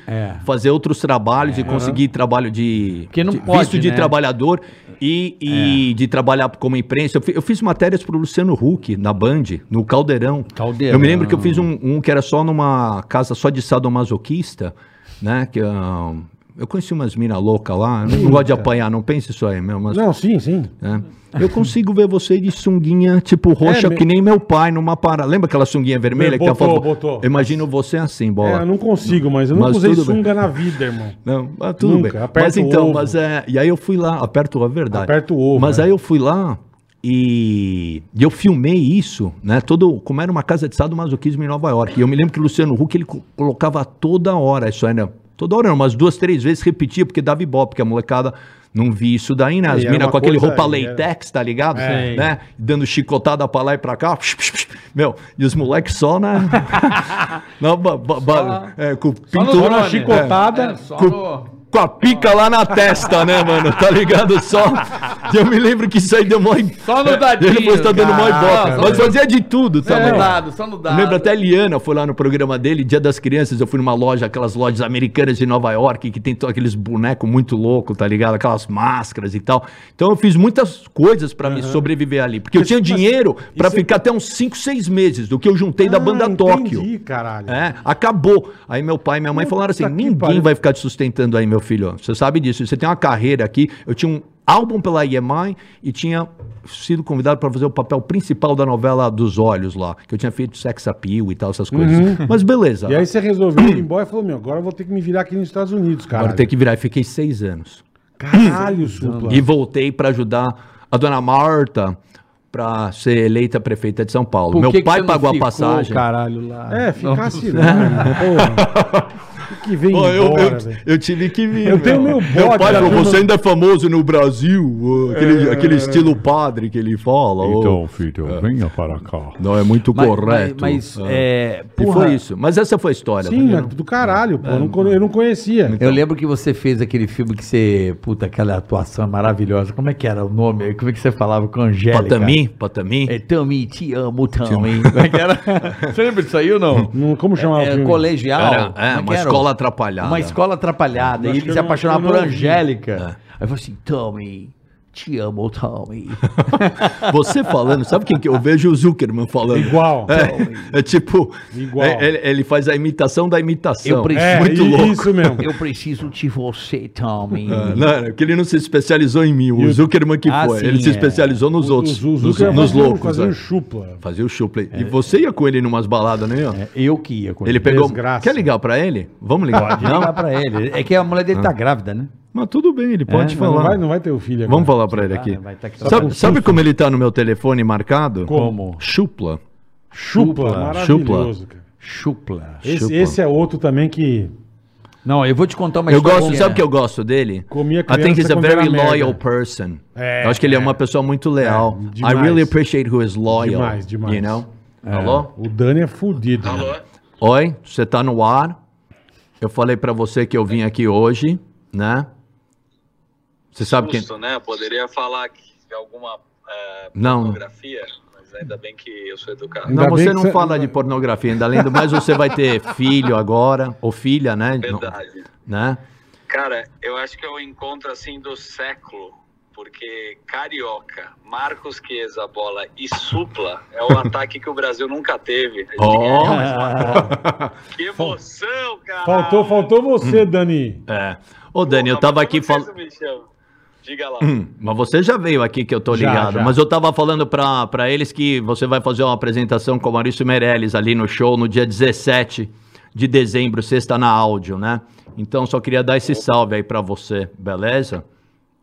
S4: fazer outros trabalhos e conseguir trabalho de,
S5: É. Porque não
S4: de-
S5: pode,
S4: visto de
S5: né? É.
S4: trabalhador e, e de trabalhar como imprensa. Eu, fi- eu fiz matérias pro Luciano Huck na Band, no Caldeirão.
S5: Caldeirão.
S4: Eu me lembro que eu fiz um, um que era só numa casa só de sadomasoquista, né? Que, ah, eu conheci umas minas loucas lá, eu não gosto de apanhar, não pense isso aí, meu. Mas,
S1: Não, sim, sim.
S4: né? Eu consigo ver você de sunguinha, tipo roxa,
S1: É, me-
S4: que nem meu pai numa parada. Lembra aquela sunguinha vermelha que
S1: Botou,
S4: a foto-
S1: botou.
S4: Eu Imagino você assim,
S1: É,
S4: bola.
S1: eu não consigo, mas eu nunca
S4: Mas
S1: usei
S4: tudo bem.
S1: sunga na vida, irmão.
S4: Não, mas tudo
S1: É. Nunca,
S4: bem.
S1: aperta
S4: mas
S1: o
S4: então,
S1: ovo.
S4: mas é. E aí eu fui lá, aperto a verdade.
S1: Aperta o ovo,
S4: Mas
S1: é.
S4: aí eu fui lá e, e eu filmei isso, né? Todo, como era uma casa de sadomasoquismo em Nova York. E eu me lembro que o Luciano Huck ele co- colocava toda hora isso aí, né? Toda hora, não, umas duas, três vezes repetia, porque dava ibope, porque a molecada não via isso daí, né?
S1: É,
S4: As
S1: E era
S4: minas
S1: uma
S4: com aquele
S1: coisa-
S4: roupa
S1: e era-
S4: leitex, tá ligado?
S1: É.
S4: Né? Dando chicotada pra lá e pra cá. [laughs] Meu, e os moleques só, né? [laughs] na, ba- ba- ba- é, com
S1: Só
S4: pintura
S1: na chicotada.
S5: É, só
S4: com,
S5: no-
S4: com a pica lá na testa, né, mano? Tá ligado? Só. E eu me lembro que isso aí deu mó.
S5: Só no dadinho,
S4: Ele foi tá dando mó
S5: cara. É.
S4: iboca. Mas fazia de tudo,
S5: Só
S4: tá
S5: no
S3: É.
S4: ligado?
S5: dado, só no
S4: Eu
S5: dado.
S4: lembro até a Liana foi lá no programa dele, Dia das Crianças. Eu fui numa loja, aquelas lojas americanas de Nova York, que tem to- aqueles bonecos muito loucos, tá ligado? Aquelas máscaras e tal. Então eu fiz muitas coisas pra me sobreviver ali. Porque eu tinha
S5: tipo assim,
S4: dinheiro pra ficar até uns 5, 6 meses do que eu juntei
S5: Ah,
S4: da banda Tóquio.
S1: Ah, Entendi, caralho.
S4: É, acabou. Aí meu pai e minha mãe
S1: Puta
S4: falaram assim:
S1: que
S4: ninguém
S1: pariu."
S4: vai ficar te sustentando aí, meu filho. Você sabe disso. Você tem uma carreira aqui. Eu tinha um álbum pela EMI e tinha sido convidado para fazer o papel principal da novela dos olhos lá, que eu tinha feito sex appeal e tal, essas coisas. Mas beleza.
S1: Uhum. E aí você resolveu ir embora e falou, meu, agora eu vou ter que me virar aqui nos Estados Unidos, cara.
S4: Agora tem que virar. E fiquei seis anos.
S1: Caralho, supla.
S4: E voltei para ajudar a dona Marta para ser eleita prefeita de São Paulo.
S5: Por
S4: meu
S5: que que
S4: pai
S5: você não
S4: pagou a
S5: ficou,
S4: passagem.
S5: caralho, lá.
S1: É, ficasse lá, irmão, assim, né? porra. que vem
S4: Ó, eu,
S1: embora,
S4: eu,
S1: velho.
S4: eu tive que vir.
S1: Eu tenho meu bode,
S4: pai falou,
S1: eu-
S4: você ainda é famoso no Brasil. ó, Aquele,
S1: É.
S4: aquele estilo padre que ele fala.
S1: Então.
S4: ó.
S6: Então, filho,
S7: é.
S6: venha para cá.
S4: Não é muito
S3: Mas-
S4: correto.
S3: Mas, mas,
S4: Ah.
S3: é,
S4: E
S3: porra,
S4: foi isso. Mas essa foi a história.
S1: Sim,
S4: tá
S1: mas
S4: vendo?
S1: do caralho, pô. Eu
S4: É.
S1: não, con- eu não conhecia.
S4: então.
S3: Eu lembro que você fez aquele filme que você. Puta, aquela atuação maravilhosa. Como é que era o nome? Como é que você falava com a Angélica?
S4: Patami, Patami.
S3: É, Tami, te amo, Tami. Como é que era?
S4: [laughs]
S3: Você lembra disso aí ou não?
S1: Não, como chamava o
S3: É,
S1: filme?
S3: colegial.
S4: Era, é,
S3: Como que
S4: uma
S3: era?
S4: escola atrapalhada.
S3: Uma [laughs] escola atrapalhada.
S1: Acho
S3: E
S1: que
S3: ele
S1: eu
S3: se
S1: não-
S3: apaixonava
S1: eu
S3: por
S1: não vi.
S4: É.
S3: Angélica. Aí falou assim: Tami, te amo, Tami.
S4: Você falando, sabe quem que eu vejo o Zuckerman falando?
S1: Igual.
S4: É, é tipo,
S1: Igual.
S4: é- ele, ele faz a imitação da imitação.
S3: Eu preciso-
S1: É,
S4: muito
S1: i-
S4: louco.
S1: isso mesmo.
S3: Eu preciso de você, Tami.
S4: É, Não, é que ele não se especializou em mim, o
S1: Uhum. o-
S4: Zuckerman que
S3: Ah,
S4: foi.
S3: sim,
S4: ele se
S3: é.
S4: especializou nos outros,
S1: Os- os-
S4: nos,
S1: Zuckerman
S4: nos
S1: fazia um-
S4: loucos.
S1: Fazia
S4: é.
S1: um É. chupla.
S4: Fazia o Schupley. E você ia com ele numas baladas, né? ó?
S3: Eu que ia com
S4: Ele pegou.
S1: É. desgraça.
S4: Quer ligar pra ele? Vamos ligar.
S3: Não
S4: Não?
S3: dá pra ele. É que a mulher dele
S4: Ah.
S3: tá grávida, né?
S4: Mas tudo bem, ele pode
S1: É, Mas Não
S4: falar.
S1: vai, não vai ter o filho agora.
S4: Vamos falar pra ele aqui.
S3: vai tá aqui
S4: sabe, sabe como ele tá no meu telefone marcado?
S1: um Como?
S4: Chupla.
S1: Chupla,
S3: Chupla,
S1: maravilhoso, cara.
S3: Chupla.
S1: Esse,
S4: Chupla.
S1: esse é outro também que
S3: Não, eu vou te contar uma
S4: eu gosto,
S3: que-
S4: sabe o que eu gosto dele?
S1: Comia
S4: I think
S1: criança
S4: he's a
S1: quando
S4: very
S1: era
S4: loyal
S1: merda.
S4: person.
S1: É,
S4: eu acho que ele é.
S1: é.
S4: uma pessoa muito leal.
S1: É,
S4: I
S1: demais.
S4: really appreciate who is loyal.
S1: Demais, demais.
S4: You know? Alô?
S1: o Dani é fudido. né?
S4: Oi, você tá no ar? Eu falei pra você que eu vim aqui hoje, né? Você sabe quem.
S7: Justo, né? Eu Poderia falar que de alguma é,
S4: Não.
S7: pornografia, mas ainda bem que eu sou educado.
S1: Ainda
S4: Não,
S1: bem
S4: você
S1: que
S4: não
S1: você-
S4: fala de pornografia, ainda além do mais você vai
S1: [laughs]
S4: ter filho agora, ou filha, né?
S7: Verdade.
S4: Né?
S7: Cara, eu acho que é o encontro assim do século, porque Carioca, Marcos Chiesa, Bola e Supla é
S4: [laughs]
S7: o ataque que o Brasil nunca teve. A gente
S4: Ó.
S7: ganhou mais uma Copa. Que emoção, cara!
S1: Faltou, faltou você, Dani.
S4: É. Ô, Dani, eu
S7: Porra,
S4: tava
S7: mas
S4: aqui
S7: por que
S4: falando.
S7: você me chama? Diga lá.
S4: Mas você já veio aqui que eu tô
S1: Já,
S4: ligado.
S1: já.
S4: Mas eu tava falando pra, pra eles que você vai fazer uma apresentação com o Maurício Meirelles ali no show no dia 17 de dezembro, sexta na áudio, né? Então só queria dar esse salve aí pra você, beleza?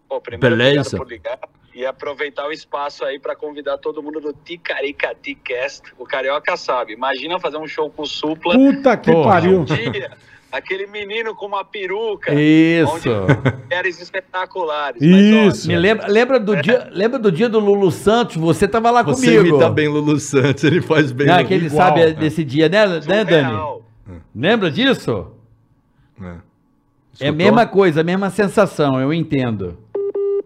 S7: Pô, primeiro, obrigado
S4: Beleza.
S7: por ligar e aproveitar o espaço aí para convidar todo mundo do Ticaricati Cast. O Carioca sabe. Imagina fazer um show com o Supla.
S3: Uh!
S1: Puta que pariu.
S7: Um dia, [laughs] aquele menino com uma peruca.
S3: Isso.
S7: Onde mulheres espetaculares.
S1: Isso.
S3: Me lembra, lembra, do dia, lembra do dia do Lulu Santos? Você tava lá comigo.
S4: Lulu Santos, ele faz bem.
S3: Não, é que ele
S1: igual,
S3: sabe
S1: né?
S3: desse dia, né,
S7: um
S3: né Dani?
S7: Dani?
S3: Lembra disso? É a mesma coisa, a mesma sensação, eu entendo.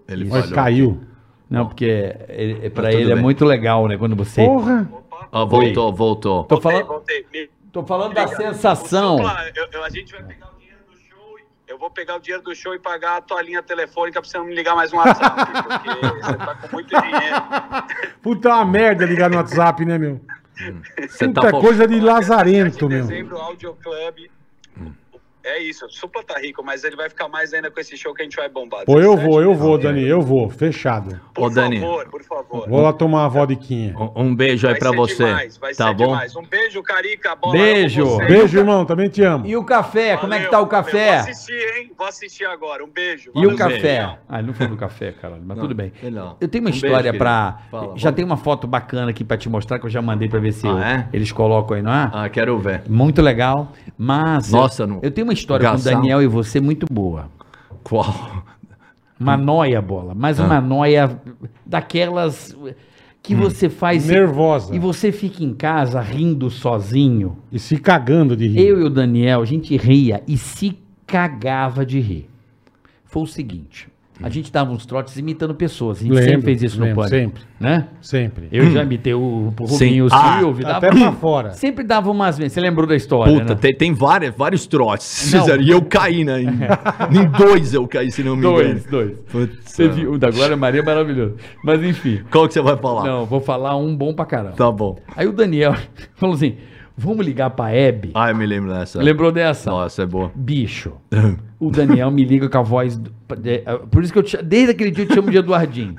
S4: Ele
S1: Mas caiu.
S3: Não, porque ele, pra
S4: tudo
S3: ele é
S4: bem.
S3: muito legal, né, quando você...
S1: Porra.
S4: Ó, voltou, voltou.
S3: Tô falando,
S7: Voltei, voltei.
S3: tô falando da sensação.
S7: Supla, eu- eu- a gente vai pegar o dinheiro do show. e- Eu vou pegar o dinheiro do show e pagar a tua linha telefônica pra você não me ligar mais um WhatsApp. [laughs] porque você tá com muito dinheiro.
S1: Puta uma merda ligar no WhatsApp, né, meu?
S4: Você
S1: Puta
S4: tá fo-
S1: coisa de lazarento,
S7: Em
S1: meu.
S7: dezembro, Audio Club. É isso, o Supla tá rico, mas ele vai ficar mais ainda com esse show que a gente vai bombar.
S1: Pô, eu
S7: 17
S1: vou, eu
S7: de
S1: vou,
S7: novembro.
S1: Dani, eu vou. Fechado.
S7: Por
S4: Ô, Dani.
S7: favor, por favor.
S1: Vou lá tomar uma vodiquinha.
S4: Um- Um beijo aí
S7: Vai
S4: pra
S7: ser
S4: você.
S7: demais, vai
S4: tá
S7: ser
S4: bom?
S7: demais. Um beijo, Carica. Bola,
S3: Beijo.
S7: eu amo você.
S1: Beijo, irmão. Também te amo.
S3: E o café, como é que
S7: Valeu,
S3: tá o
S7: valeu.
S3: café?
S7: Vou assistir, hein? Vou assistir agora. Um beijo.
S3: E o
S7: Valeu, Daniel.
S3: café? Ah, ele não falou do café, caralho, mas tudo bem.
S4: ele não.
S3: Eu tenho uma
S4: Um beijo,
S3: história
S4: querido.
S3: pra.
S4: Fala,
S3: já
S4: vamos.
S3: tem uma foto bacana aqui pra te mostrar que eu já mandei pra ver se
S4: Ah,
S3: eu-
S4: é?
S3: eles colocam aí, não é?
S4: Ah, quero ver.
S3: Muito legal. Mas.
S4: Nossa,
S3: eu,
S4: não-
S3: eu tenho uma história com o
S4: Gaçal.
S3: Daniel e você muito boa.
S4: Qual?
S3: Uma
S1: Hum.
S3: noia, bola. Mas
S1: Ah.
S3: uma noia daquelas que você faz.
S1: Hum. Nervosa.
S3: E você fica em casa rindo sozinho.
S1: E se cagando de rir.
S3: Eu e o Daniel, a gente ria e se cagava de rir. Foi o seguinte, a gente dava uns trotes imitando pessoas, a gente
S1: Lembro,
S3: sempre fez isso no
S1: lembro,
S3: pânico,
S1: sempre.
S3: né?
S1: Sempre.
S3: Eu já imitei o, o
S4: Sim.
S3: Rubinho, o
S4: Ah,
S3: Silvio, dava-
S1: Até pra fora.
S3: [laughs] sempre dava umas vezes, você lembrou da história,
S4: Puta,
S3: né?
S4: tem, tem várias, vários trotes.
S3: Não.
S4: César, [laughs] e eu caí, né? Em, em dois eu caí, se não me engano.
S3: Dois, dois.
S4: Putz, é.
S3: Você viu, o da Glória Maria é maravilhoso, mas enfim,
S4: Qual que você vai falar?
S3: não, vou falar um bom pra caramba.
S4: Tá bom.
S3: Aí o Daniel [laughs] falou assim, vamos ligar pra Hebe,
S4: Ah, eu me lembro dessa.
S3: lembrou dessa?
S4: Nossa, Ah. é boa. [laughs]
S3: Bicho, o Daniel me liga com a voz. do- de- ah, por isso que eu te- desde aquele dia eu te chamo de
S4: [laughs]
S3: Eduardinho.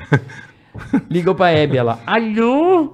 S3: Ligou pra Hebe, ela. Alô?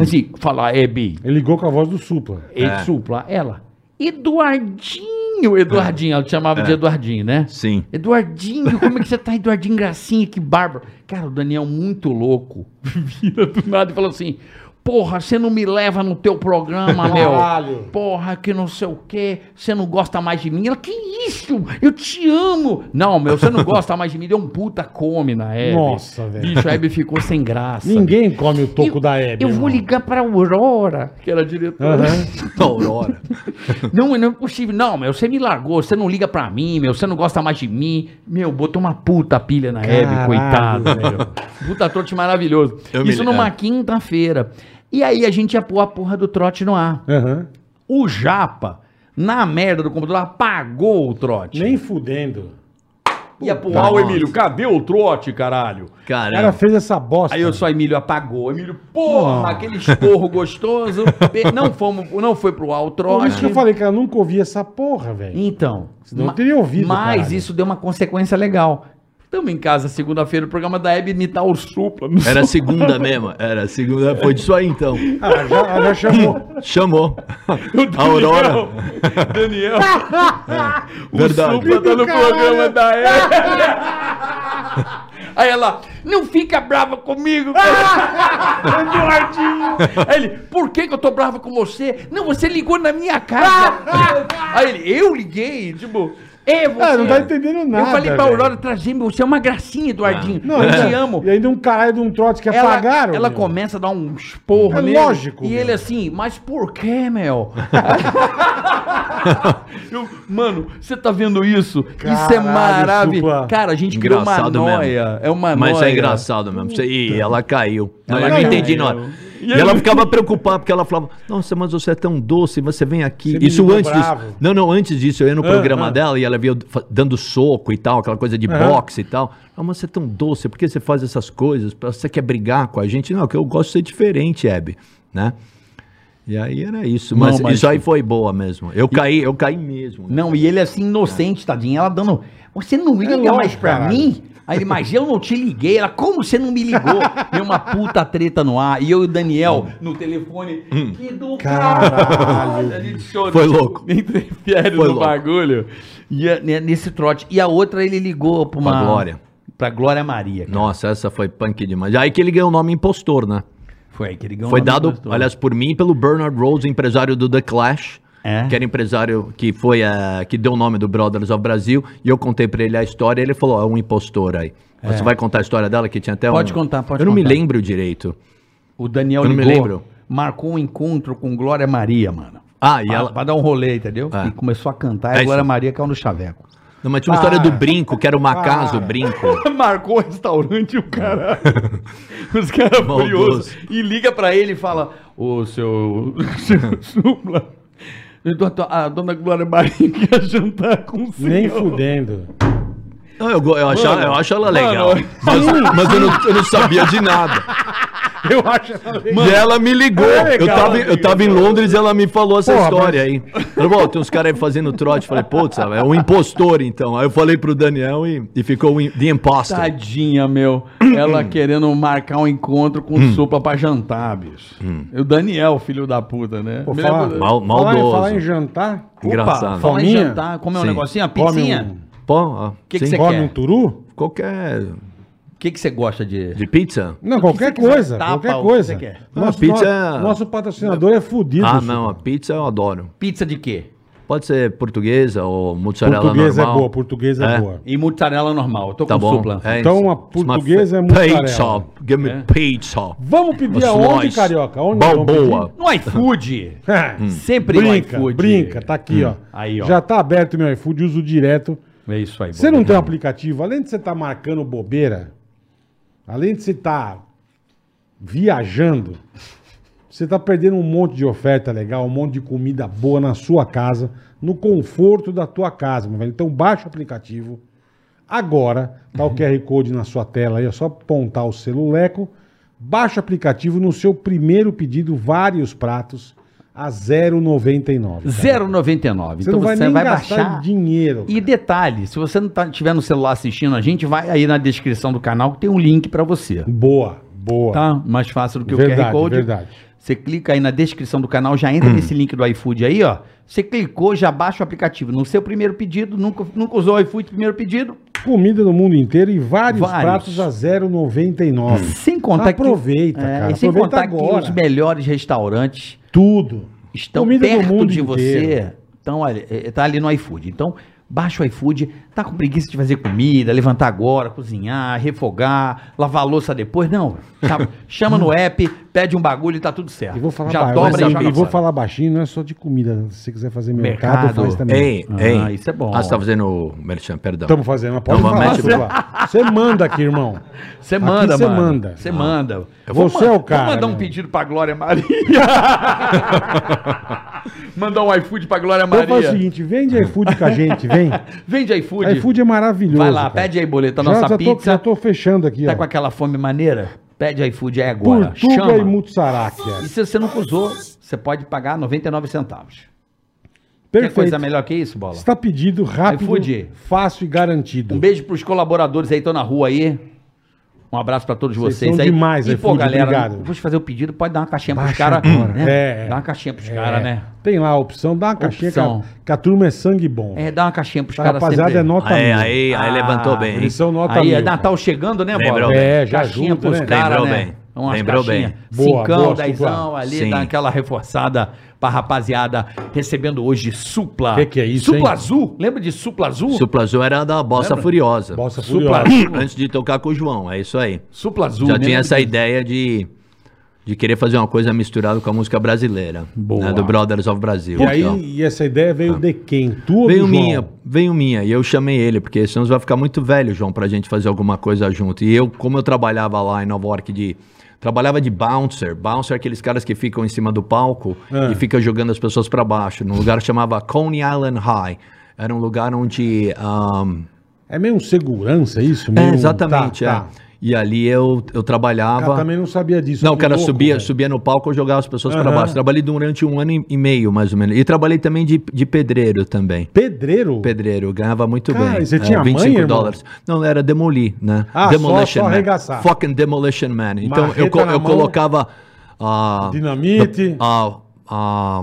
S3: assim, fala, Hebe.
S1: Ele ligou com a voz do Supla.
S4: É.
S3: E supla. Ela. Eduardinho, Eduardinho, ela te chamava
S4: É.
S3: de Eduardinho, né?
S4: Sim. [laughs]
S3: Eduardinho, como é que você tá, Eduardinho [laughs] Gracinha, que bárbaro. Cara, o Daniel muito louco, vira do nada e fala assim, Porra, você não me leva no teu programa, meu.
S1: Caralho.
S3: Porra, que não sei o quê. Você não gosta mais de mim. Ela, que isso? Eu te amo. Não, meu, você não gosta mais de mim. Deu um puta come na Hebe.
S1: Nossa, velho.
S3: Bicho, a Hebe ficou sem graça.
S1: Ninguém come o toco
S3: Eu-
S1: da Hebe.
S3: Eu vou
S1: irmão.
S3: ligar pra Aurora, que era a diretora.
S4: Aurora.
S3: [laughs] Não, não é possível. Não, meu, você me largou, você não liga pra mim, meu, você não gosta mais de mim. Meu, botou uma puta pilha na Hebe,
S1: Caralho,
S3: coitado, velho. Puta trote maravilhoso.
S4: Eu me
S3: Isso
S4: lembro.
S3: numa quinta-feira. E aí a gente ia pôr a porra do trote no ar.
S1: Aham.
S3: O Japa, na merda do computador, apagou o trote.
S1: Nem fudendo.
S3: Ia pôr, ah, o Emílio, cadê o trote, caralho?
S1: O cara
S4: Caramba.
S1: fez essa bosta.
S3: Aí eu só, Emílio apagou. Emílio, porra, aquele esporro gostoso. Be- Não, fomos, não foi pro ar o
S1: Por
S3: trote.
S1: isso que eu falei, cara, eu nunca ouvi essa porra, velho.
S3: Então.
S1: Senão eu
S3: ma-
S1: teria ouvido,
S3: Mas
S1: caralho.
S3: isso deu uma consequência legal. Estamos em casa segunda-feira, o programa da Hebe imitar o supla.
S4: Era segunda mesmo. Era segunda. Foi disso aí então.
S1: Ah, já,
S3: [laughs]
S1: já chamou.
S4: Chamou. A Aurora. [laughs]
S3: Daniel,
S4: Verdade.
S3: supla tá no programa da Hebe. [laughs] Aí ela, não fica brava comigo,
S1: [laughs]
S3: cara." Eduardinho. Aí ele, por que, que eu tô brava com você? Não, você ligou na minha
S1: [laughs]
S3: casa. Aí ele, eu liguei, tipo, é você.
S1: Ah, não tá entendendo nada.
S3: Eu falei pra
S1: velho.
S3: Aurora trazer, meu, você é uma gracinha, Eduardinho.
S1: Não,
S3: eu
S1: ainda-
S3: te amo.
S1: E ainda um caralho de um trote que
S3: Ela,
S1: apagaram.
S3: ela
S1: meu.
S3: começa a dar um esporro
S1: É
S3: nele,
S1: lógico,
S3: E
S1: meu.
S3: ele assim, mas por que,
S1: [laughs]
S3: meu? Eu, mano, você tá vendo isso? isso é
S1: Caralho,
S3: maravilhoso.
S1: Supla.
S3: Cara, a gente
S4: Engraçado
S3: criou uma
S4: mesmo.
S3: noia. É uma noia.
S4: Mas é engraçado mesmo. Você- Ih, ela caiu. Não,
S1: Ela
S4: eu não
S1: caiu.
S4: entendi nada. E, ela ficava preocupada, porque ela falava, nossa, mas você é tão doce, você vem aqui.
S1: Você me
S4: Isso
S1: ligou
S4: antes
S1: bravo.
S4: disso. Não, não, antes disso, eu ia no programa
S1: ah.
S4: dela e ela via eu fa- dando soco e tal, aquela coisa de boxe e tal. Ah, mas você é tão doce, por que você faz essas coisas? Você quer brigar com a gente? Não, que eu gosto de ser diferente, Hebe, né? E aí era isso. Mas,
S3: Não, mas-
S4: isso aí foi boa mesmo. Eu caí, eu caí mesmo. né?
S3: Não, e ele assim, inocente, tadinho. Ela dando. Você não liga
S1: lógico,
S3: mais pra
S1: caralho.
S3: mim? Aí ele, mas eu não te liguei. Ela, como você não me ligou?
S4: [laughs]
S3: Deu uma puta treta no ar. E eu e o Daniel
S4: Hum.
S3: no telefone. Que do caralho. A gente chorou.
S4: Foi louco.
S3: [laughs] Entre fiéis
S4: Foi
S3: no
S4: louco.
S3: bagulho. E a- né, nesse trote. E a outra ele ligou pra uma.
S4: Pra Glória.
S3: Pra Glória Maria. cara.
S4: Nossa, essa foi punk demais. Aí que ele ganhou o nome impostor, né?
S3: Foi aí que ele ganhou.
S4: Foi
S3: o nome
S4: dado,
S3: do trote.
S4: aliás, por mim e pelo Bernard Rhodes, empresário do The Clash.
S3: É.
S4: Que era empresário que foi eh, que deu o nome do Brothers of Brasil. E eu contei pra ele a história e ele falou: "Ó, é um impostor aí. Você vai contar a história dela que tinha até
S3: É. Pode
S4: um-
S3: contar, pode
S4: Eu não me
S3: contar.
S4: lembro direito.
S3: O Daniel
S4: Eu não me
S3: ligou.
S4: lembro.
S3: Marcou um encontro com Glória Maria, mano.
S4: Ah, e
S3: pra,
S4: ela.
S3: pra dar um rolê, entendeu?
S4: É.
S3: E começou a cantar. e
S4: É
S3: a Glória
S4: isso.
S3: Maria caiu no chaveco.
S4: Não, mas tinha uma história
S3: Ah.
S1: Para.
S4: do brinco, que era o Macaso o brinco.
S3: [laughs] Marcou o restaurante o
S4: [laughs]
S3: cara. Os caras
S4: Maldoso.
S3: furiosos. E liga pra ele e fala: Ô,
S4: [laughs]
S3: seu. seu Supla. eu tô- tô- A dona Glória Maria quer jantar com o senhor. [laughs]
S1: Nem fudendo.
S4: Não, eu, go- eu, acho,
S3: Mano,
S4: eu acho ela
S3: mano,
S4: legal.
S3: sim,
S4: mas mas eu, não, eu não sabia de nada.
S1: Eu acho essa legal.
S4: e ela me ligou.
S1: É legal,
S4: eu, tava,
S1: amigo.
S4: eu tava em Londres e ela me falou essa
S1: Porra,
S4: história aí. Falou, "Bom, tem uns caras aí fazendo trote. Falei, putz, é um impostor então. Aí eu falei pro Daniel e, e ficou o im- The Impostor.
S3: Tá. Tadinha, meu.
S4: Hum.
S3: Ela querendo marcar um encontro com o Supla pra jantar, bicho.
S4: Hum.
S3: E O Daniel, filho da puta, né?
S1: Pô,
S3: Me
S1: fala-
S3: lembro-
S4: Mal-
S1: falar, em,
S4: maldoso.
S1: falar em jantar,
S4: Engraçado.
S3: Fala em
S1: Palminha?
S3: jantar, comer um
S4: Sim.
S3: negocinho, uma
S1: come
S3: pizzinha.
S1: um,
S4: Pô, ó,
S3: Que que
S4: sim.
S3: você
S1: come
S3: quer?
S1: um turu?
S4: Qualquer.
S3: O que que você gosta de.
S4: De pizza?
S1: Não, qualquer
S3: que você
S1: coisa,
S3: quiser,
S1: qualquer
S3: tapa, o que
S1: coisa.
S3: você quer.
S1: Nosso,
S4: Ah, pizza
S1: no-
S4: é-
S1: nosso patrocinador é fudido.
S4: ah,
S1: Chico.
S4: não, a pizza eu adoro.
S3: Pizza de quê?
S4: Pode ser portuguesa ou mozzarella
S1: Portuguesa é
S4: normal.
S1: boa, portuguesa é,
S4: É.
S1: boa.
S3: E mussarela normal. Eu tô
S4: Tá
S3: com
S4: bom.
S3: Supla.
S4: É
S1: Então,
S4: isso.
S1: a portuguesa é
S4: Uma fe-
S1: mussarela.
S4: Pizza. Give me
S3: É.
S4: pizza.
S1: Vamos pedir
S4: Os
S1: aonde,
S4: nós.
S1: Carioca? Onde nós vamos [laughs]
S4: Balboa.
S3: No iFood.
S1: pedir?
S4: Hum.
S3: Hum. Sempre no
S1: Brinca,
S3: iFood. Hum.
S1: brinca, tá aqui, ó.
S3: Aí, ó.
S1: Já tá aberto o meu iFood, uso direto.
S3: É isso aí.
S1: Você
S3: Bob.
S1: não tem um aplicativo, além de você estar marcando bobeira, além de você estar viajando, você está perdendo um monte de oferta legal, um monte de comida boa na sua casa, no conforto da tua casa, meu velho. Então baixa o aplicativo agora, tá o QR Code na sua tela aí, é só apontar o celuleco, baixa o aplicativo no seu primeiro pedido, vários pratos a 0,99. cara.
S3: 0,99.
S1: Você
S3: Então
S1: não vai
S3: você
S1: nem
S3: vai
S1: gastar
S3: baixar.
S1: dinheiro.
S3: E detalhe, se você não tá, tiver no celular assistindo a gente, vai aí na descrição do canal que tem um link pra você.
S1: Boa, boa.
S3: Tá? Mais fácil do que o QR Code.
S1: Verdade.
S3: Você clica aí na descrição do canal, já
S4: Hum.
S3: entra nesse link do iFood aí, ó. Você clicou, já baixa o aplicativo. No seu primeiro pedido, nunca, nunca usou o iFood primeiro pedido.
S1: Comida no mundo inteiro e vários,
S3: Vários. Hum.
S1: pratos a 0,99.
S3: Sem contar
S1: Aproveita,
S3: que. É,
S1: cara.
S3: e sem
S1: Aproveita
S3: contar
S1: agora.
S3: que os melhores restaurantes
S1: Tudo.
S3: estão
S1: Comida do
S3: perto
S1: mundo
S3: de
S1: inteiro.
S3: você. Então, olha, é, tá ali no iFood. Então, baixa o iFood, tá com preguiça de fazer comida, levantar agora, cozinhar, refogar, lavar a louça depois. Não, chama, [laughs] chama no app, pede um bagulho e tá tudo certo.
S1: E vou falar,
S3: Já
S1: ba-
S3: dobra e
S1: mas-
S3: joga
S1: e vou
S3: fora.
S1: falar baixinho, não é só de comida. Se você quiser fazer mercado,
S3: Mercado.
S1: faz também.
S4: Ei,
S3: Ah,
S4: ei.
S3: isso é bom.
S4: Ah, você tá fazendo merchan, perdão.
S1: Estamos fazendo, mas pode
S4: Não, mas
S1: falar,
S4: mete-
S1: sei lá. Você manda aqui, irmão.
S3: Você manda,
S1: você
S3: mano.
S1: manda.
S3: Você manda.
S1: Eu vou Você
S3: man-
S1: é o cara,
S3: Vou mandar um
S1: né?
S3: pedido pra Glória Maria. [laughs] mandar um iFood pra Glória
S1: Vamos fazer o
S3: Maria.
S1: seguinte, vende iFood com a gente, vem.
S3: Vende [laughs] iFood.
S1: iFood é maravilhoso.
S3: Vai lá,
S1: cara.
S3: pede aí, boleta,
S1: já,
S3: nossa
S1: já Tô,
S3: pizza.
S1: já tô fechando aqui,
S3: Tá
S1: ó. é
S3: com aquela fome maneira? Pede iFood aí agora.
S1: Portuga
S3: Chama.
S1: e Mutsarakia.
S3: E se você nunca usou, você pode pagar 99 centavos. Quer
S1: Perfeito.
S3: coisa melhor que isso, Bola?
S1: Está pedido rápido,
S3: iFood.
S1: fácil e garantido.
S3: Um beijo pros colaboradores aí, estão na rua aí. Um abraço pra todos
S1: Vocês
S3: vocês,
S1: são
S3: aí.
S1: demais,
S3: e, pô,
S1: iFood,
S3: galera,
S1: obrigado.
S3: vou te fazer o pedido, pode dar uma caixinha pros
S1: Baixa
S3: caras,
S1: agora.
S3: né?
S1: É.
S3: Dá uma caixinha pros
S1: É.
S3: caras, né?
S1: Tem lá a opção, dá uma caixinha, que a,
S3: Opção.
S1: que a turma é sangue bom.
S3: É, dá uma caixinha pros
S1: Essa
S3: caras
S1: rapaziada é nota
S4: Aí,
S1: mil.
S4: aí, aí
S3: Ah,
S4: levantou bem. hein?
S1: Eles são nota
S3: Aí
S1: mil.
S3: é Natal chegando, né,
S4: Lembrou
S3: Bola?
S4: bem.
S1: É, já
S3: caixinha
S1: ajuda,
S3: pros
S1: né?
S3: caras,
S4: Lembrou
S3: né?
S4: bem.
S3: Umas
S4: Lembrou
S3: caixinhas.
S1: bem. Boa,
S3: Cincão,
S1: boa,
S3: dezão
S1: Supla.
S3: ali,
S4: Sim.
S3: dá aquela reforçada pra rapaziada recebendo hoje Supla.
S1: Que que é isso,
S3: Supla
S1: hein?
S3: Azul, lembra de Supla Azul?
S4: Suplazão era da Bossa Furiosa.
S1: Bossa
S3: Supla-
S1: Furiosa.
S4: Antes de tocar com o João, é isso aí.
S3: Supla Azul.
S1: né?
S4: Já
S3: lembra
S4: tinha essa
S3: de-
S4: ideia de, de querer fazer uma coisa misturada com a música brasileira.
S3: Boa.
S4: né, do Brothers of Brazil.
S1: E aí,
S4: Então,
S1: e essa ideia veio de quem? Tu ou do
S4: Veio
S1: João?
S4: minha, veio minha. E eu chamei ele, porque senão vai ficar muito velho, João, pra gente fazer alguma coisa junto. E eu, como eu trabalhava lá em Nova York de. Trabalhava de bouncer. Bouncer é aqueles caras que ficam em cima do palco
S1: Ah.
S4: e ficam jogando as pessoas pra baixo. Num lugar que chamava Coney Island High. Era um lugar onde. ahn,
S1: É meio um segurança isso?
S4: é,
S1: meio um-
S4: exatamente.
S1: tá,
S4: é.
S1: tá.
S4: E ali eu, eu trabalhava.
S1: Cara, também não sabia disso.
S4: Não, o
S1: que
S4: cara
S1: louco,
S4: subia,
S1: velho.
S4: subia no palco e jogava as pessoas pra
S1: Aham.
S4: baixo. Trabalhei durante um ano e- e meio, mais ou menos. E trabalhei também de, de pedreiro também.
S1: Pedreiro?
S4: Pedreiro, eu ganhava muito
S1: Cara,
S4: bem. É,
S1: e você tinha mãe, irmão?
S4: dólares. Não, era demolir, né?
S1: Ah, só- só
S4: Man.
S1: arregaçar.
S4: Fucking Demolition Man. Então
S1: Marreta
S4: eu, co-
S1: na
S4: eu
S1: mão.
S4: colocava. ah,
S1: Dinamite.
S4: ah, ah,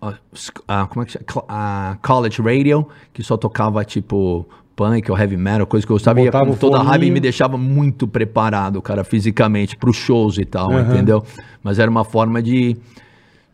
S4: ah, sc- ah, como é que chama? Cl- ah, college Radio, que só tocava tipo punk ou heavy metal, coisa que eu gostava, e ia
S1: Botava
S4: com
S1: o
S4: toda a raiva e
S1: foninho.
S4: me deixava muito preparado, cara, fisicamente, pros shows e tal, entendeu? Mas era uma forma de,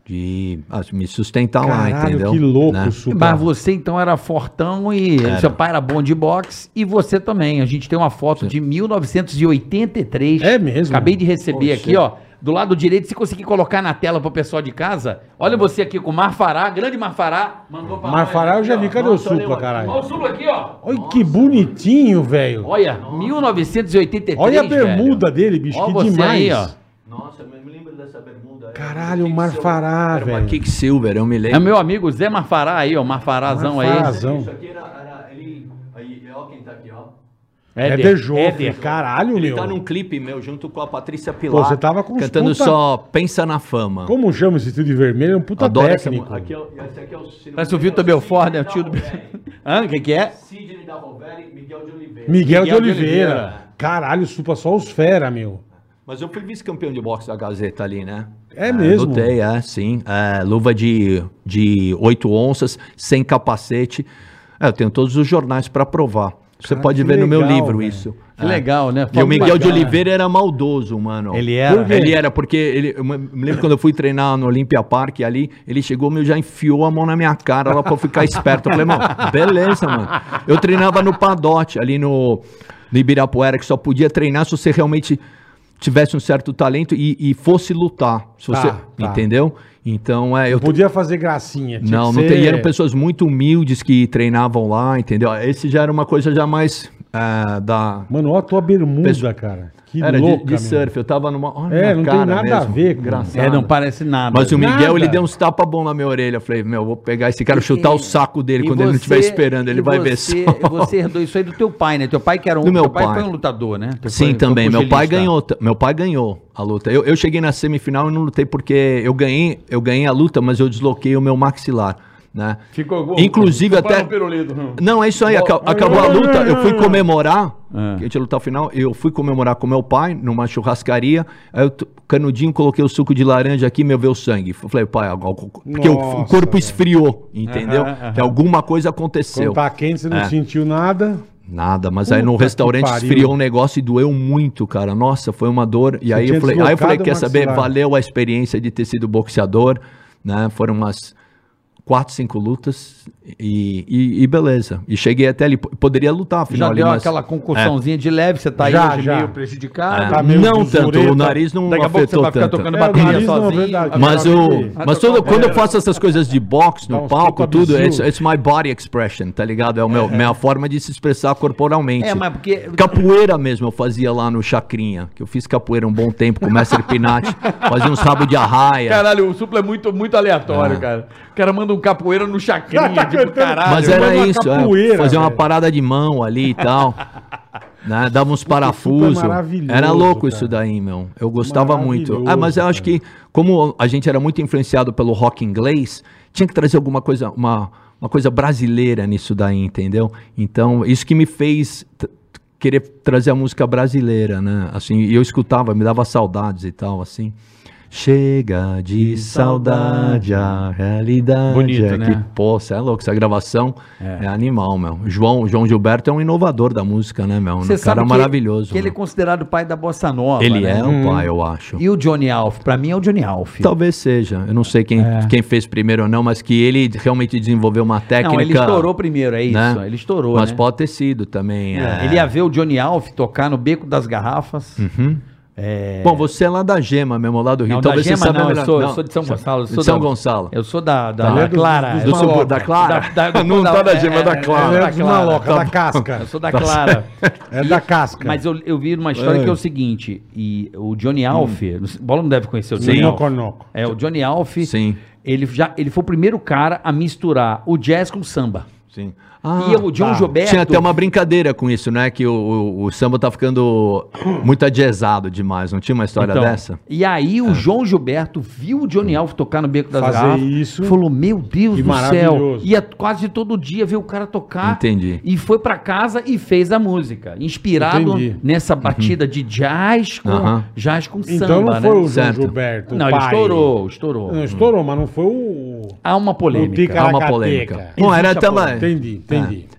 S4: de ah, me sustentar lá,
S1: Caralho,
S4: entendeu?
S1: que louco,
S4: Né?
S1: Supla.
S3: Mas você então era fortão e seu pai era bom de boxe e você também. A gente tem uma foto de 1983.
S1: É mesmo?
S3: Acabei de receber aqui, ó. Do lado direito, se conseguir colocar na tela pro pessoal de casa, olha você aqui com o Marfará, grande Marfará. Mandou pra nós
S1: Tá Marfará eu já
S3: aqui,
S1: vi.
S3: ó.
S1: Cadê o Supla, caralho?
S3: Olha o Supla aqui, ó.
S1: Olha que bonitinho, velho.
S3: Olha, 1983.
S1: Olha a bermuda dele, bicho,
S3: Olha
S1: que
S3: você
S1: demais.
S3: aí, ó.
S4: Nossa, eu me lembro dessa bermuda. Era um
S1: Caralho,
S4: uma
S1: o
S4: Kick
S1: Marfará,
S4: Silver, Era uma
S1: velho.
S4: Kick Silver, eu me lembro.
S3: É meu amigo Zé Marfará aí, ó. Marfarazão aí.
S1: Marfarazão.
S4: Isso aqui era, era ele... Aí, ó quem tá aqui, ó.
S1: É
S3: Éder,
S1: de Joffre,
S3: Éder.
S1: caralho,
S4: Ele
S1: meu.
S4: tá num clipe meu, junto com a Patrícia Pilar.
S1: você tava com os
S4: Cantando
S1: puta-
S4: só Pensa na Fama.
S1: Como chama esse tio de vermelho? É um puta
S4: Adoro essa
S1: técnico.
S4: música. Aqui é o- esse aqui é o Ciro-
S3: Parece o Vitor Belfort, né? O tio do.
S4: Rovelli.
S3: Hã? O que, que é?
S4: Sidney da Rovelli e Miguel de
S1: Miguel, de
S4: Oliveira.
S3: Miguel de
S1: Oliveira.
S3: Oliveira.
S1: Caralho, supa só os fera, meu.
S4: Mas eu fui vice-campeão de boxe da Gazeta ali, né?
S1: É mesmo?
S4: Lutei, é, sim. É, luva de, de 8 onças, sem capacete. É, eu tenho todos os jornais pra provar. Você
S1: Cara,
S4: pode
S1: que
S4: ver no meu
S1: legal,
S4: livro
S1: velho.
S4: isso. É.
S3: Que legal, né?
S4: E o Miguel de
S3: Bacana.
S4: Oliveira era maldoso, mano.
S3: Ele era?
S1: Por quê?
S4: Ele era, porque ele, eu me me lembro quando eu fui treinar no Olympia Park ali, ele chegou meu já enfiou a mão na minha cara lá pra eu ficar esperto. Eu falei, mano, beleza, mano. Eu treinava no Padote, ali no, no Ibirapuera, que só podia treinar se você realmente tivesse um certo talento e, e fosse lutar. Se
S1: Tá,
S4: você,
S1: tá.
S4: Entendeu? Então, é, eu
S1: Podia fazer gracinha. tinha
S4: não,
S1: que
S4: não
S1: ser-
S4: tem. um E eram pessoas muito humildes que treinavam lá, entendeu? Esse já era uma coisa já mais ah, da,
S1: Mano, olha a tua bermuda,
S4: Pessoa-
S1: cara. Que
S4: era de-
S1: louca,
S4: de,
S1: meu.
S4: surf, eu tava numa. olha
S1: É,
S4: minha
S1: não tem
S4: cara
S1: nada a ver com-
S4: Engraçado.
S3: É, não parece nada.
S4: Mas o Miguel,
S1: Nada.
S4: ele deu um uns tapa bom na minha orelha. Eu falei, meu, eu vou pegar esse cara, chutar o saco dele
S3: E
S4: quando ele não
S3: você-
S4: estiver esperando. Ele
S3: e
S4: vai
S3: você-
S4: ver só. [laughs]
S3: Você herdou isso aí do teu pai, né? Teu pai que era um,
S4: Do meu
S3: teu
S4: pai.
S3: foi um lutador, né? Teu
S4: Sim,
S3: pai-
S4: também.
S3: foi
S4: Meu pai
S3: pugilista.
S4: ganhou. t- Meu pai ganhou a luta. Eu, eu cheguei na semifinal e não lutei porque eu ganhei, eu ganhei a luta, mas eu desloquei o meu maxilar. né?
S5: Ficou gol.
S4: Inclusive
S5: Roubaram
S4: até-
S5: o pirulito.
S1: Uhum.
S4: Não, é isso aí. aca- acabou a luta. Eu fui comemorar. Que eu tinha lutar final. Eu fui comemorar com meu pai numa churrascaria. Aí eu t- canudinho, coloquei o suco de laranja aqui, meu veio sangue. Eu Falei, pai, algo- algo- porque o f- o
S1: Nossa,
S4: corpo
S1: velho.
S4: esfriou, entendeu?
S3: Aham, aham.
S4: Que alguma coisa aconteceu.
S1: Quando tá quente, você não
S4: É.
S1: sentiu nada.
S4: Nada, mas aí no
S1: Puta que
S4: restaurante
S1: pariu.
S4: esfriou um negócio e doeu muito, cara. Nossa, foi uma dor. E
S1: Você
S4: aí
S1: tinha
S4: eu falei, aí eu falei,
S1: deslocado o
S4: quer saber?
S1: maxilar.
S4: Valeu a experiência de ter sido boxeador, né? Foram umas quatro, cinco lutas e, e- e beleza. E cheguei até ali, P- poderia lutar,
S3: Já
S4: afinal ali,
S3: deu
S4: mas-
S3: aquela concussãozinha de leve, você tá aí
S1: Já,
S3: hoje
S1: já.
S3: meio prejudicado.
S4: É,
S1: tá meio
S4: não tanto,
S1: zureta.
S4: o nariz não
S3: Daqui a né? pouco você
S4: afetou
S3: vai ficar
S4: tanto.
S3: tocando
S1: É, o
S3: bateria
S1: nariz não é
S3: sozinho.
S1: verdade.
S4: Mas,
S1: Agora
S4: o,
S1: que-
S4: mas todo, quando eu faço essas coisas de boxe
S1: Dá
S4: no
S3: um
S1: uns
S4: palco,
S1: toques
S4: tudo,
S1: absurdos.
S4: it's, it's my body expression, tá ligado? É o meu, minha forma de se expressar corporalmente.
S3: É, mas porque-
S4: Capoeira mesmo eu fazia lá no Chacrinha, que eu fiz capoeira um bom tempo com o mestre Pinati, fazia uns rabos de arraia.
S5: Caralho, o supla é muito, muito
S4: É.
S5: aleatório, cara. O cara manda um capoeira
S4: [laughs]
S5: no chacrinha,
S1: Cara, tá
S5: tipo,
S1: cantando.
S5: caralho.
S4: mas
S1: eu
S4: era
S1: mando uma
S4: isso, é,
S1: capoeira,
S4: fazia uma
S1: velho.
S4: parada de mão ali e tal. né, Dava uns parafusos.
S1: maravilhoso,
S4: Era louco
S1: cara.
S4: isso daí, meu. Eu gostava
S1: Maravilhoso,
S4: muito. Ah, mas eu acho
S1: cara.
S4: que, como a gente era muito influenciado pelo rock inglês, tinha que trazer alguma coisa, uma, uma coisa brasileira nisso daí, entendeu? Então, isso que me fez t- t- querer trazer a música brasileira, né? Assim, e eu escutava, me dava saudades e tal, assim. Chega de saudade, a realidade
S3: Bonito,
S4: é
S3: né?
S4: que Pô, você é louco, essa gravação é, animal, meu. João, João Gilberto é um inovador da música, né, meu?
S3: Você
S4: um cara
S3: sabe que,
S4: maravilhoso.
S3: que ele é
S4: meu.
S3: considerado o pai da bossa nova.
S4: Ele
S3: né?
S4: é o pai, eu acho.
S3: E o Johnny Alf, pra mim é o Johnny Alf.
S4: Talvez seja. Eu não sei quem, quem fez primeiro ou não, mas que ele realmente desenvolveu uma técnica.
S3: É. Não, É ele estourou primeiro, é isso.
S4: né?
S3: Ele estourou.
S4: Mas
S3: né?
S4: pode ter sido também. é. Uhum.
S3: Ele ia ver o Johnny Alf tocar no Beco das Garrafas.
S4: Bom, você é lá da Gema mesmo, lá do Rio.
S3: Não, da
S4: Talvez
S3: Gema
S4: Então você saiba
S3: não, eu
S4: melhor.
S3: sou, eu sou de São Gonçalo. eu
S4: De
S3: sou
S4: São
S3: da-
S4: Gonçalo.
S3: Eu sou da, da,
S1: Tá.
S3: da Clara.
S1: Dos-
S3: eu
S1: dos
S3: sou
S1: maloca.
S3: da Clara. Da, da,
S4: [laughs] Não tá da Gema,
S3: é,
S4: da Clara.
S3: eu
S1: Ela
S3: sou
S1: é dos maloca, da casca.
S3: Eu sou da
S4: [laughs]
S3: Clara.
S1: É da casca.
S3: Mas eu, eu vi uma história que é o seguinte, e o Johnny Alf,
S4: Hum.
S3: não sei- Bola não deve conhecer o Johnny Alf.
S1: Noconoco.
S3: É, o Johnny Alf,
S4: Sim.
S3: ele, já, ele foi o primeiro cara a misturar o jazz com o samba.
S4: Sim. Ah,
S3: e o John
S1: tá.
S3: Gilberto...
S4: Tinha até uma brincadeira com isso, né? Que o, o- o samba tá ficando muito adiesado demais. Não tinha uma história
S3: Então,
S4: dessa? É.
S3: E aí o João Gilberto viu o Johnny Alves tocar no Beco das
S1: Fazer
S3: Garrafas.
S1: isso.
S3: Falou, meu Deus
S1: E
S3: do céu.
S1: maravilhoso.
S3: Ia quase todo dia ver o cara tocar.
S4: Entendi.
S3: E foi pra casa e fez a música. Inspirado
S1: Entendi.
S3: nessa batida de jazz com,
S4: Aham.
S3: jazz com samba,
S1: Então não foi o João
S3: né?
S4: Certo.
S1: Gilberto. o
S3: Não, ele
S1: pai.
S3: estourou, estourou.
S1: Não, estourou, mas não foi o.
S3: Há uma
S1: o
S3: polêmica.
S1: Ticaracateca.
S4: Há uma polêmica. Bom, era
S3: Existe a
S4: também.
S1: Entendi, entendi.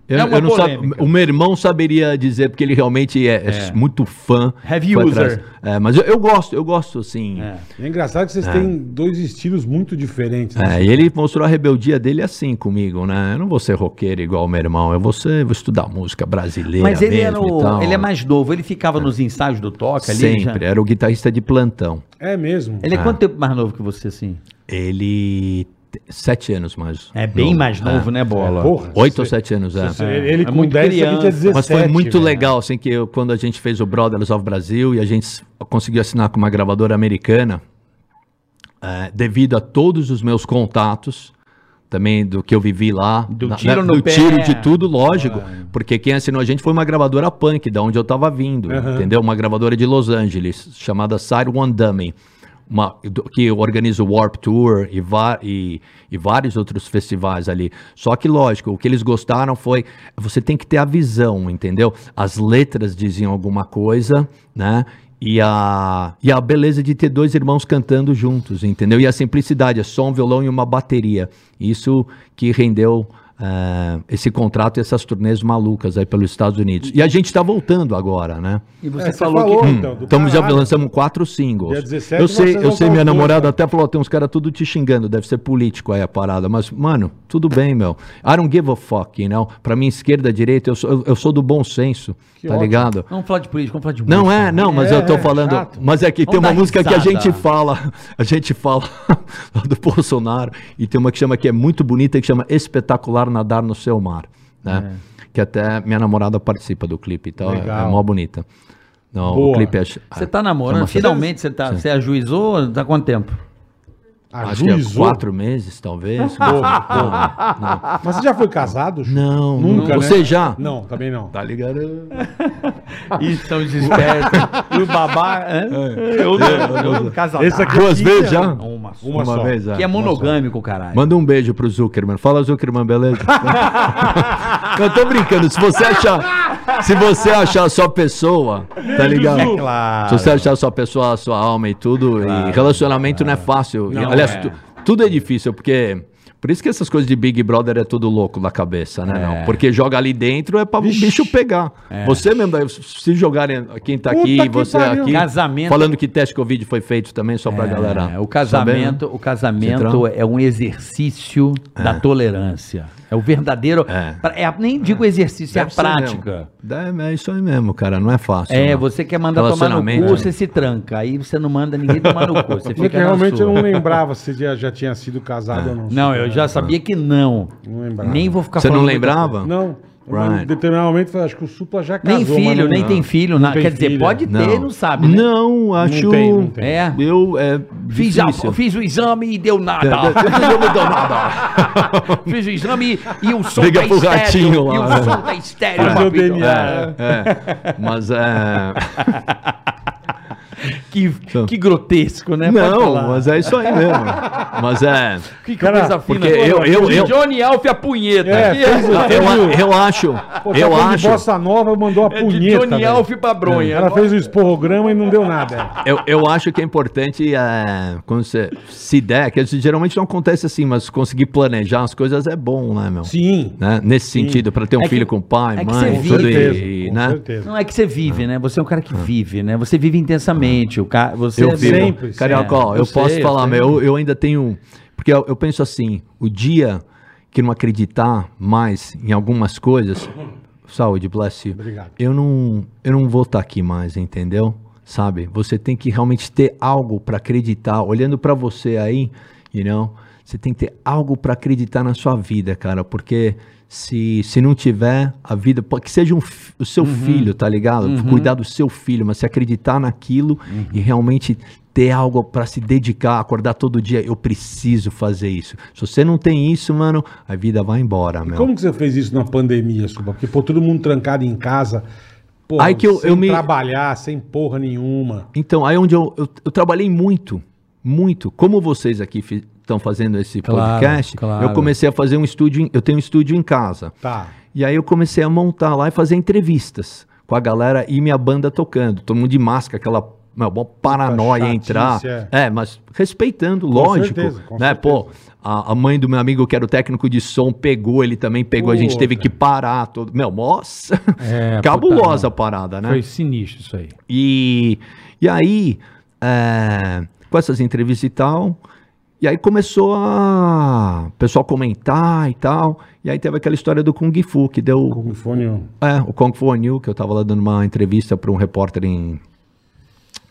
S4: Eu,
S3: É uma
S4: eu não sab-
S3: polêmica.
S4: O meu irmão saberia dizer, porque ele realmente é, é muito fã.
S3: Heavy
S4: Foi
S3: user.
S4: atrás. É, mas eu, eu gosto, eu gosto assim. É.
S1: É engraçado que vocês têm dois estilos muito diferentes. né?
S4: É, e ele mostrou a rebeldia dele assim comigo, né? Eu não vou ser roqueiro igual o meu irmão, eu vou, ser, vou estudar música brasileira.
S3: Mas ele, era
S4: mesmo e
S3: o-
S4: tal.
S3: ele é mais novo, ele ficava nos ensaios do toque ali. ele já-
S4: Sempre, é. Ah. era o guitarrista de plantão.
S1: É mesmo.
S3: Ele é quanto tempo mais novo que você, assim?
S4: Ele. te- Sete anos mais.
S3: É bem
S4: novo.
S3: mais novo, né, Bola?
S1: É, Porra,
S4: Oito
S1: você-
S4: ou sete anos, é.
S1: você- Ele
S3: É
S1: com
S3: muito
S1: 10 você tinha
S3: criança.
S1: 17.
S4: Mas foi muito
S1: velho.
S4: legal, assim, que eu- quando a gente fez o Brothers of Brasil e a gente s- conseguiu assinar com uma gravadora americana, eh, devido a todos os meus contatos, também do que eu vivi lá. né,
S3: Do tiro no
S4: do
S3: pé. Ah.
S4: tiro de tudo, lógico. Porque quem assinou a gente foi uma gravadora punk, da onde eu tava vindo, entendeu? Uma gravadora de Los Angeles, chamada Side One Dummy. Uma, do- que organiza o Warp Tour e, va- e- e vários outros festivais ali. Só que, lógico, o que eles gostaram foi. Você tem que ter a visão, entendeu? As letras diziam alguma coisa, né? E a, e a beleza de ter dois irmãos cantando juntos, entendeu? E a simplicidade, é só um violão e uma bateria. Isso que rendeu eh, esse contrato e essas turnês malucas aí pelos Estados Unidos. E a gente tá voltando agora, né?
S3: E
S1: É,
S3: você falou, que.
S1: então, do
S4: Estamos já
S1: caralho.
S4: lançamos quatro singles.
S1: Dia 17
S4: eu sei,
S1: vocês
S4: eu
S1: vão
S4: sei,
S1: pra
S4: minha
S1: Augusta.
S4: namorada até falou, tem uns caras tudo te xingando, deve ser político aí a parada. Mas, mano, tudo bem, meu. I don't give a fuck, you know? Pra mim, esquerda, direita, eu sou, eu, eu sou do bom senso, tá
S1: ótimo.
S4: ligado?
S3: Vamos falar de política, vamos falar de
S4: Não
S3: música.
S4: é, não, mas
S1: É,
S4: eu tô
S1: é,
S4: falando.
S1: chato.
S4: Mas é que
S3: Vamos
S4: tem uma
S3: dar
S4: música que a
S3: risada.
S4: gente fala, a gente fala [laughs] lá do Bolsonaro, e tem uma que chama que é muito bonita, que chama Espetacular Nadar no Seu Mar, né? Que até minha namorada participa do clipe, então é-
S1: É. Legal.
S4: é mó bonita. Não,
S1: Boa.
S4: o clipe é. ch-
S3: Você tá namorando,
S4: Chama-
S1: [laughs]
S3: finalmente você, tá, você ajuizou? Tá quanto tempo?
S4: Acho que é quatro meses, talvez. Não, não,
S1: Mas você já foi casado? Chu?
S4: não,
S1: Nunca,
S4: não.
S1: né?
S4: Você já?
S1: Não, também não.
S4: Tá ligado?
S3: Estão
S1: Então,
S3: despertos. [laughs] e o babá. é? hã?
S1: É.
S3: Eu, eu, eu, casalado.
S1: Esse aqui é
S4: Duas vezes já? Tá
S3: Uma só.
S1: Uma, só.
S4: vez,
S3: Ah, Que é monogâmico, caralho.
S4: Manda um beijo pro Zuckerman. Fala, Zuckerman, beleza? eu tô brincando. Se você achar, se você achar a sua pessoa, tá ligado?
S1: Zuc.
S3: É Claro.
S4: Se você achar a sua pessoa, a sua alma e tudo, e relacionamento não é fácil. E, Aliás, tu- tudo é difícil, porque. Por isso que essas coisas de Big Brother é tudo louco da cabeça, né? Não? Porque joga ali dentro é pra o bicho pegar. Você mesmo, daí, se jogarem quem tá
S1: Puta
S4: aqui,
S1: que
S4: você
S1: pariu.
S4: aqui.
S3: Casamento.
S4: Falando que teste Covid foi feito também, só pra galera.
S3: É, o
S4: saber, né?
S3: casamento, o casamento
S4: Central.
S3: é um exercício da tolerância. É o verdadeiro.
S4: É.
S3: pra- É. a- nem digo exercício, é a
S4: Deve ser
S3: prática.
S4: mesmo. É, é isso aí mesmo, cara. Não é fácil.
S3: É,
S4: não.
S3: você quer mandar tomar no cu,
S4: Relacionamento, né?
S3: você se tranca. Aí você não manda ninguém tomar no cu. Você
S1: Porque
S3: fica na
S4: é
S1: realmente
S3: sua.
S4: um
S3: Ah.
S1: eu não lembrava se já, já tinha sido casado ou não.
S3: Não, eu já sabia que não.
S1: Não lembrava.
S3: Nem vou ficar
S4: Você não
S3: falando muita
S4: lembrava?
S1: Não.
S4: Right.
S1: Em determinado momento, eu falei, acho que o Supla já casou.
S3: Nem
S1: mas
S3: filho,
S1: não-
S3: nem tem filho. na-
S1: Não tem
S3: Quer dizer,
S1: filho.
S3: pode ter, não sabe. né?
S4: Não, acho.
S1: tem, não tem.
S3: É.
S4: Eu. É
S3: Fiz, a-
S4: difícil. É,
S3: fiz o exame e deu nada.
S4: [laughs]
S3: [laughs] fiz o exame e, e o som
S4: Liga
S3: tá
S4: pro
S3: estéreo.
S4: ratinho lá,
S3: e o
S4: né?
S3: som tá estéreo. Ah,
S1: Fazer o
S3: papito.
S1: DNA.
S4: É, mas é.
S3: Que, que grotesco, né? Pode
S4: não,
S3: falar.
S4: mas é isso aí mesmo. Mas é.
S3: Que
S1: Cara,
S3: coisa fina. é
S4: porque eu- eu- eu-
S3: Johnny Alf a punheta.
S1: É,
S3: Aqui [laughs]
S1: fez o-
S4: Eu,
S3: um-
S4: a- eu acho.
S1: Pô, tá
S4: Eu
S1: falando de
S4: acho.
S1: Bossa Nova mandou uma
S3: é de
S1: punheta.
S3: Johnny
S1: velho.
S3: Alf pra bronha.
S1: Ela fez o esporrograma e não deu nada.
S4: Eu, eu acho que é importante é, quando você se der, que isso geralmente não acontece assim, mas conseguir planejar as coisas é bom, né, meu?
S1: Sim.
S4: Né? Nesse sentido, pra ter um
S3: É que-
S4: filho com pai,
S3: é que
S4: mãe,
S3: você vive.
S4: tudo
S1: Com certeza,
S4: e,
S1: com
S4: né?
S1: certeza.
S3: Não é que você vive, né? Você é um cara que vive, né? Você vive intensamente. O cara, você
S4: eu
S3: é
S4: vivo.
S1: sempre,
S4: Carioca, ó,
S3: É,
S4: eu,
S3: eu
S4: posso
S3: sei, eu
S4: falar,
S3: sei.
S4: meu, eu, eu ainda tenho. Porque eu, eu penso assim: o dia que não acreditar mais em algumas coisas. Saúde, bless you.
S1: Obrigado.
S4: Eu não, eu não vou estar aqui mais, entendeu? Sabe? Você tem que realmente ter algo pra acreditar. Olhando pra você aí, you know, você tem que ter algo pra acreditar na sua vida, cara, porque se, se não tiver a vida, pô, que seja um fi- o seu filho, tá ligado? Cuidar do seu filho, mas se acreditar naquilo e realmente ter algo pra se dedicar, acordar todo dia, eu preciso fazer isso. Se você não tem isso, mano, a vida vai embora, meu.
S1: Como que você fez isso na pandemia, Suba? Porque, pô, todo mundo trancado em casa, pô,
S4: Aí que eu-
S1: sem
S4: eu me-
S1: trabalhar, sem porra nenhuma.
S4: Então, aí onde eu, eu, eu trabalhei muito, muito. Como vocês aqui estão fazendo esse
S3: Claro,
S4: podcast,
S3: claro.
S4: eu comecei a fazer um estúdio, em- eu tenho um estúdio em casa.
S1: Tá.
S4: E aí eu comecei a montar lá e fazer entrevistas com a galera e minha banda tocando. Todo mundo de máscara, aquela meu, mó paranoia
S1: chatice,
S4: entrar.
S1: é.
S4: É, mas respeitando, lógico.
S1: certeza, com
S4: né? Pô, a, a mãe do meu amigo, que era o técnico de som, pegou, ele também pegou, a gente teve
S1: Puta.
S4: que parar. Todo... Meu, nossa,
S3: É,
S4: [laughs] cabulosa a parada, né?
S3: Foi sinistro isso aí.
S4: E, e aí, é, com essas entrevistas e tal, e aí começou a o pessoal comentar e tal. E aí teve aquela história do Kung Fu, que deu
S1: Como foi nenhum.
S4: é, o Kung Fu New, que eu tava lá dando uma entrevista para um repórter em,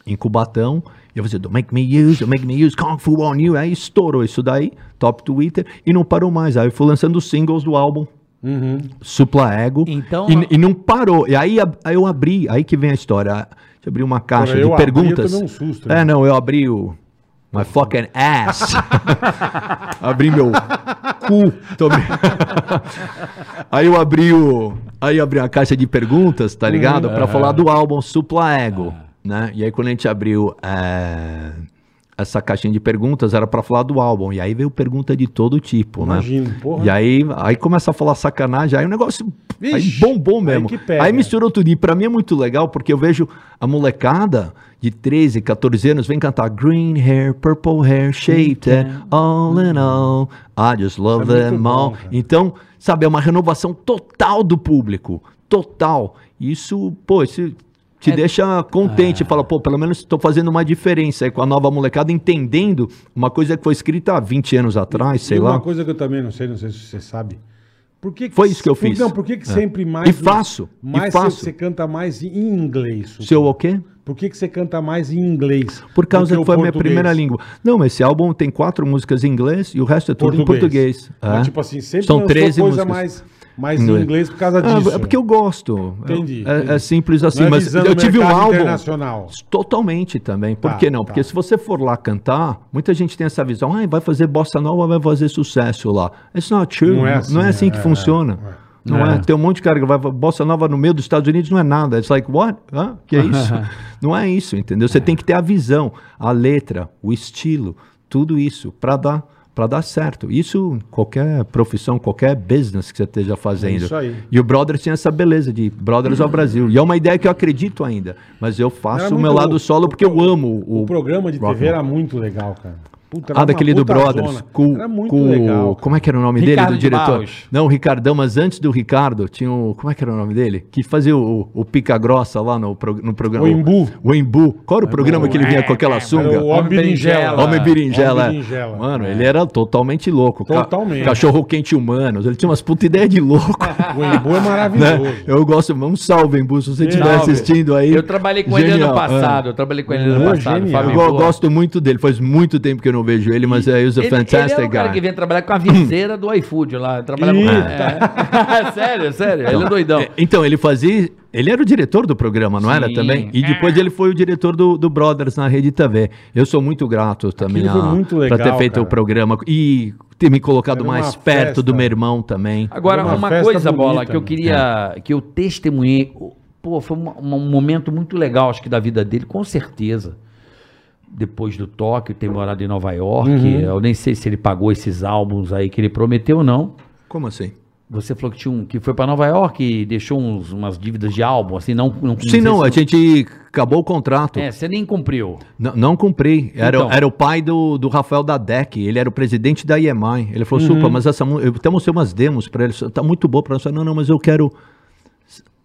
S4: em Cubatão. E eu falei, don't make me use, don't make me use, Kung Fu on you. Aí estourou isso daí, top Twitter, e não parou mais. Aí eu fui lançando os singles do álbum.
S1: Uhum.
S4: Supla Ego.
S3: Então-
S4: e, e não parou. E aí, ab- aí eu abri, aí que vem a história. Deixa eu abrir uma caixa
S1: Agora, eu
S4: de
S1: abri, eu
S4: perguntas.
S1: tomei um susto, né?
S4: é, não, eu abri o. My fucking
S1: [laughs]
S4: ass. abri meu cu. Tomei- [laughs] aí eu abri o. Aí eu abri a caixa de perguntas, tá ligado?
S1: Uhum.
S4: Pra falar do álbum Supla Ego.
S1: Ah.
S4: Né? E aí quando a gente abriu. é, Essa caixinha de perguntas era pra falar do álbum. E aí veio pergunta de todo tipo, né?
S1: Imagino, porra.
S4: E aí, aí começa a falar sacanagem, aí o negócio
S1: Vixe,
S4: aí bombou
S1: aí
S4: mesmo.
S1: que
S4: Aí,
S1: pega.
S4: misturou tudo. E pra mim é muito legal, porque eu vejo a molecada de 13, 14 anos vem cantar Green Hair, Purple Hair, Shaped Head, All in All, I Just Love
S1: Isso é muito
S4: Them All.
S1: bom, cara.
S4: então, sabe, é uma renovação total do público. Total. Isso, pô, isso te
S1: É.
S4: deixa
S1: Ah.
S4: contente. Fala, pô, pelo menos estou fazendo uma diferença aí com a nova molecada, entendendo uma coisa que foi escrita há 20 anos atrás, sei
S1: e
S4: lá.
S1: uma coisa que eu também não sei, não sei se você sabe. Por que que
S4: Foi isso que eu
S1: por-
S4: fiz. É.
S1: Não, por que, que sempre mais.
S4: E faço, e
S1: Mais
S4: faço.
S1: Você, você canta mais em inglês. Supla?
S4: Seu o quê?
S1: Por que, que você canta mais em inglês?
S4: Por causa
S1: do
S4: que
S1: o
S4: foi a minha
S1: português?
S4: primeira língua. Não, mas esse álbum tem quatro músicas em inglês e o resto é tudo em português.
S1: Mas,
S4: É.
S1: tipo assim, sempre
S4: São
S1: lançou
S4: 13
S1: coisa
S4: músicas.
S1: mais mas em inglês por causa disso.
S4: É, é porque eu gosto.
S1: Entendi,
S4: É,
S1: entendi.
S4: é simples assim,
S1: Não é
S4: mas
S1: visando
S4: eu tive um
S1: mercado
S4: álbum.
S1: internacional.
S4: Totalmente também. Por
S1: Tá,
S4: que não?
S1: tá.
S4: Porque se você for lá cantar, muita gente tem essa visão, ah, vai fazer bossa nova, vai fazer sucesso lá. It's not true.
S1: Não
S4: Não
S1: é
S4: é
S1: assim,
S4: assim,
S1: é,
S4: que
S1: é,
S4: funciona. Não é. Tem um monte de cara que vai bossa nova no meio dos Estados Unidos, não é nada. It's like, what? Hã? Que
S1: [laughs]
S4: é isso? não é isso, entendeu? Você tem que ter a visão, a letra, o estilo, tudo isso para dar para dar certo. Isso em qualquer profissão, qualquer business que você esteja fazendo.
S1: É isso aí.
S4: E o Brothers tinha essa beleza de Brothers ao Brasil. E é uma ideia que eu acredito ainda, mas eu faço
S1: Era
S4: o
S1: muito
S4: meu lado
S1: louco.
S4: solo porque eu amo o,
S1: O programa de
S4: rock
S1: TV
S4: and
S1: era muito legal, cara. Puta, era
S4: ah,
S1: uma
S4: daquele do
S1: puta
S4: Brothers.
S1: zona.
S4: Com,
S1: Era muito
S4: com-
S1: legal.
S4: Como é que era o nome
S8: Ricardo
S4: dele, do diretor?
S8: Barros.
S4: Não, o Ricardão, mas antes do Ricardo, tinha o. Como é que era o nome dele? Que fazia o, o Pica Grossa lá no, pro- no programa.
S1: O Embu. É,
S4: O Embu. Qual era o programa que ele vinha com aquela sunga?
S1: Era o Homem Berinjela.
S4: Homem berinjela.
S1: Homem berinjela. É.
S4: Mano, ele era totalmente louco. Ca-
S1: Totalmente.
S4: Cachorro quente humanos. Ele tinha umas puta ideia
S1: [laughs]
S4: de louco.
S1: O Embu é
S4: [laughs] né?
S1: maravilhoso.
S4: Eu gosto. Um salve, Embu, se você estiver
S8: Salve.
S4: assistindo aí.
S3: Eu trabalhei com ele
S4: Genial.
S3: ano passado. Eu trabalhei com ele ano
S1: Ah,
S3: passado.
S1: genial.
S4: Ah,
S3: Fábio
S4: Eu go-
S3: é Boa.
S4: gosto muito dele. Faz muito tempo que eu não vejo ele, mas é he's a
S3: Ele,
S4: fantastic
S3: ele é o cara
S4: guy.
S3: que vem trabalhar com a viseira do iFood lá. Eu Trabalhava com... É. [laughs] sério, sério. Ele é doidão.
S4: É, Então, ele fazia. Ele era o diretor do programa, não era
S3: Sim. É.
S4: também? E depois ele foi o diretor do, do Brothers na Rede TV. Eu sou muito grato também
S1: Aquilo foi
S4: a-
S1: muito
S4: pra
S1: legal,
S4: ter feito
S1: cara.
S4: o programa e ter me colocado
S1: Era uma
S4: mais perto
S1: festa.
S4: do meu irmão também.
S3: Agora,
S1: Era uma
S3: uma,
S1: festa
S3: coisa, Bola,
S1: bonita,
S3: que eu
S1: né?
S4: É.
S3: queria... Que eu testemunhei... Pô, foi uma- uma- um momento muito legal, acho que, da vida dele, com certeza. Depois do Tóquio, ter morado em Nova York.
S4: Uhum.
S3: Eu nem sei se ele pagou esses álbuns aí que ele prometeu ou não.
S4: Como assim?
S3: Você falou que, tinha um, que foi pra Nova York e deixou uns, umas dívidas de álbum, assim, não... não
S4: Sim, não, a gente acabou o contrato.
S3: É, você nem cumpriu.
S4: Não, não cumpri. Era,
S3: Então.
S4: era o pai do, do Rafael Dadek. Ele era o presidente da IEMAI. Ele falou,
S3: Uhum.
S4: Supa, mas essa mu- eu até mostrei umas demos pra ele. Tá muito boa pra nós. Não, não, mas eu quero,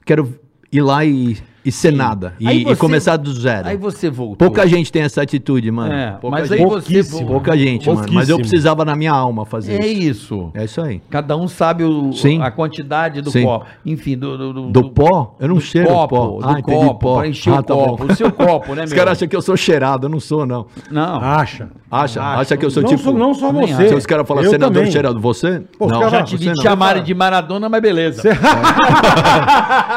S4: quero ir lá e, e ser nada. E,
S3: Aí
S4: e
S3: você-
S4: começar do zero.
S3: Aí você voltou.
S4: Pouca gente tem essa atitude, mano.
S3: É,
S4: Pouca
S3: mas
S4: gente.
S3: aí você...
S1: Pouquíssimo.
S4: Pouca gente, mano. Mas eu
S1: Pouquíssimo.
S4: precisava na minha alma fazer
S3: É isso.
S4: isso. É isso aí.
S3: Cada um sabe o-
S4: Sim.
S3: a quantidade do
S4: Sim.
S3: pó. Enfim, do, do, do-
S4: Do
S3: do
S4: pó? Eu não cheiro
S3: copo,
S4: pó. Ah,
S3: do
S4: entendi,
S3: copo, pra encher o
S4: tá
S3: copo.
S4: bom.
S3: O seu copo, né,
S4: [laughs] Os
S3: meu?
S4: caras acham que eu sou cheirado, eu não sou, não.
S3: Não.
S1: Acha.
S4: Acha,
S3: Ah,
S4: acha que eu sou
S1: não
S4: tipo...
S1: só- não só
S3: nem
S1: você.
S3: acho.
S4: Se os caras falam é
S1: Eu
S4: senador
S1: também.
S4: cheirado, você?
S1: Pô, os caras
S3: já te vi
S4: você é
S3: te
S4: não.
S3: chamarem de Maradona, mas beleza.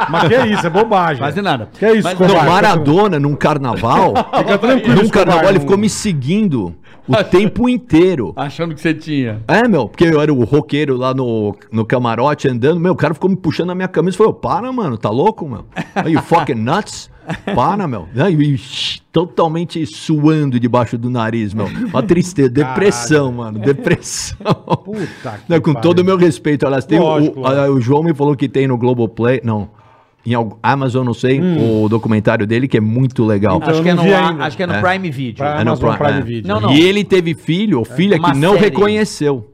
S1: Mas que é isso, é bobagem.
S3: Fazer nada.
S1: Que é isso,
S3: Mas-
S1: covarde?
S4: Não, Maradona
S1: [laughs]
S4: num carnaval.
S1: Fica tranquilo.
S4: num carnaval
S1: covarde,
S4: ele ficou me seguindo o tempo inteiro.
S3: Achando que você tinha.
S4: É, meu, porque eu era o roqueiro lá no, no camarote andando. Meu, o cara ficou me puxando na minha camisa e falou: para, mano, tá louco, meu? Are you fucking nuts? Para, meu. Aí, e, shh, totalmente suando debaixo do nariz, meu. Uma tristeza, depressão, mano, depressão.
S1: Puta que
S4: Não, com
S1: pariu.
S4: todo o meu respeito, aliás, tem o-
S1: é. Lógico, é.
S4: o, a-
S1: lógico.
S4: o João me falou que tem no Globoplay, não, em algum- Amazon, não sei,
S1: Hum.
S4: o documentário dele, que é muito legal.
S1: Então,
S3: acho,
S1: eu
S3: que é
S1: não
S3: no,
S1: vi
S3: ar-
S1: ainda.
S3: acho que é no
S4: É.
S3: Prime Video.
S1: Pra
S4: É, não,
S1: Amazon
S4: pra-
S1: Prime
S4: é.
S1: Video.
S3: Não, não.
S4: E ele teve filho ou filha
S3: uma
S4: que não
S3: série.
S4: reconheceu.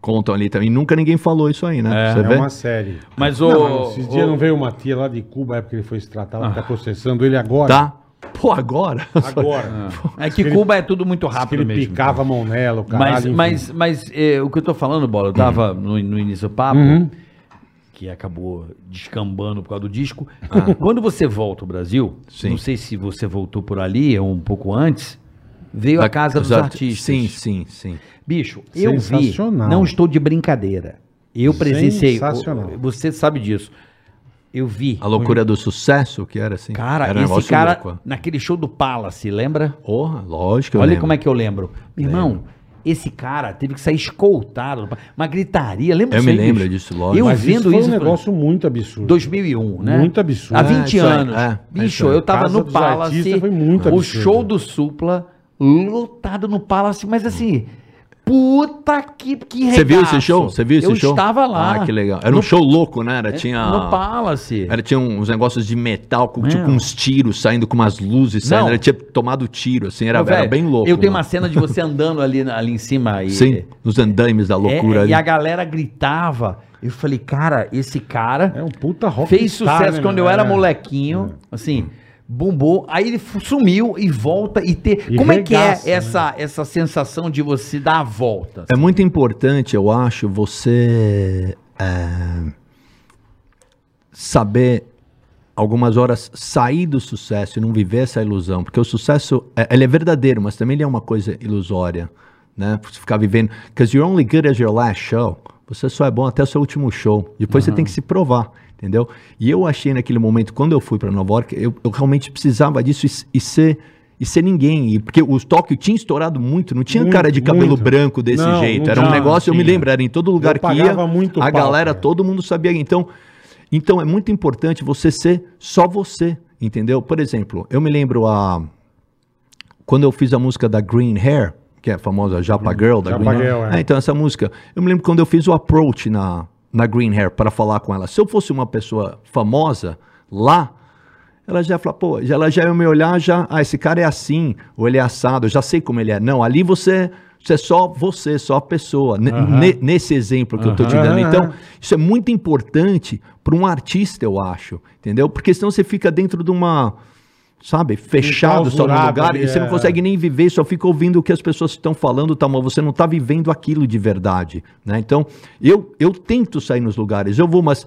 S4: Contam ali também. Nunca ninguém falou isso aí, né? Você
S1: É
S4: vê?
S1: uma série.
S3: Mas
S1: Não,
S3: o...
S1: esses dias não veio uma tia lá de Cuba, é porque ele foi extratado, tá processando ele agora.
S4: Tá? Pô, agora?
S1: Agora.
S3: É que Cuba é tudo muito
S1: Diz que
S3: rápido
S1: ele
S3: mesmo.
S1: picava a mão nela, o caralho.
S3: Mas,
S1: enfim.
S3: mas, mas é, o que eu tô falando, Bola, eu
S1: [clears throat]
S3: tava no, no início do papo,
S1: Uhum.
S3: que acabou descambando por causa do disco. Quando você volta ao Brasil,
S4: Ah. Sim.
S3: não sei se você voltou por ali ou um pouco antes, veio a Casa dos
S4: Tá. Exato.
S3: Artistas.
S4: Sim, sim, sim.
S3: Bicho, eu vi,
S1: Sensacional.
S3: não estou de brincadeira. Eu presenciei,
S1: Sensacional.
S3: o- você sabe disso. Eu vi.
S4: A loucura do sucesso, que era assim.
S3: Cara,
S4: era um
S3: esse
S4: negócio
S3: cara,
S4: louco.
S3: naquele show do Palace, lembra?
S4: Porra, lógico.
S3: Olha como é que eu lembro. Meu irmão, esse cara teve que sair escoltado, uma gritaria, lembra
S4: Eu me
S3: aí,
S4: lembro
S3: bicho?
S4: disso, lógico.
S3: Eu
S1: Mas
S3: vendo isso,
S1: foi um
S3: eu falei,
S1: negócio muito absurdo.
S3: 2001, né?
S1: Muito absurdo.
S3: Há
S1: É,
S3: 20
S4: isso aí,
S3: anos.
S4: é, é
S3: bicho,
S4: isso aí.
S3: eu tava
S1: Casa
S3: no
S1: dos
S3: Palace,
S1: Artistas foi muito
S3: o
S1: absurdo.
S3: show do Supla lotado no Palace, mas assim, puta que que
S4: Você viu esse
S3: regaço.
S4: show? Você viu esse
S3: eu
S4: show?
S3: estava lá.
S4: Ah, que legal. Era
S3: No-
S4: um
S3: É,
S4: show louco, né? Era, tinha...
S3: No Palace.
S4: Era, tinha uns negócios de metal, com, tipo
S3: Não.
S4: uns tiros saindo, com umas luzes saindo.
S3: Não.
S4: Ele tinha tomado tiro, assim, era,
S3: Meu velho,
S4: era bem louco.
S3: Eu tenho
S4: mano.
S3: uma cena de você andando ali, na- ali em cima e
S4: Sim, nos andaimes da loucura
S3: É,
S4: ali.
S3: E a galera gritava. Eu falei, cara, esse cara
S1: É um puta né, rock.
S3: fez sucesso quando eu
S1: É.
S3: era molequinho, assim, bombou, aí ele fu- sumiu e volta e ter.
S1: E
S3: Como é
S1: regaça, né?
S3: que é essa, essa sensação de você dar a volta?
S4: É muito importante, eu acho, você é, saber algumas horas sair do sucesso e não viver essa ilusão, porque o sucesso é, ele é verdadeiro, mas também ele é uma coisa ilusória, né? Você ficar vivendo, because you're only good as your last show. Você só é bom até o seu último show. Depois você tem que se provar, entendeu? E eu achei naquele momento, quando eu fui para Nova York, eu, eu realmente precisava disso e, s- e ser e ser ninguém. E porque o Tóquio tinha estourado muito, não tinha
S1: Muito,
S4: cara de cabelo
S1: muito.
S4: branco desse
S1: Não,
S4: jeito.
S1: não
S4: Era um
S1: tinha,
S4: negócio, eu
S1: não
S4: me
S1: tinha.
S4: lembro, era em todo lugar que ia.
S1: pagava muito
S4: a
S1: pau,
S4: galera
S1: cara.
S4: todo mundo sabia. Então, então é muito importante você ser só você, entendeu? Por exemplo, eu me lembro a quando eu fiz a música da Green Hair, que é a famosa Japa Girl da
S1: Japa
S4: Green Hair.
S1: Girl, é.
S4: Ah, então essa música, eu me lembro quando eu fiz o approach na na Green Hair para falar com ela. Se eu fosse uma pessoa famosa lá, ela já fala, pô, já- ela já ia me olhar, já, ah, esse cara é assim, ou ele é assado, eu já sei como ele é. Não, ali você, você é só você, só a pessoa, ne- ne- nesse exemplo que eu tô te dando.
S1: Aham.
S4: Então, isso é muito importante para um artista, eu acho, entendeu? Porque senão você fica dentro de uma, sabe, fechado só no
S1: enclausurado
S4: lugar,
S1: ali,
S4: e você
S1: é.
S4: não consegue nem viver, só fica ouvindo o que as pessoas estão falando, tá, mas você não tá vivendo aquilo de verdade, né? Então, eu, eu tento sair nos lugares, eu vou, mas...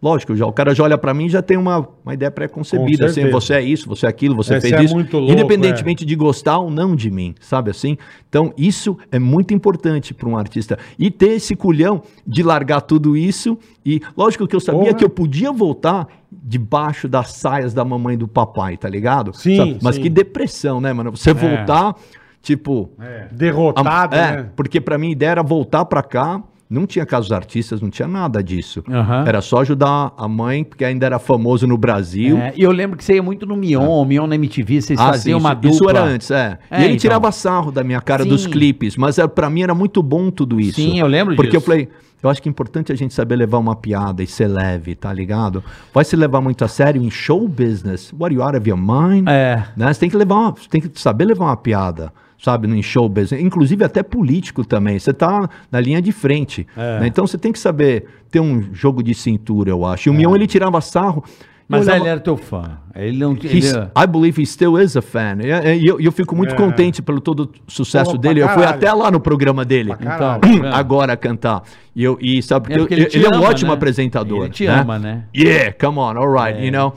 S4: Lógico, já, o cara já olha pra mim e já tem uma, uma ideia pré-concebida,
S1: Com
S4: assim,
S1: certeza.
S4: você é isso, você é aquilo, você
S1: É,
S4: fez
S1: você é
S4: isso,
S1: muito louco, é.
S4: independentemente de gostar ou não de mim, sabe assim? Então, isso é muito importante pra um artista. E ter esse culhão de largar tudo isso e, lógico que eu sabia
S1: Porra.
S4: que eu podia voltar debaixo das saias da mamãe e do papai, tá ligado?
S1: Sim,
S4: Mas
S1: sim.
S4: que depressão, né, mano?
S3: É.
S4: Você voltar, tipo,
S1: É. Derrotado,
S4: Am- é,
S1: né?
S4: porque pra mim a ideia era voltar pra cá, não tinha casos artistas, não tinha nada disso.
S3: Aham.
S4: Era só ajudar a mãe, porque ainda era famoso no Brasil.
S3: É, e eu lembro que você ia muito no
S1: Ah.
S3: Mion, Mion na MTV, vocês
S4: Ah, sim,
S3: faziam uma
S4: isso,
S3: dupla.
S4: isso era antes, é.
S3: É,
S4: e ele
S3: então.
S4: tirava sarro da minha cara
S3: Sim.
S4: dos clipes, mas era, pra mim era muito bom tudo isso.
S3: Sim, eu lembro
S4: Porque eu
S3: disso.
S4: falei, eu acho que é importante a gente saber levar uma piada e ser leve, tá ligado? Vai se levar muito a sério em show business. What you out of your mind?
S3: É.
S4: Né? Você tem que levar, uma- você tem que saber levar uma piada, sabe, no show business, inclusive até político também. Você tá na linha de frente,
S3: É.
S4: né? Então você tem que saber ter um jogo de cintura, eu acho. E o Mion ele tirava sarro.
S3: É. Mas é,
S4: eu olhava-
S3: ele era teu fã. Ele não ele-
S4: He's- I believe he still is a fan. E e- e eu, e eu fico muito contente pelo todo o sucesso
S1: Pô, pra
S4: dele. Eu fui
S1: É. caralho.
S4: até lá no programa dele.
S1: caralho.
S4: [clears throat] Então, agora cantar. E, eu, e sabe, porque,
S3: né? É porque
S4: eu-
S3: ele
S4: ele,
S3: te
S4: é um
S3: ama,
S4: ótimo
S3: né?
S4: apresentador.
S3: Ele te ama, né? É.
S4: Yeah, come on, alright,
S3: [laughs]
S4: you know?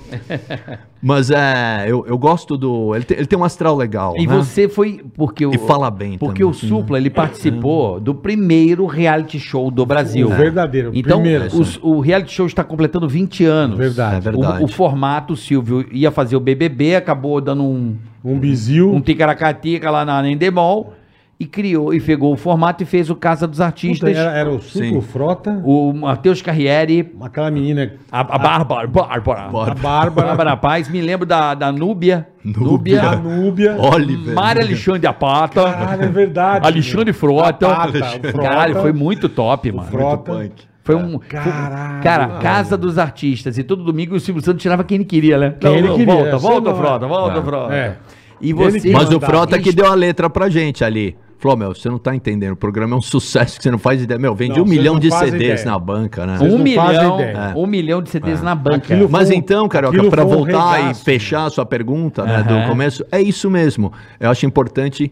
S4: Mas é, eu, eu gosto do. Ele tem, ele tem um astral legal.
S3: E
S4: né?
S3: você foi porque o
S4: E fala bem
S3: porque
S4: também.
S3: o Supla ele participou do primeiro reality show do Brasil.
S1: O verdadeiro, o
S3: Então
S1: primeiro. assim.
S3: os- o reality show está completando 20 anos.
S1: Verdade.
S4: É verdade.
S3: O, o formato o Silvio ia fazer o BBB, acabou dando um
S1: Um bizil.
S3: um ticaracatica lá na Endemol e criou e pegou o formato e fez o Casa dos
S1: Puta,
S3: Artistas.
S1: era, era o Suco
S4: Sim.
S1: Frota,
S3: O Matheus Carriere,
S1: aquela menina,
S3: a, a Bárbara, Bárbara,
S1: a
S3: Bárbara,
S1: Bárbara,
S3: Paz, me lembro da, da Núbia,
S4: Núbia.
S1: a
S3: Núbia,
S1: Núbia.
S4: Oliver.
S3: Mário Alexandre Apata,
S1: Caralho, é verdade.
S3: Alexandre
S1: meu.
S3: Frota.
S1: Apata, o Frota.
S3: Caralho, foi muito top, mano.
S1: Frota.
S4: Punk.
S3: Foi um. foi um-
S1: Caralho.
S3: cara, Casa dos Artistas. E todo domingo o Silvio Santos tirava quem ele queria, né?
S1: Quem ele queria,
S3: Volta,
S1: essa
S3: volta,
S1: não é.
S3: Frota, volta,
S4: É.
S3: Frota.
S1: É.
S3: E
S1: Ele
S3: você.
S1: que
S4: Mas o
S1: mandava.
S4: Frota que deu a letra pra gente ali. Falou, meu, você não tá entendendo. O programa é um sucesso que você não faz ideia. Meu, vende
S1: Não,
S4: um
S1: vocês
S4: milhão
S1: não
S4: de
S1: fazem
S4: CDs
S1: ideia.
S4: na banca, né?
S1: Vocês
S3: Um
S1: não fazem
S3: milhão,
S1: ideia.
S4: É.
S3: um milhão de CDs na banca.
S1: Aquilo-
S4: Mas
S1: foi um-
S4: então, Carioca,
S1: aquilo
S4: para
S1: foi um
S4: voltar
S1: regaço.
S4: e fechar a sua pergunta né,
S3: Aham.
S4: do começo, é isso mesmo. Eu acho importante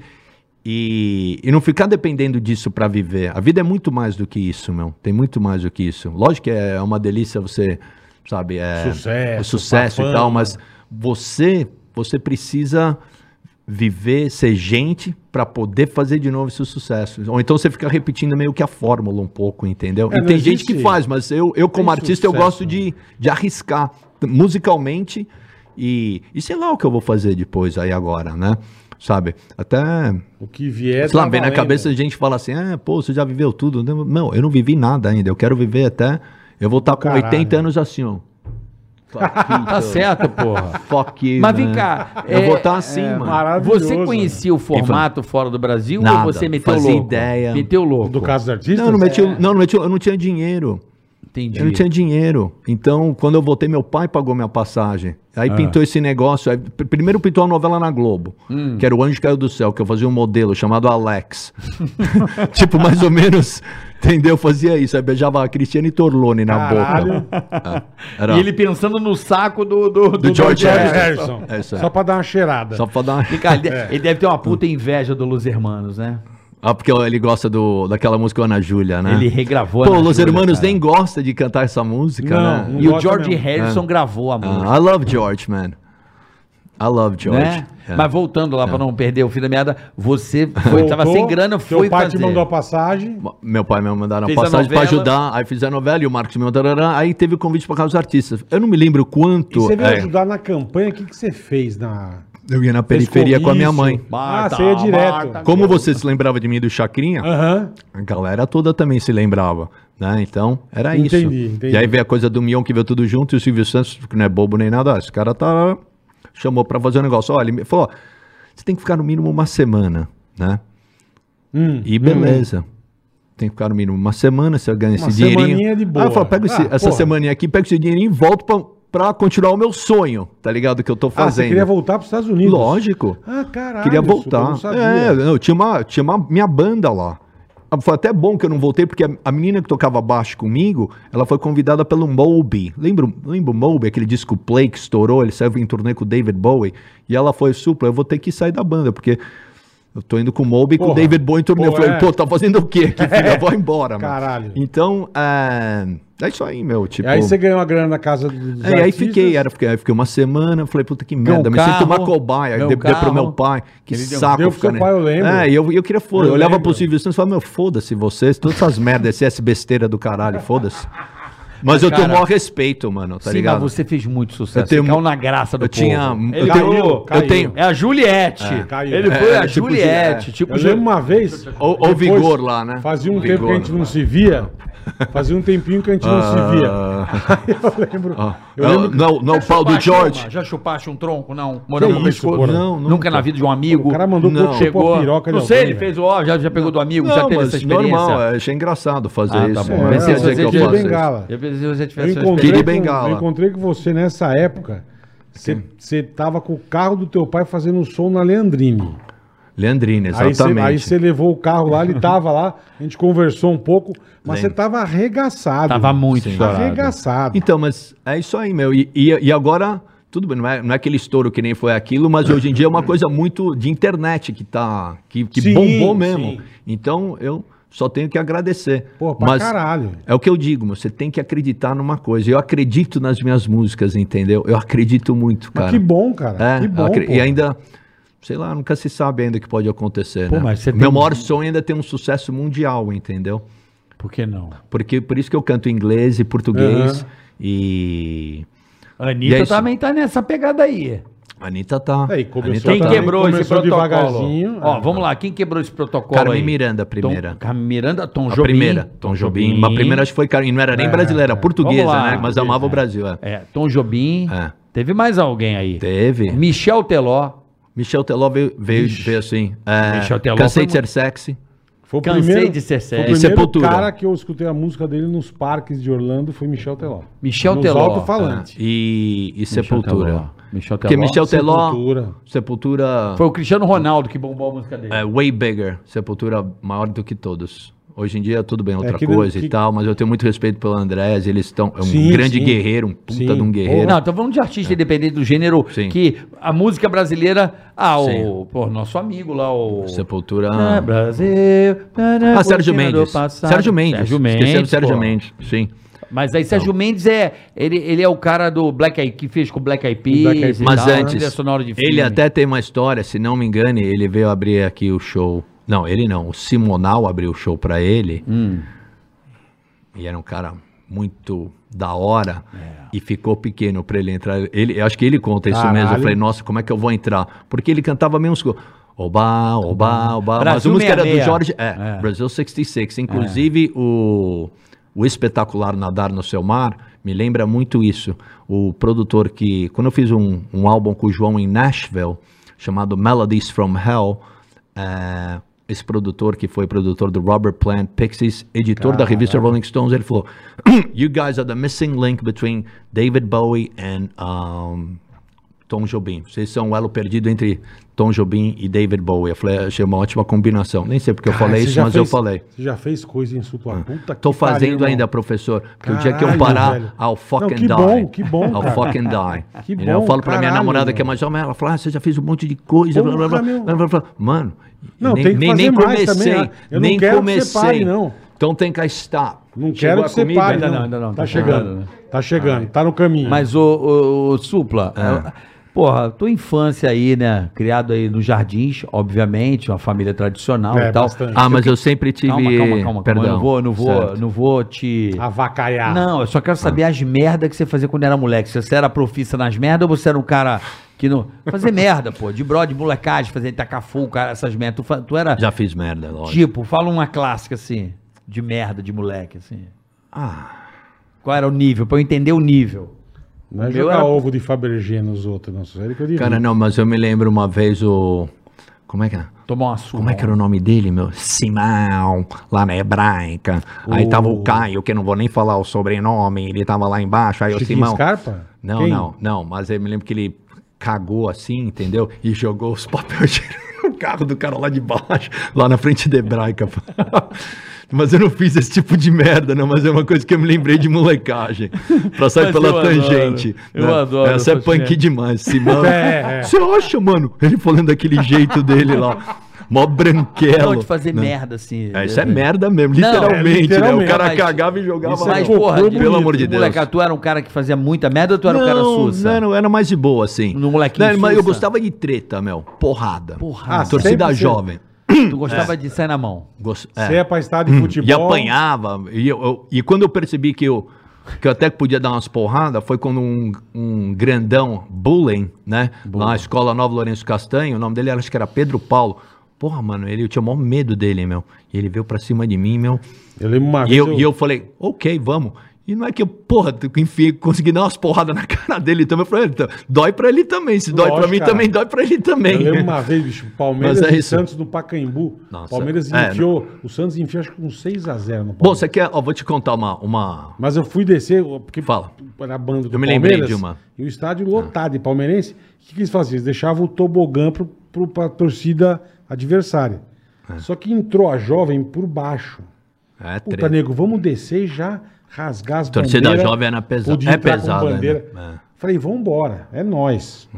S4: e, e não ficar dependendo disso para viver. A vida é muito mais do que isso, meu. Tem muito mais do que isso. Lógico que é uma delícia você, sabe, é,
S1: Sucesso,
S4: o sucesso
S1: fama.
S4: e tal, mas você, você precisa viver, ser gente para poder fazer de novo esse sucesso. Ou então você fica repetindo meio que a fórmula um pouco, entendeu?
S1: É,
S4: e
S1: não
S4: tem gente
S1: existe-
S4: que faz, mas eu, eu como
S1: Tem
S4: artista eu
S1: sucesso,
S4: gosto
S1: né?
S4: de de, de arriscar t- musicalmente e, e sei lá o que eu vou fazer depois aí agora, né? Sabe? Até,
S1: O que vier.
S4: sei lá,
S1: tá
S4: vem na
S1: valendo.
S4: cabeça a gente fala assim, é, pô, você já viveu tudo. Não, Não, eu não vivi nada ainda, eu quero viver até, eu vou estar com
S1: Caralho.
S4: 80 anos assim, ó.
S3: [laughs]
S4: então,
S3: Tá certo, porra.
S4: Fuck
S3: [laughs]
S4: you,
S3: Mas
S4: né?
S3: vem cá.
S4: Eu
S3: é,
S4: vou estar assim,
S1: É
S4: mano.
S1: Maravilhoso.
S3: Você conhecia o formato fora do Brasil
S4: Nada,
S3: ou você meteu
S4: fazia
S3: louco?
S4: ideia.
S3: Meteu louco.
S1: Do caso dos artistas?
S4: Não, eu não meti,
S3: é.
S4: o- não, eu não meti, o- eu não tinha dinheiro.
S3: Entendi.
S4: Eu não tinha dinheiro. Então, quando eu voltei, meu pai pagou minha passagem.
S3: Ah.
S4: Aí pintou esse negócio. Aí, pr- primeiro pintou a novela na Globo,
S3: Hum.
S4: que era O Anjo Caiu do Céu, que eu fazia um modelo chamado Alex. [laughs] tipo, mais ou menos, entendeu? Eu fazia isso. Aí beijava a Cristiane Torlone na
S1: Caralho.
S4: boca. Ah, Era
S3: E ele pensando no saco do, do, do
S4: George
S1: George
S4: Harrison.
S1: Harrison. É.
S4: É isso aí.
S1: Só pra dar uma cheirada.
S4: só pra dar uma...
S3: Cara, ele, de- ele deve ter uma puta inveja do Los Hermanos, né?
S4: Ah, porque ele gosta do, daquela música Ana Júlia, né?
S3: Ele regravou.
S4: Pô,
S3: Ana
S4: Los
S3: Júlia,
S4: Hermanos
S3: cara.
S4: nem gosta de cantar essa música,
S1: Não,
S4: né?
S1: não
S3: E o
S1: gosta
S3: George
S4: É.
S1: mesmo.
S3: Harrison gravou a música.
S4: Ah, I love George, man. I love George.
S3: né?
S4: É.
S3: Mas voltando lá pra não perder o fio da meada, você foi, tava
S1: Voltou,
S3: sem grana,
S1: teu
S3: foi
S1: pai
S3: fazer.
S1: te mandou a passagem.
S4: Meu pai me mandaram
S3: Fez
S4: a
S3: a
S4: passagem pra
S3: novela.
S4: ajudar, aí fiz a novela e o Marcos me mandou, tarará, aí teve o convite pra casa dos artistas. Eu não me lembro
S1: E
S4: quanto.
S1: você veio
S4: é,
S1: ajudar na campanha, o que, que você fez na...
S4: eu ia na periferia com a minha
S1: Isso.
S4: mãe.
S1: ah, você ia direto.
S4: Como você se lembrava de mim do Chacrinha,
S1: Aham.
S4: a galera toda também se lembrava, né? Então, era isso.
S1: Entendi, entendi.
S4: E aí veio a coisa do Mion que veio tudo junto e o Silvio Santos, que não é bobo nem nada, ó, esse cara tá chamou pra fazer um negócio. Olha, ele me falou, ó, você tem que ficar no mínimo uma semana, né?
S1: Hum,
S4: E beleza. Tem que ficar no mínimo uma semana, você ganha
S1: Uma
S4: esse dinheirinho.
S1: semaninha de boa.
S4: Aí eu falo, pega esse-
S1: Ah,
S4: essa
S1: porra.
S4: semaninha aqui, pega esse dinheirinho e volto pra, pra continuar o meu sonho, tá ligado? Que eu tô
S1: Ah,
S4: fazendo.
S1: você queria voltar para os Estados Unidos?
S4: Lógico.
S1: Ah, caralho.
S4: Queria
S1: Supa, eu
S4: voltar.
S1: não sabia.
S4: é, não, tinha uma, tinha uma minha banda lá. Ah, Foi até bom que eu não voltei, porque a, a menina que tocava baixo comigo, ela foi convidada pelo Moby. Lembra, lembra o Moby, aquele disco Play que estourou? Ele saiu em turnê com o David Bowie. E ela foi supla, eu vou ter que sair da banda, porque eu tô indo com o Moby e com o
S1: Porra.
S4: David Bowie em turnê. eu
S1: Pô,
S4: falei,
S1: é.
S4: pô, tá fazendo o quê aqui,
S1: [laughs]
S4: filha? Vai embora, mano.
S1: Caralho.
S4: Então, é, é isso aí, meu. Tipo,
S1: E aí você ganhou a grana na casa dos
S4: é, e aí
S1: artistas?
S4: fiquei, era, fiquei, aí fiquei uma semana, falei, puta que
S3: Meu
S4: merda, me
S3: carro,
S4: sinto uma cobaia,
S3: meu
S4: dei, dei pro
S3: carro.
S4: meu pai, que saco.
S1: deu pro
S4: ficar
S1: seu
S4: ne-
S1: pai, eu lembro.
S4: É, e eu, eu queria foda,
S1: Eu
S4: eu, olhava
S1: lembro.
S4: pro Silvio Santos e falava, meu, foda-se vocês, todas essas merdas, esse S besteira do caralho, foda-se. Mas eu tenho o
S3: cara-
S4: maior respeito, mano, tá
S3: Sim,
S4: ligado?
S3: mas você fez muito sucesso.
S4: Eu tenho-
S3: Você caiu na graça do
S4: Eu tinha...
S3: povo.
S4: Eu
S3: Ele
S1: caiu,
S4: tenho...
S1: caiu.
S4: Eu tenho...
S3: É a Juliette.
S1: caiu.
S3: Ele foi
S4: É,
S3: a
S4: tipo
S3: Juliette.
S4: de- é.
S3: Tipo,
S1: Eu lembro uma vez.
S4: Ou- ou
S1: depois,
S4: Vigor lá, né?
S1: Fazia um
S4: Vigor.
S1: tempo que a gente não se
S4: [laughs]
S1: via. Fazia um tempinho que a gente não se via. [laughs]
S4: Ah,
S1: Aí eu lembro. eu
S4: não,
S1: lembro que
S4: não, não, o pau do George.
S3: Já chupaste um tronco, não? Moramos
S1: Que
S3: com a
S1: isso,
S3: esposa?
S1: porra.
S4: Não, nunca.
S3: Nunca na vida de um amigo.
S1: o cara mandou
S4: Não.
S1: pouco chupou
S3: chegou.
S1: a piroca de
S3: não sei,
S1: alguém,
S3: ele
S1: velho.
S3: fez o ó, já, já pegou do amigo, já
S4: né? Não,
S3: teve
S4: mas
S3: essa experiência.
S4: normal, eu achei engraçado fazer
S3: Ah, tá
S4: isso.
S3: bom.
S4: Não
S1: É,
S4: quer
S3: Mas se
S1: eu
S4: dizer
S3: você
S4: que
S1: tive
S4: eu
S3: tivesse-
S4: faço isso.
S1: bengala.
S3: Eu pensei, se você
S1: Eu
S3: tivesse uma
S1: encontrei,
S4: Kiri
S1: com,
S4: Bengala.
S1: eu encontrei com você nessa época. Você tava com o carro do teu pai fazendo um som na Leandrine.
S4: Leandrina,
S1: Aí cê-
S4: exatamente.
S1: Aí você levou o carro
S3: [laughs]
S1: lá, ele tava lá, a gente conversou um pouco, mas você
S4: Lembro.
S1: tava arregaçado.
S3: Tava muito estourado.
S1: arregaçado.
S4: Então, mas é isso aí, meu. E, e- e agora, tudo bem, não é, não é aquele estouro que nem foi aquilo, mas hoje em dia é uma coisa muito de internet que tá. que, que
S1: Sim,
S4: bombou
S1: sim.
S4: mesmo. Então, eu só tenho que agradecer.
S1: Pô, pra
S4: mas
S1: caralho.
S4: É o que eu digo, meu, você tem que acreditar numa coisa. Eu acredito nas minhas músicas, entendeu? Eu acredito muito,
S1: Mas
S4: cara.
S1: que bom, cara.
S4: É,
S1: que bom.
S4: eu acre-
S1: pô.
S4: E ainda, sei lá, nunca se sabe ainda o que pode acontecer.
S3: Pô,
S4: né?
S3: mas você tem-
S4: Meu maior sonho ainda é ter um sucesso mundial, entendeu?
S3: Por que não?
S4: Porque por isso que eu canto inglês e português. E.
S3: A
S4: E é
S3: Anitta
S4: isso.
S3: também tá nessa pegada aí.
S4: A Anitta tá.
S1: Aí, começou
S4: Anitta
S3: Quem
S1: tá-
S4: também.
S3: quebrou esse
S1: começou
S3: protocolo?
S1: devagarzinho.
S3: Ó,
S1: É.
S3: vamos lá, quem quebrou esse protocolo
S4: Carmen
S3: aí?
S4: Miranda, a primeira.
S3: Tom, Carmen Miranda, Tom
S4: A
S3: Jobim.
S4: primeira. Tom Jobim. Mas a primeira acho que foi Carmen. Não era nem brasileira, era portuguesa,
S3: Vamos lá.
S4: né? Mas amava o Brasil. É.
S3: É, Tom Jobim.
S4: É.
S3: Teve mais alguém aí.
S4: Teve.
S3: Michel Teló.
S4: Michel Teló veio, veio, veio assim. É,
S3: Michel Teló
S4: Cansei
S3: foi
S4: de ser sexy. é.
S1: Foi o
S3: Cansei
S1: primeiro,
S3: de ser sério.
S1: Foi o
S4: E
S1: primeiro
S4: Sepultura.
S1: cara que eu escutei a música dele nos parques de Orlando foi Michel Teló.
S3: Michel
S1: nos
S3: Teló.
S1: alto-falante.
S4: E, e Sepultura.
S3: Teló. Michel
S4: Porque
S3: Teló.
S4: Michel Teló.
S1: Sepultura.
S4: Sepultura.
S3: Foi o Cristiano Ronaldo que bombou a música dele.
S4: é, way bigger. Sepultura maior do que todos. Hoje em dia, tudo bem, outra
S1: É que-
S4: coisa
S1: que-
S4: e tal, mas eu tenho muito respeito pelo Andrés, eles estão. É um
S1: Sim,
S4: grande
S1: sim.
S4: guerreiro, um puta
S1: Sim.
S4: de um guerreiro. É.
S3: Não, então falando de artista independente do gênero,
S4: Sim.
S3: que a música brasileira. Ah, o
S4: Sim.
S3: pô, nosso amigo lá, o.
S4: Sepultura.
S3: É, Brasil.
S4: Ah, Sérgio Mendes.
S3: Sérgio Mendes.
S4: Sérgio Mendes. Esquecemos Sérgio
S3: pô.
S4: Mendes, sim.
S3: Mas aí Sérgio Mendes é. Ele, ele é o cara do Black Eyed que fez com o Black Eyed
S1: Black Eyed
S3: Peas. e
S4: Mas
S3: tal, né? trilha
S4: antes,
S3: sonora tá, de filme.
S4: ele até tem uma história, se não me engane, ele veio abrir aqui o show. Não, ele não, o Simonal abriu o show pra ele.
S3: Hum.
S4: E era um cara muito da hora
S3: É.
S4: e ficou pequeno pra ele entrar. Ele, eu acho que ele conta isso mesmo.
S1: Caralho.
S4: Eu falei, nossa, como é que eu vou entrar? Porque ele cantava mesmo Oba, oba, oba. Mas a
S3: Brasil
S4: música era do
S3: 66.
S4: Jorge. É, Brasil 66. Inclusive, o, o espetacular Nadar no Seu Mar me lembra muito isso. O produtor que. Quando eu fiz um, um álbum com o João em Nashville, chamado Melodies from Hell, é, esse produtor que foi produtor do Robert Plant Pixies, editor da revista Rolling Stones, ele falou: [coughs] You guys are the missing link between David Bowie and. um, Tom Jobim. Vocês são o elo perdido entre Tom Jobim e David Bowie. Eu falei, achei uma ótima combinação. Nem sei porque eu falei
S1: Ah, Você
S4: isso,
S1: já
S4: mas eu
S1: fez-
S4: falei. Ah,
S1: Você já fez coisa em sua puta
S4: Tô
S1: que pariu,
S4: fazendo
S1: irmão.
S4: ainda, professor. Porque o dia que eu
S1: Caralho,
S4: parar,
S1: velho.
S4: I'll
S1: Não,
S4: fucking
S1: que
S4: die.
S1: bom, que bom, cara.
S4: I'll fucking die.
S1: Que
S4: E
S1: bom,
S4: eu falo pra minha
S1: caralho,
S4: namorada que é
S1: meu.
S4: mais jovem, ela fala, ah, você já fez um monte de coisa, blá, blá, blá,
S1: Porra, meu.
S4: blá, blá, blá. Mano,
S1: Não,
S4: nem,
S1: tem que
S4: nem,
S1: fazer
S4: nem
S1: mais
S4: comecei.
S1: também, ah. Eu não
S4: nem
S1: quero que você
S4: comecei.
S1: pare, não.
S4: Então tem que estar.
S1: Não
S3: Chegou
S1: quero
S3: a
S1: que você
S3: comida?
S1: pare.
S3: Ainda
S1: não.
S3: não, ainda não,
S1: Tá
S3: tá
S1: chegando.
S3: chegando, né?
S1: Tá chegando, tá no caminho.
S3: Mas o, o- o Supla, Porra, tua infância aí, né? Criado aí nos jardins, obviamente, uma família tradicional
S1: É,
S3: e tal.
S1: bastante.
S4: Ah, mas eu sempre tive.
S3: Calma, calma, calma.
S4: Perdão.
S3: Perdão. Eu não vou, não vou,
S4: Certo.
S3: não vou te.
S1: Ah, Avacalhar.
S3: Não, eu só quero saber
S1: Ah.
S3: as merdas que você fazia quando era moleque. Se você era profissa nas merdas ou você era um cara que não. Fazer merda, pô. De brode, molecagem, fazer tacar fogo, cara, essas merdas. Tu, fa- tu era.
S4: Já fiz merda, lógico.
S3: tipo, fala uma clássica assim. De merda, de moleque, assim.
S4: Ah,
S3: Qual era o nível? Pra eu entender o nível.
S1: Não é
S3: meu
S1: jogar
S3: era-
S1: ovo de Fabergé nos outros, não. Sério que eu digo.
S4: cara, não, mas eu me lembro uma vez o. Como é que era?
S3: Tomar uma surra.
S4: Como é que era o nome dele, meu? Simão, lá na hebraica. Aí
S1: O-
S4: tava o Caio, que eu não vou nem falar o sobrenome, ele tava lá embaixo. Aí o
S1: Chiquinho
S4: Simão.
S1: Scarpa?
S4: Não,
S1: Quem?
S4: não, não, mas eu me lembro que ele cagou assim, entendeu? E jogou os papéis [laughs] no carro do cara lá de baixo, lá na frente da hebraica. [laughs] Mas eu não fiz esse tipo de merda, não, mas é uma coisa que eu me lembrei de molecagem. Pra sair
S3: Mas
S4: pela
S3: eu adoro,
S4: tangente.
S3: eu adoro
S4: Essa é
S3: essas
S4: punk
S3: merdas.
S4: demais, Simão.
S1: É, é.
S4: Você acha, mano? Ele falando daquele jeito dele lá. Mó branquelo.
S3: Não, de fazer
S4: né?
S3: merda, assim.
S4: É, isso é merda mesmo,
S3: Não, é,
S4: literalmente, né?
S1: literalmente.
S4: O cara
S3: Mas-
S4: cagava e jogava.
S1: Isso
S3: Mas,
S1: Pô,
S3: porra,
S1: pelo
S3: bonito.
S4: amor de Deus.
S3: Moleque, tu era um cara que fazia muita merda ou tu era um cara sussa?
S4: Não, não, era mais de boa, assim.
S3: No molequinho
S4: Não, mas eu
S3: sussa.
S4: gostava de treta, meu. Porrada.
S3: Porrada.
S1: Ah,
S4: Torcida
S1: sempre
S4: jovem.
S3: Tu gostava de sair na mão.
S4: Gost-
S1: Se
S4: é.
S1: é pra estar de futebol.
S4: E apanhava. E, eu- eu- e quando eu percebi que eu, que eu até podia dar umas porradas, foi quando um, um grandão, bullying, né? Na escola Nova Lourenço Castanho, o nome dele era, acho que era Pedro Paulo. Porra, mano, ele, eu tinha o maior medo dele, meu. E ele veio pra cima de mim, meu.
S1: Eu lembro uma
S4: E
S1: vez.
S4: eu, e eu falei, ok, vamos. E não é que eu, porra, tu- enfim, consegui dar umas porradas na [laughs] cara dele também. Eu falei, então, dói pra ele também. Se dói pra
S1: Lógico,
S4: mim
S1: cara.
S4: também, dói pra ele também.
S1: Eu lembro uma vez, bicho, Palmeiras
S4: Mas é
S1: e
S4: isso.
S1: Santos no Pacaembu.
S4: Nossa,
S1: Palmeiras
S4: é,
S1: enfiou. O Santos enfiou acho que com 6x0 no Palmeiras.
S4: Bom, você quer, ó, vou te contar uma. uma...
S1: Mas eu fui descer, porque
S4: Fala.
S1: era a banda do
S4: Eu me lembrei
S1: Palmeiras.
S4: de uma. Ah.
S1: E o estádio lotado de palmeirense. O que, que eles faziam? Eles deixavam o tobogã pro, pro, pra torcida adversária. Só que entrou a jovem por baixo.
S4: É,
S1: Puta,
S4: treta.
S1: nego, vamos descer e já rasgar as
S4: Torcida
S1: bandeiras.
S4: jovem era pesa-
S1: Podia
S4: é
S1: entrar com
S4: pesada,
S1: bandeira.
S4: né? É. Hum.
S1: Falei, vambora, é nós.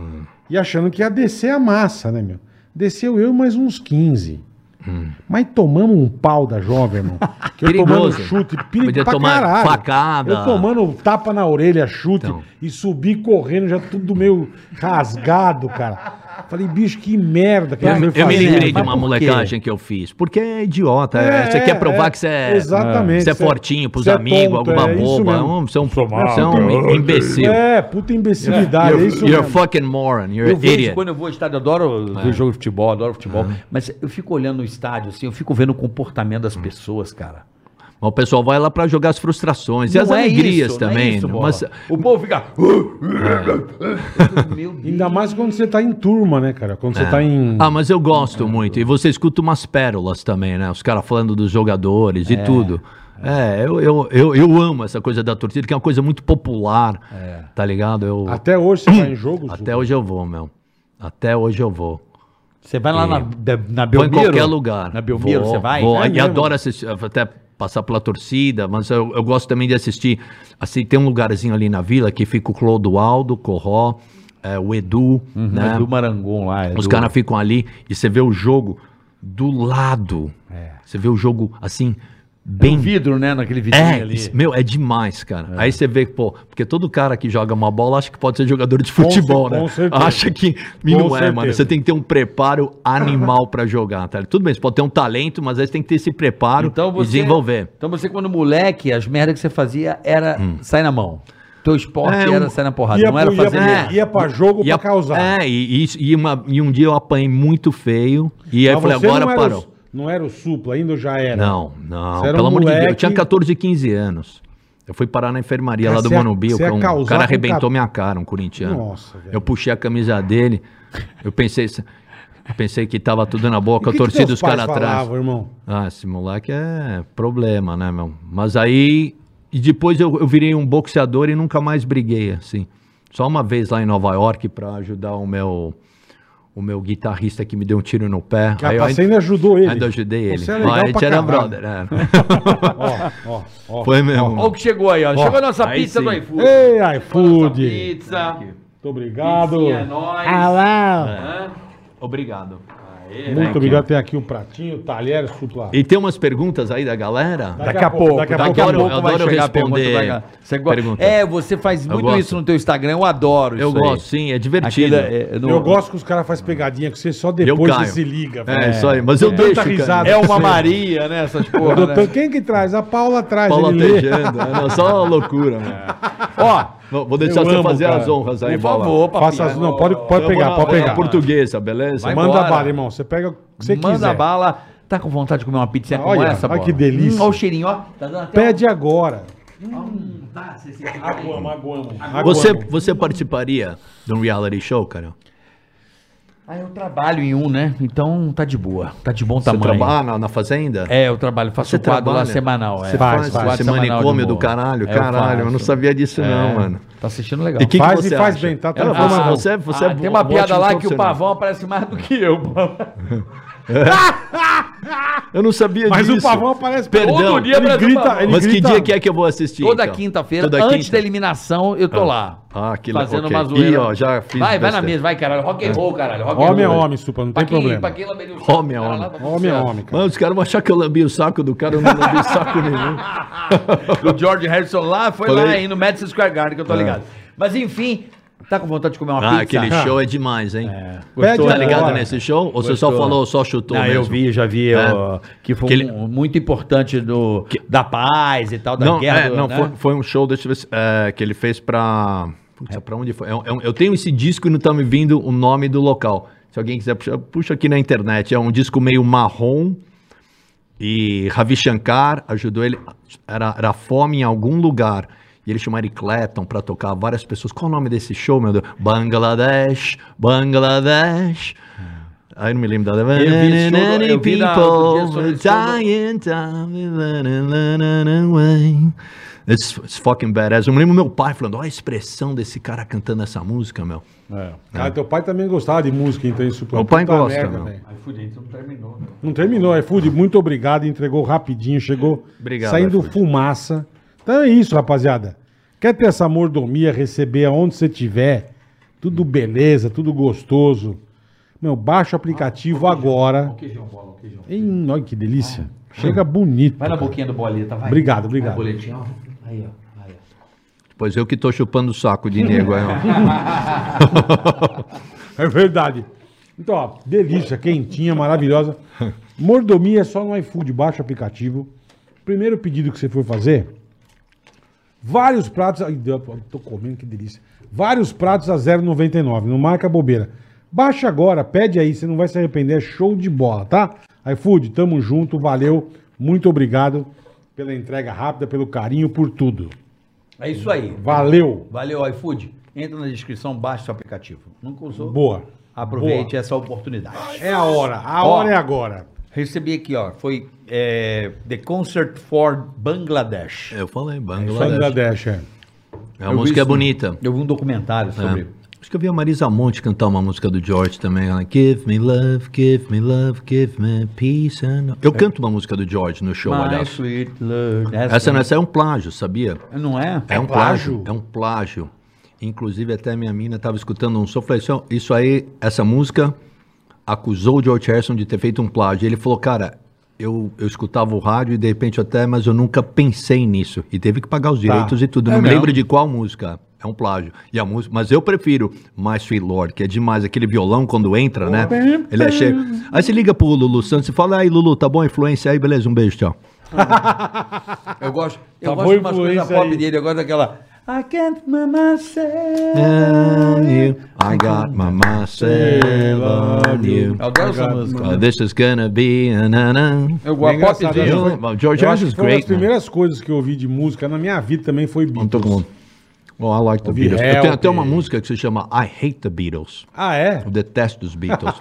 S1: E achando que ia descer a massa, né, meu? Desceu eu e mais uns 15.
S4: Hum.
S1: Mas tomamos um pau da jovem,
S4: [laughs]
S1: irmão. Que eu tomando
S4: Perigoso.
S1: chute, perigo
S4: Podia
S1: pra
S4: tomar
S1: caralho.
S4: facada.
S1: Eu tomando tapa na orelha, chute,
S4: Então.
S1: e subi correndo, já tudo
S4: [laughs]
S1: meio rasgado, cara. Falei, bicho, que merda que
S4: Eu,
S1: nós
S4: eu
S1: vamos
S4: me
S1: fazer,
S4: lembrei
S1: né?
S4: de
S3: mas
S4: uma
S3: por quê?
S4: molecagem que eu fiz. Porque é idiota.
S1: É,
S4: é, você
S1: é,
S4: quer provar
S1: é.
S4: que você é.
S1: Exatamente,
S4: Você é
S1: você é-
S4: fortinho pros
S1: você é
S4: amigos,
S1: tonto,
S4: alguma
S1: é isso
S4: boba.
S1: mesmo.
S4: Um, você é um,
S9: mal,
S4: você é um
S9: cara.
S4: imbecil.
S1: É, puta imbecilidade, é
S4: You're,
S1: isso
S4: you're
S1: mesmo.
S4: fucking moron. You're
S3: Eu vejo
S4: idiot.
S3: quando eu vou ao estádio, eu adoro
S4: É.
S3: ver jogo de futebol, adoro futebol. Mas eu fico olhando no estádio, assim, eu fico vendo o comportamento
S4: Hum.
S3: das pessoas, cara.
S4: Mas o pessoal vai lá pra jogar as frustrações e as
S3: Não é
S4: alegrias
S3: isso, não é
S4: também.
S3: isso,
S4: né?
S3: Bola.
S4: mas É.
S3: O povo fica. [laughs] Meu Deus.
S1: Ainda mais quando você tá em turma, né, cara? Quando você tá em.
S4: Ah, mas eu gosto muito. E você escuta umas pérolas também, né? Os caras falando dos jogadores e tudo. É, eu, eu, eu, eu amo essa coisa da torcida, que é uma coisa muito popular.
S3: É.
S4: Tá ligado? Eu, até,
S1: Até hoje você
S4: Hum.
S1: vai em jogo, Zuca?
S4: hoje eu vou, meu. Até hoje eu vou.
S3: Você vai lá na, da- na
S4: Vou em
S3: Belmiro?
S4: qualquer lugar.
S3: Na Belmiro,
S4: Vou,
S3: você vai?
S4: Vou.
S1: É
S4: e
S1: mesmo?
S4: adoro assistir, até passar pela torcida, mas eu, eu gosto também de assistir. Assim, tem um lugarzinho ali na vila que fica o Clodoaldo, o Corró, é, o Edu, né?
S3: É do Marangon lá. é
S4: Os
S3: do-
S4: caras ficam ali e você vê o jogo do lado.
S1: É.
S4: Você vê o jogo assim,
S1: um
S3: No
S4: bem.
S3: vidro, né? Naquele vidrinho
S4: É,
S3: ali.
S4: isso- meu, é demais, cara. Aí você vê, pô, porque todo cara que joga uma bola acha que pode ser jogador de futebol,
S1: cer-
S4: né?
S1: com certeza.
S4: Acha que. E
S1: Com
S4: não é, mano.
S1: certeza.
S4: Você tem que ter um preparo animal pra jogar, tá? Tudo bem, você pode ter um talento, mas aí você tem que ter esse preparo
S3: Então você,
S4: e desenvolver.
S3: Então você, quando moleque, as merdas que você fazia era
S4: Hum.
S3: sai na mão. Teu esporte
S4: É, um-
S3: era sai na porrada,
S1: Ia,
S3: não era
S1: pro- ia,
S3: fazer merda.
S1: pra, ia pra jogo
S4: E, a-
S1: pra causar.
S4: é, e, isso- e, uma- e um dia eu apanhei muito feio. E aí
S1: Mas
S4: eu falei,
S1: você
S4: agora
S1: não era
S4: parou.
S1: o- não era o supla ainda ou já era?
S4: Não, não.
S1: Você era
S4: Pelo
S1: um
S4: amor de Deus. Eu
S1: moleque.
S4: tinha 14, 15 anos. Eu fui parar na enfermaria
S1: Cara,
S4: lá do
S1: você ia-
S4: Morumbi.
S1: você ia
S4: Um
S1: causar
S4: cara
S1: com ca-
S4: arrebentou minha cara, um corintiano.
S1: Nossa, velho.
S4: Eu puxei a camisa dele. Eu pensei, eu pensei que tava tudo na boca.
S1: O
S4: Eu
S1: que
S4: torci
S1: que teus
S4: dos caras
S1: pais
S4: atrás.
S1: falavam, irmão?
S4: Ah, esse moleque é problema, né, meu? Mas aí. E depois eu, eu virei um boxeador e nunca mais briguei, assim. Só uma vez lá em Nova York pra ajudar o meu. O meu guitarrista que me deu um tiro no pé.
S1: Que é a
S4: Aí eu
S1: você
S4: ainda-
S1: ainda ajudou ele.
S4: Ainda ajudei ele.
S1: Você é legal
S4: Mas a gente
S1: pra
S4: era
S1: caralho.
S4: brother. Era.
S1: Ó, ó, ó.
S4: [laughs] Foi mesmo.
S5: Olha o que chegou aí, ó. Chegou a nossa
S4: aí
S5: pizza
S4: sim.
S5: do iFood.
S1: Ei,
S5: Nossa
S1: iFood.
S5: pizza.
S1: Muito obrigado.
S5: Pizzinha, é nóis.
S1: Alá.
S5: Hã?
S4: Obrigado.
S1: Muito obrigado. Tem aqui o pratinho, o talher, supla.
S4: E tem umas perguntas aí da galera?
S1: Daqui a pouco, daqui a
S4: Daqui
S1: pouco
S4: a
S1: eu
S4: pouco
S1: adoro
S4: vai chegar a
S3: pergunta
S4: pergunta
S3: pra
S4: da
S3: cá. Você
S4: galera.
S3: gosta-
S4: Pergunta.
S3: É, você faz muito
S4: gosto.
S3: isso no teu Instagram, eu adoro
S4: Eu
S3: isso aí.
S4: gosto, sim, é divertido.
S3: Aquilo é- é no-
S1: Eu gosto que os caras fazem pegadinha com você, só depois
S4: Eu
S1: você
S4: caio.
S1: se liga.
S4: É,
S1: velho.
S4: isso aí. Mas eu
S1: Tanta
S4: deixo, cara.
S1: risada
S3: É
S1: com
S3: uma
S1: você.
S3: Maria, né? Essas
S1: O
S3: porra.
S1: doutor,
S3: né?
S1: quem que traz? A Paula traz.
S4: Paula
S1: ele lê.
S4: Tejando, é não, só loucura, mano.
S3: Ó,
S4: Vou- Vou deixar
S1: É. Eu
S4: você
S1: amo,
S4: fazer
S1: cara.
S4: as honras aí,
S3: por
S4: Paula.
S3: favor, papai.
S1: Faça as... Não, pode, pode
S4: Tamo
S1: pegar,
S4: na-
S1: pode
S4: na
S1: pegar.
S4: portuguesa, beleza?
S3: Vai
S1: Manda
S3: embora.
S1: bala, irmão. Você pega o que você
S3: Manda
S1: quiser.
S3: bala. Tá com vontade de comer uma pizza como
S1: Olha,
S3: essa,
S1: olha
S3: bola?
S1: que delícia.
S3: Hum, olha o cheirinho, ó. Tá dando até
S1: Pede agora.
S3: um- tá, você- você-
S1: Aguamo, aguamo.
S4: Você, você participaria de um reality show, cara?
S3: Ah, eu trabalho em um, né? Então tá de boa. Tá de bom
S4: Você
S3: tamanho.
S4: trabalha na, na fazenda?
S3: É, eu trabalho, faço
S4: Você
S3: o quadro
S4: trabalha?
S3: lá semanal. É.
S4: Você
S1: Faz,
S4: faz,
S1: faz.
S4: esse
S3: Semanal de
S4: manicômio do
S3: humor.
S4: caralho,
S3: É, eu
S4: caralho, eu, não
S3: faço.
S4: sabia disso não,
S3: É,
S4: mano.
S3: Tá assistindo legal.
S4: E que que
S1: Faz e
S4: você
S1: faz
S4: acha?
S1: bem, tá? Tá
S4: Ela,
S1: bom,
S4: você,
S1: não.
S4: você, você
S3: Ah,
S4: é
S3: tem
S4: um
S3: uma piada
S4: ótimo
S3: lá que o
S4: profissional.
S3: pavão aparece mais do que eu. pô.
S4: Eu não sabia
S1: Mas
S4: disso.
S1: o pavão aparece
S4: Perdão.
S1: todo dia. Ele
S3: Brasil
S1: grita,
S3: Pavão.
S1: ele
S4: Mas que
S1: grita-
S4: dia que é que eu vou assistir?
S3: Toda
S4: então?
S3: quinta-feira,
S4: Toda
S3: antes
S4: quinta?
S3: da eliminação, eu tô lá.
S4: Ah, que legal.
S3: fazendo
S4: ok.
S3: uma zoeira.
S4: Ih, ó, já fiz
S3: vai, vai na
S4: besteira.
S3: mesa, vai, caralho. Rock and roll, caralho. Rock and
S1: Homem é
S3: roll.
S1: homem, Supa, não
S3: Pra
S1: tem
S3: quem-
S1: problema.
S3: pra quem lamberia o
S4: Homem é
S3: cara
S4: homem.
S3: lá, vai
S1: Homem é
S3: funcionar.
S1: homem, cara.
S4: Mano, os caras vão achar que eu lambi o saco do cara, eu não lambi saco nenhum.
S3: [laughs] O George Harrison lá foi
S4: Falei.
S3: lá aí no Madison Square Garden, que eu tô ligado. Mas enfim, tá com vontade de comer uma
S4: [laughs] Ah,
S3: pizza?
S4: aquele show é demais, hein?
S1: Pede
S4: Tá ligado
S1: agora.
S4: nesse show? Ou você só
S3: Gostou.
S4: falou, só
S3: [laughs]
S4: chutou
S3: Não, Ah, eu
S4: mesmo?
S3: vi, já vi
S4: É.
S3: ó, que foi
S4: Que ele-
S3: um- muito importante do, da paz e tal, da
S4: Não,
S3: guerra.
S4: é,
S3: do-
S4: não
S3: né?
S4: foi, foi um show, deixa eu ver se, é, que ele fez pra... Putz, pra onde foi? É um- é um- eu tenho esse disco e não tá me vindo o nome do local. Se alguém quiser, puxa, puxa aqui na internet. É um disco meio marrom e Ravi Shankar ajudou ele. Era, era fome em algum lugar. E ele chamou Eric Clapton pra tocar várias pessoas. Qual o nome desse show, meu Deus? Bangladesh, Bangladesh. Aí não me lembro da...
S3: Eu vi esse show do- eu vi na- outro dia esse show do-
S4: Dying time, running, running away. It's, it's fucking badass. Eu me lembro meu pai falando, olha a expressão desse cara cantando essa música, meu.
S1: Cara, Ah, teu pai também gostava de música, então isso
S4: Meu pai gosta, meu.
S1: velho. Não terminou, iFood, muito obrigado, entregou rapidinho, chegou
S4: Obrigado,
S1: saindo
S4: iFood.
S1: fumaça. Então é isso, rapaziada. Quer ter essa mordomia, receber aonde você tiver, tudo beleza, tudo gostoso. Meu, baixa o aplicativo agora. Hum, olha que delícia. Chega bonito.
S3: Vai na
S1: cara.
S3: boquinha do boleta, vai.
S1: Obrigado, obrigado.
S3: Boletinho, ó. Aí, ó. Aí, ó.
S4: Pois eu que tô chupando o saco de nego. aí,
S3: [laughs]
S4: ó.
S1: É verdade. Então, ó, delícia,
S3: [laughs]
S1: quentinha, maravilhosa. Mordomia é só no iFood, baixa o aplicativo. Primeiro pedido que você for fazer, vários pratos. Ai, deu- tô comendo, que delícia. Vários pratos a 0,99. Não marca bobeira. Baixa agora, pede aí, você não vai se arrepender. É show de bola, tá? iFood, tamo junto, valeu. Muito obrigado pela entrega rápida, pelo carinho, por tudo.
S3: É isso aí.
S1: Valeu.
S3: Valeu, iFood. Entra na descrição, baixa o aplicativo. Nunca usou?
S1: Boa.
S3: Aproveite essa oportunidade.
S1: É a hora. A
S3: Ó.
S1: hora é agora.
S3: Recebi aqui, ó. Foi é, The Concert for Bangladesh.
S4: Eu falei, Bangladesh.
S1: Bangladesh, é.
S4: É
S3: Eu
S4: uma
S3: vi
S4: música
S3: isso.
S4: bonita. É.
S3: Eu vi um documentário sobre.
S4: Acho que eu vi a Marisa Monte cantar uma música do George também. ela, give me love, give me love, give me peace and...
S3: É.
S4: Eu canto uma música do George no show,
S3: My
S4: aliás.
S3: sweet Lord.
S4: Essa, essa é um plágio, sabia?
S3: Não é?
S4: É um plágio. É um plágio. Inclusive, até minha mina estava escutando um som, falei, "Isso- isso aí, essa música acusou o George Harrison de ter feito um plágio. Ele falou, cara, eu, eu escutava o rádio e de repente eu até, mas eu nunca pensei nisso. E teve que pagar os direitos e tudo. Não me lembro de qual música. É um plágio. E a música, mas eu prefiro My Sweet Lord, que é demais. Aquele violão quando entra, né? Ele é cheio. Aí você liga pro Lulu Santos e fala, aí Lulu, tá bom a influência aí? Beleza, um beijo, tchau.
S3: Eu gosto, eu gosto
S1: Tá boa
S3: de umas coisas
S1: influência
S3: pop
S1: aí.
S3: dele, eu gosto daquela. I can't mama
S4: on you. I got my myself on you.
S3: Eu adoro essa música.
S4: Uh, this is gonna be a na na.
S3: Eu
S1: É
S3: gosto pop
S1: engraçado,
S3: dele.
S1: né?
S4: You- well, George
S1: Eu acho
S4: Harrison's
S1: que foi uma das
S4: great. man.
S1: primeiras coisas que eu ouvi de música na minha vida também foi
S4: Não tô
S1: Beatles.
S4: com. Oh, I like the
S1: Ouvi
S4: Beatles. Eu tenho
S1: Help.
S4: até uma música que se chama I Hate the Beatles.
S1: Ah, é?
S4: Eu detesto os Beatles.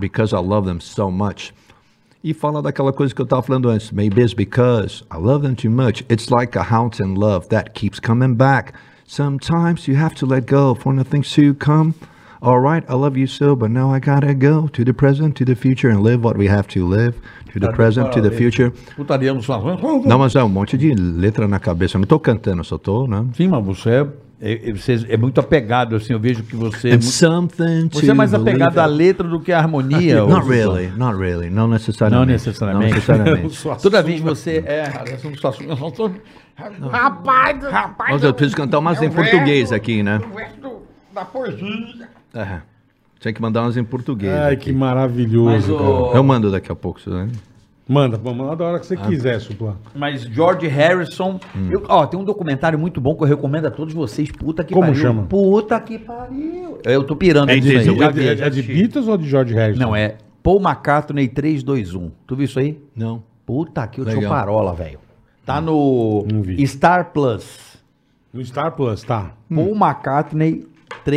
S4: because I love them so much. E fala daquela coisa que eu tava falando antes. Maybe it's because I love them too much. It's like a hound in love that keeps coming back. Sometimes you have to let go for nothing to come. All right, I love you so, but now I gotta go to the present, to the future, and live what we have to live. To the present, to the future.
S3: Putaria no sua
S4: Não, mas é um monte de letra na cabeça. Eu não tô cantando, só tô, né?
S3: Sim, mas você É, é, vocês- é muito apegado, assim, eu vejo que você. É
S4: And
S3: muito,
S4: something
S3: você é mais
S4: to
S3: apegado
S4: believe
S3: à
S4: in.
S3: letra do que à harmonia. ô
S4: Not
S3: Suzano.
S4: really, not really, não necessariamente.
S3: Não necessariamente.
S4: Não [laughs] necessariamente.
S1: Sua-
S3: Toda vez que você. É, eu não sou assunto- eu não tô-
S10: Rapaz, rapaz.
S4: Mas eu preciso cantar umas em português aqui, né?
S10: O verso do- da poesia.
S4: É. Tinha que mandar umas em português.
S1: Ai,
S4: aqui.
S1: que maravilhoso, cara.
S4: Eu mando daqui a pouco, Suzane.
S1: Manda, vamos lá da hora que você
S4: Ah.
S1: quiser, Supla.
S3: Mas George Harrison.
S4: Hum.
S3: eu- ó, tem um documentário muito bom que eu recomendo a todos vocês. Puta que
S1: Como
S3: pariu.
S1: chama?
S3: Puta que pariu. Eu tô pirando
S4: É
S3: nisso
S4: de-
S3: aí, já
S1: É de,
S3: vi,
S1: é
S3: já
S1: de
S3: assisti.
S1: Beatles ou de George Harrison?
S3: Não, é Paul McCartney 321. Tu viu isso aí?
S4: Não.
S3: Puta que o
S4: Legal. Hum.
S3: tio Parola, velho. Tá no
S1: Não vi.
S3: Star Plus.
S1: No Star Plus, tá.
S4: Hum.
S3: Paul McCartney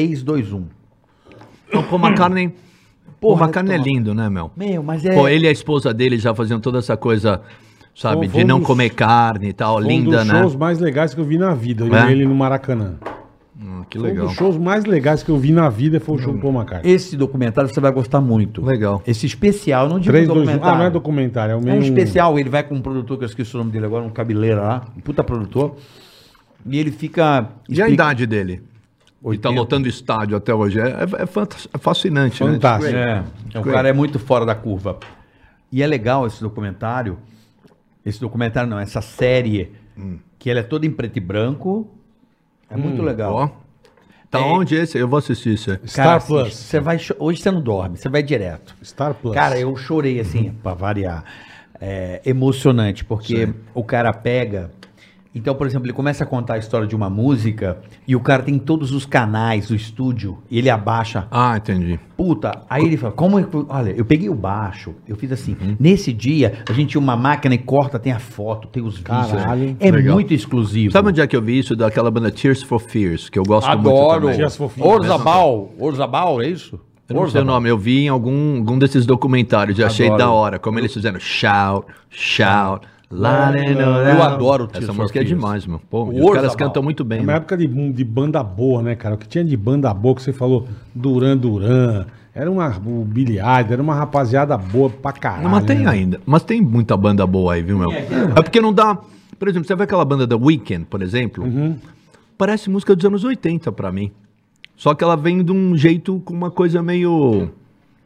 S3: 321.
S4: Então,
S3: [clears throat]
S4: Paul McCartney. Paul
S3: Porra,
S4: McCartney é
S3: toma.
S4: lindo, né, meu?
S3: Meu, mas é.
S4: Pô, ele e a esposa dele já faziam toda essa coisa,
S1: Foi-
S4: sabe,
S1: foi
S4: de
S1: um
S4: não
S1: dos-
S4: comer carne e tal,
S1: Foi
S4: linda,
S1: um dos
S4: né?
S1: shows mais legais que eu vi na vida,
S4: É?
S1: ele no Maracanã.
S4: Hum, que
S1: Foi Um
S4: legal.
S1: dos shows mais legais que eu vi na vida foi o show do Paul McCartney.
S3: Esse documentário você vai gostar muito.
S4: Legal.
S3: Esse especial, não digo
S1: 3, 2, 1.
S3: documentário.
S1: Ah, não é documentário, é o
S3: É
S1: meio.
S3: um especial, ele vai com um produtor, que eu esqueci o nome dele agora, um cabeleira lá, um puta produtor. E ele fica.
S4: E a
S3: explica-
S4: idade dele? E
S3: 80.
S4: tá lotando estádio até hoje. É, é- é fantas- é fascinante, Tipo,
S1: Fantástico.
S3: É, o cara é muito fora da curva. E é legal esse documentário. Esse documentário não, essa série,
S1: Hum.
S3: que ela é toda em preto e branco. É muito
S4: né?
S3: legal.
S4: Ó. Tá onde esse? Eu vou assistir isso. aí.
S1: Star
S3: Cara,
S1: Plus.
S3: assiste. Você vai, cho- hoje você não dorme, você vai direto.
S1: Star Plus.
S3: Cara, eu chorei
S4: Uhum.
S3: assim, pra variar. É emocionante, porque o cara pega. Então, por exemplo, ele começa a contar a história de uma música e o cara tem todos os canais do estúdio e ele abaixa.
S4: Ah, entendi.
S3: Puta, aí ele fala, como é que- Olha, eu peguei o baixo, eu fiz assim.
S4: Uhum.
S3: Nesse dia, a gente tinha uma máquina e corta, tem a foto, tem os vídeos.
S1: Caralho, hein?
S3: é
S4: Legal.
S3: muito exclusivo.
S4: Sabe onde é que eu vi isso? Daquela banda Tears for Fears, que eu gosto
S3: Adoro.
S4: muito também. né?
S1: Tias fofinhas.
S3: Orzabal. Orzabal, é isso?
S4: Eu não sei o nome, eu vi em algum, algum desses documentários, eu achei da hora, como eles fizeram shout, shout, lá, né, não, né.
S3: Eu adoro o Tears
S4: Essa
S3: for
S4: música é
S3: Fears.
S4: demais, meu. Pô,
S3: O
S4: e os caras
S3: Orzabal.
S4: cantam muito bem.
S1: É uma
S4: né?
S1: época de, de banda boa, né, cara? O que tinha de banda boa que você falou, Duran Duran, era uma, o Billy Idol, era uma rapaziada boa pra caralho.
S4: Não, mas tem
S1: né?
S4: ainda, mas tem muita banda boa aí, viu, meu? É porque não dá, por exemplo, você vê aquela banda The Weeknd, por exemplo,
S3: Uhum.
S4: parece música dos anos 80 pra mim. Só que ela vem de um jeito com uma coisa meio...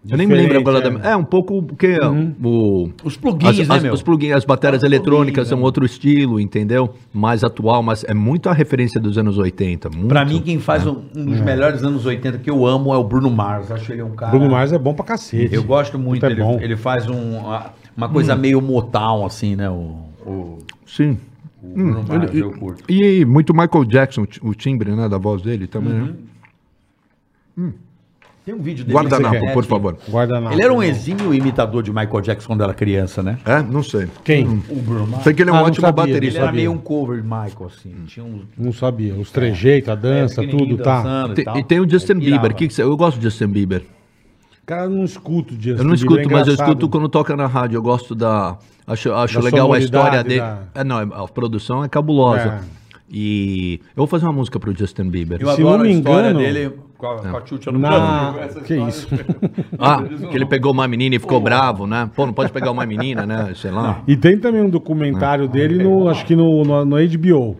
S4: Eu nem me lembro agora
S1: Diferente,
S4: da... É, um pouco porque o...
S3: Uhum. Os plugins,
S4: as,
S3: né,
S4: as-
S3: meu? né?
S4: Os plugins, as baterias eletrônicas são outro estilo, entendeu? Mais atual, mas é muito a referência dos anos 80. Muito.
S3: Pra mim, quem faz um, um dos melhores anos 80 que eu amo é o Bruno Mars. Acho ele um cara.
S1: Bruno Mars é bom pra cacete.
S3: Eu gosto muito.
S1: Puta, é
S3: ele,
S1: bom.
S3: ele faz um, a- uma coisa meio Motown, assim, né? O, o,
S4: Sim.
S3: o Bruno Mars, eu curto.
S4: E muito Michael Jackson, ti- o timbre né, da voz dele também.
S3: Uhum.
S4: né?
S3: Tem um vídeo dele. na
S4: Guardanapo,
S3: internet.
S4: por favor.
S1: Guarda na.
S3: Ele era um exímio imitador de Michael Jackson quando era criança, né?
S4: É? Não sei.
S1: Quem?
S3: O Bruno Mars.
S4: Sei que ele é um
S1: Ah, não
S4: ótimo
S1: sabia.
S3: Ele
S4: baterista.
S3: era
S1: sabia.
S3: meio um cover de Michael, assim. Tinha um
S1: Não sabia. Os
S4: É.
S1: trejeitos, a dança, tudo, tá?
S3: É, dançando e
S4: Tem-
S3: tal.
S4: e tem o Justin
S3: Eu
S4: Bieber.
S3: pirava.
S4: Que que você- eu gosto do Justin Bieber.
S1: Cara, eu não escuto Justin
S4: Eu não
S1: Bieber,
S4: escuto,
S1: é
S4: mas eu
S1: engraçado.
S4: escuto quando toca na rádio. Eu gosto da. Acho, acho
S1: Da
S4: legal a
S1: sonoridade,
S4: história dele.
S1: da-
S4: É, não, a produção é cabulosa.
S1: É.
S4: E eu vou fazer uma música pro Justin Bieber.
S3: Eu
S1: Se
S3: adoro
S1: não me
S3: a história
S1: engano-
S3: dele com a, com a Chucha no Brasil.
S1: Na... Que isso?
S4: Ah, que ele pegou uma menina e ficou bravo, né? Pô, não pode pegar uma menina,
S1: [laughs]
S4: né? Sei lá.
S1: e tem também um
S4: Ah,
S1: documentário dele,
S4: é.
S1: no, acho que no, no, no HBO,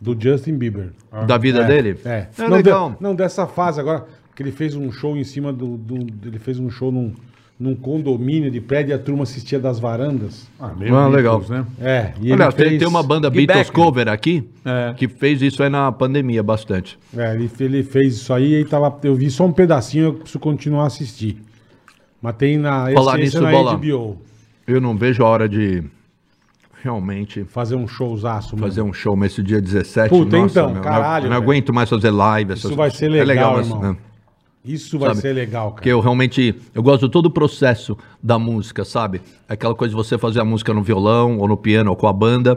S1: do Justin Bieber.
S4: Da vida dele?
S1: É,
S4: É
S1: não,
S4: legal.
S1: de- não, dessa fase agora, que ele fez um show em cima do. do- ele fez um show num, num condomínio de prédio e a turma assistia das varandas.
S4: Ah, legal.
S3: né?
S1: É, e
S4: Olha,
S1: ele
S4: tem,
S1: fez,
S4: tem uma banda
S3: Get
S4: Beatles
S3: Back.
S4: cover aqui
S3: É.
S4: que fez isso aí na pandemia bastante.
S1: É, ele, ele fez isso aí e tava, eu vi só um pedacinho, eu preciso continuar a assistir. Mas tem na
S4: Falar
S1: essência
S4: nisso, Bola.
S1: HBO.
S4: Eu não vejo a hora de realmente
S1: Fazer um showzaço. mano.
S4: fazer um show nesse dia 17.
S1: Puta, então,
S4: meu,
S1: caralho,
S4: Não,
S1: velho.
S4: não aguento mais fazer live. essas-
S1: Isso vai ser
S4: É
S1: legal,
S4: legal mas,
S1: irmão.
S4: né?
S1: Isso vai
S4: Sabe?
S1: ser legal, cara.
S4: Porque eu realmente, eu gosto de todo o processo da música, sabe? É Aquela coisa de você fazer a música no violão, ou no piano, ou com a banda.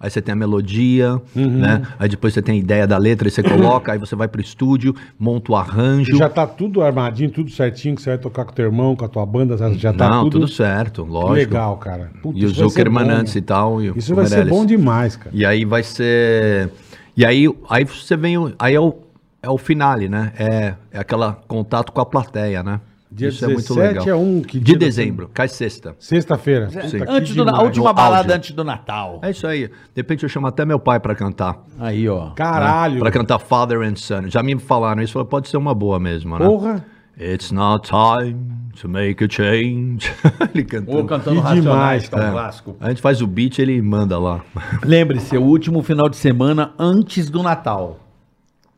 S4: Aí você tem a melodia,
S1: Uhum.
S4: né? Aí depois você tem a ideia da letra, aí você coloca, aí você vai pro estúdio, monta o arranjo.
S1: E já tá tudo armadinho, tudo certinho, que você vai tocar com teu irmão, com a tua banda, já tá
S4: Não,
S1: tudo,
S4: tudo, certo, lógico.
S1: legal, cara. Puta,
S4: E o
S1: isso vai ser
S4: Zuckerman
S1: bom,
S4: antes
S1: né?
S4: e tal. E o
S1: Isso vai ser
S4: Meirelles.
S1: bom demais, cara.
S4: E aí vai ser. E aí, aí você vem. o- Aí é o, é o finale, né? É, é aquela contato com a plateia, né?
S1: Dia
S4: Isso é
S1: 17
S4: muito legal.
S1: é um que
S4: De
S1: dia do-
S4: dezembro, cai sexta.
S1: Sexta-feira.
S4: Sim.
S1: Puta, que
S3: Antes do, na- a
S1: demais.
S3: última
S4: No
S3: balada
S4: auge.
S3: antes do Natal.
S4: É isso aí. De repente eu chamo até meu pai pra cantar.
S3: Aí, ó.
S1: Caralho.
S4: Pra cantar Father and Son. Já me falaram isso, falei, pode ser uma boa mesmo, né?
S1: Porra.
S4: It's not time to make a change. [laughs] ele
S3: Ou
S4: cantando.
S3: cantando
S1: Que
S3: Racionais,
S1: demais,
S3: que é um
S4: É.
S3: clássico.
S4: A gente faz o beat ele manda lá.
S3: Lembre-se, o último final de semana antes do Natal.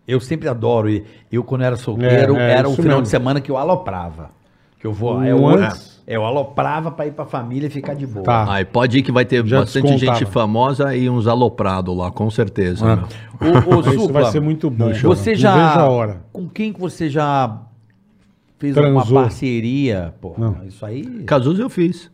S3: Eu sempre adoro. E eu, quando era solteiro,
S1: É, é,
S3: era o
S1: isso
S3: final
S1: mesmo.
S3: de semana que eu aloprava. Que eu vou. é,
S1: Um
S3: Eu,
S1: antes?
S3: eu aloprava pra ir pra família e ficar de boa.
S1: Tá.
S4: Aí pode ir que vai ter
S1: Já
S4: bastante
S1: descontava. Ah.
S4: gente famosa e uns aloprados lá, com certeza. né? meu.
S3: Ô, ô
S1: [laughs] Isso vai
S3: Supla,
S1: ser muito bom. cara.
S3: você
S1: Não
S3: já.
S1: vejo a hora.
S3: Com quem que você já fez
S1: Transou.
S3: alguma parceria? Porra,
S1: Não.
S3: isso aí.
S4: Cazuza eu fiz.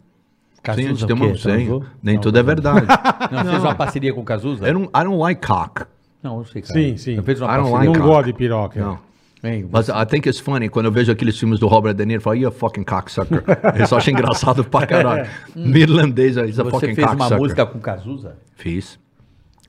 S4: Sim, a gente
S3: é o
S4: tem um uma
S3: quê?
S4: sim.
S3: Transou? Não,
S4: Nem
S3: né?
S4: tudo é verdade.
S3: [laughs] Não, você fez uma parceria com o Cazuza?
S4: Eu não, I don't like cock.
S3: Não, eu sei, cara.
S1: Sim, sim.
S3: Não fez uma
S4: I don't
S3: parceria.
S4: like
S1: Não
S4: cara.
S1: gosto de piroca.
S4: Não.
S3: Hein,
S4: Mas I think it's funny, quando eu vejo aqueles filmes do Robert De Niro, eu falo, you're a fucking
S3: [laughs]
S4: cocksucker. Eu só acho engraçado pra caralho. Irlandês, he's a
S3: É. Você
S4: fucking
S3: fez
S4: cocksucker.
S3: uma música com o Cazuza?
S4: Fiz.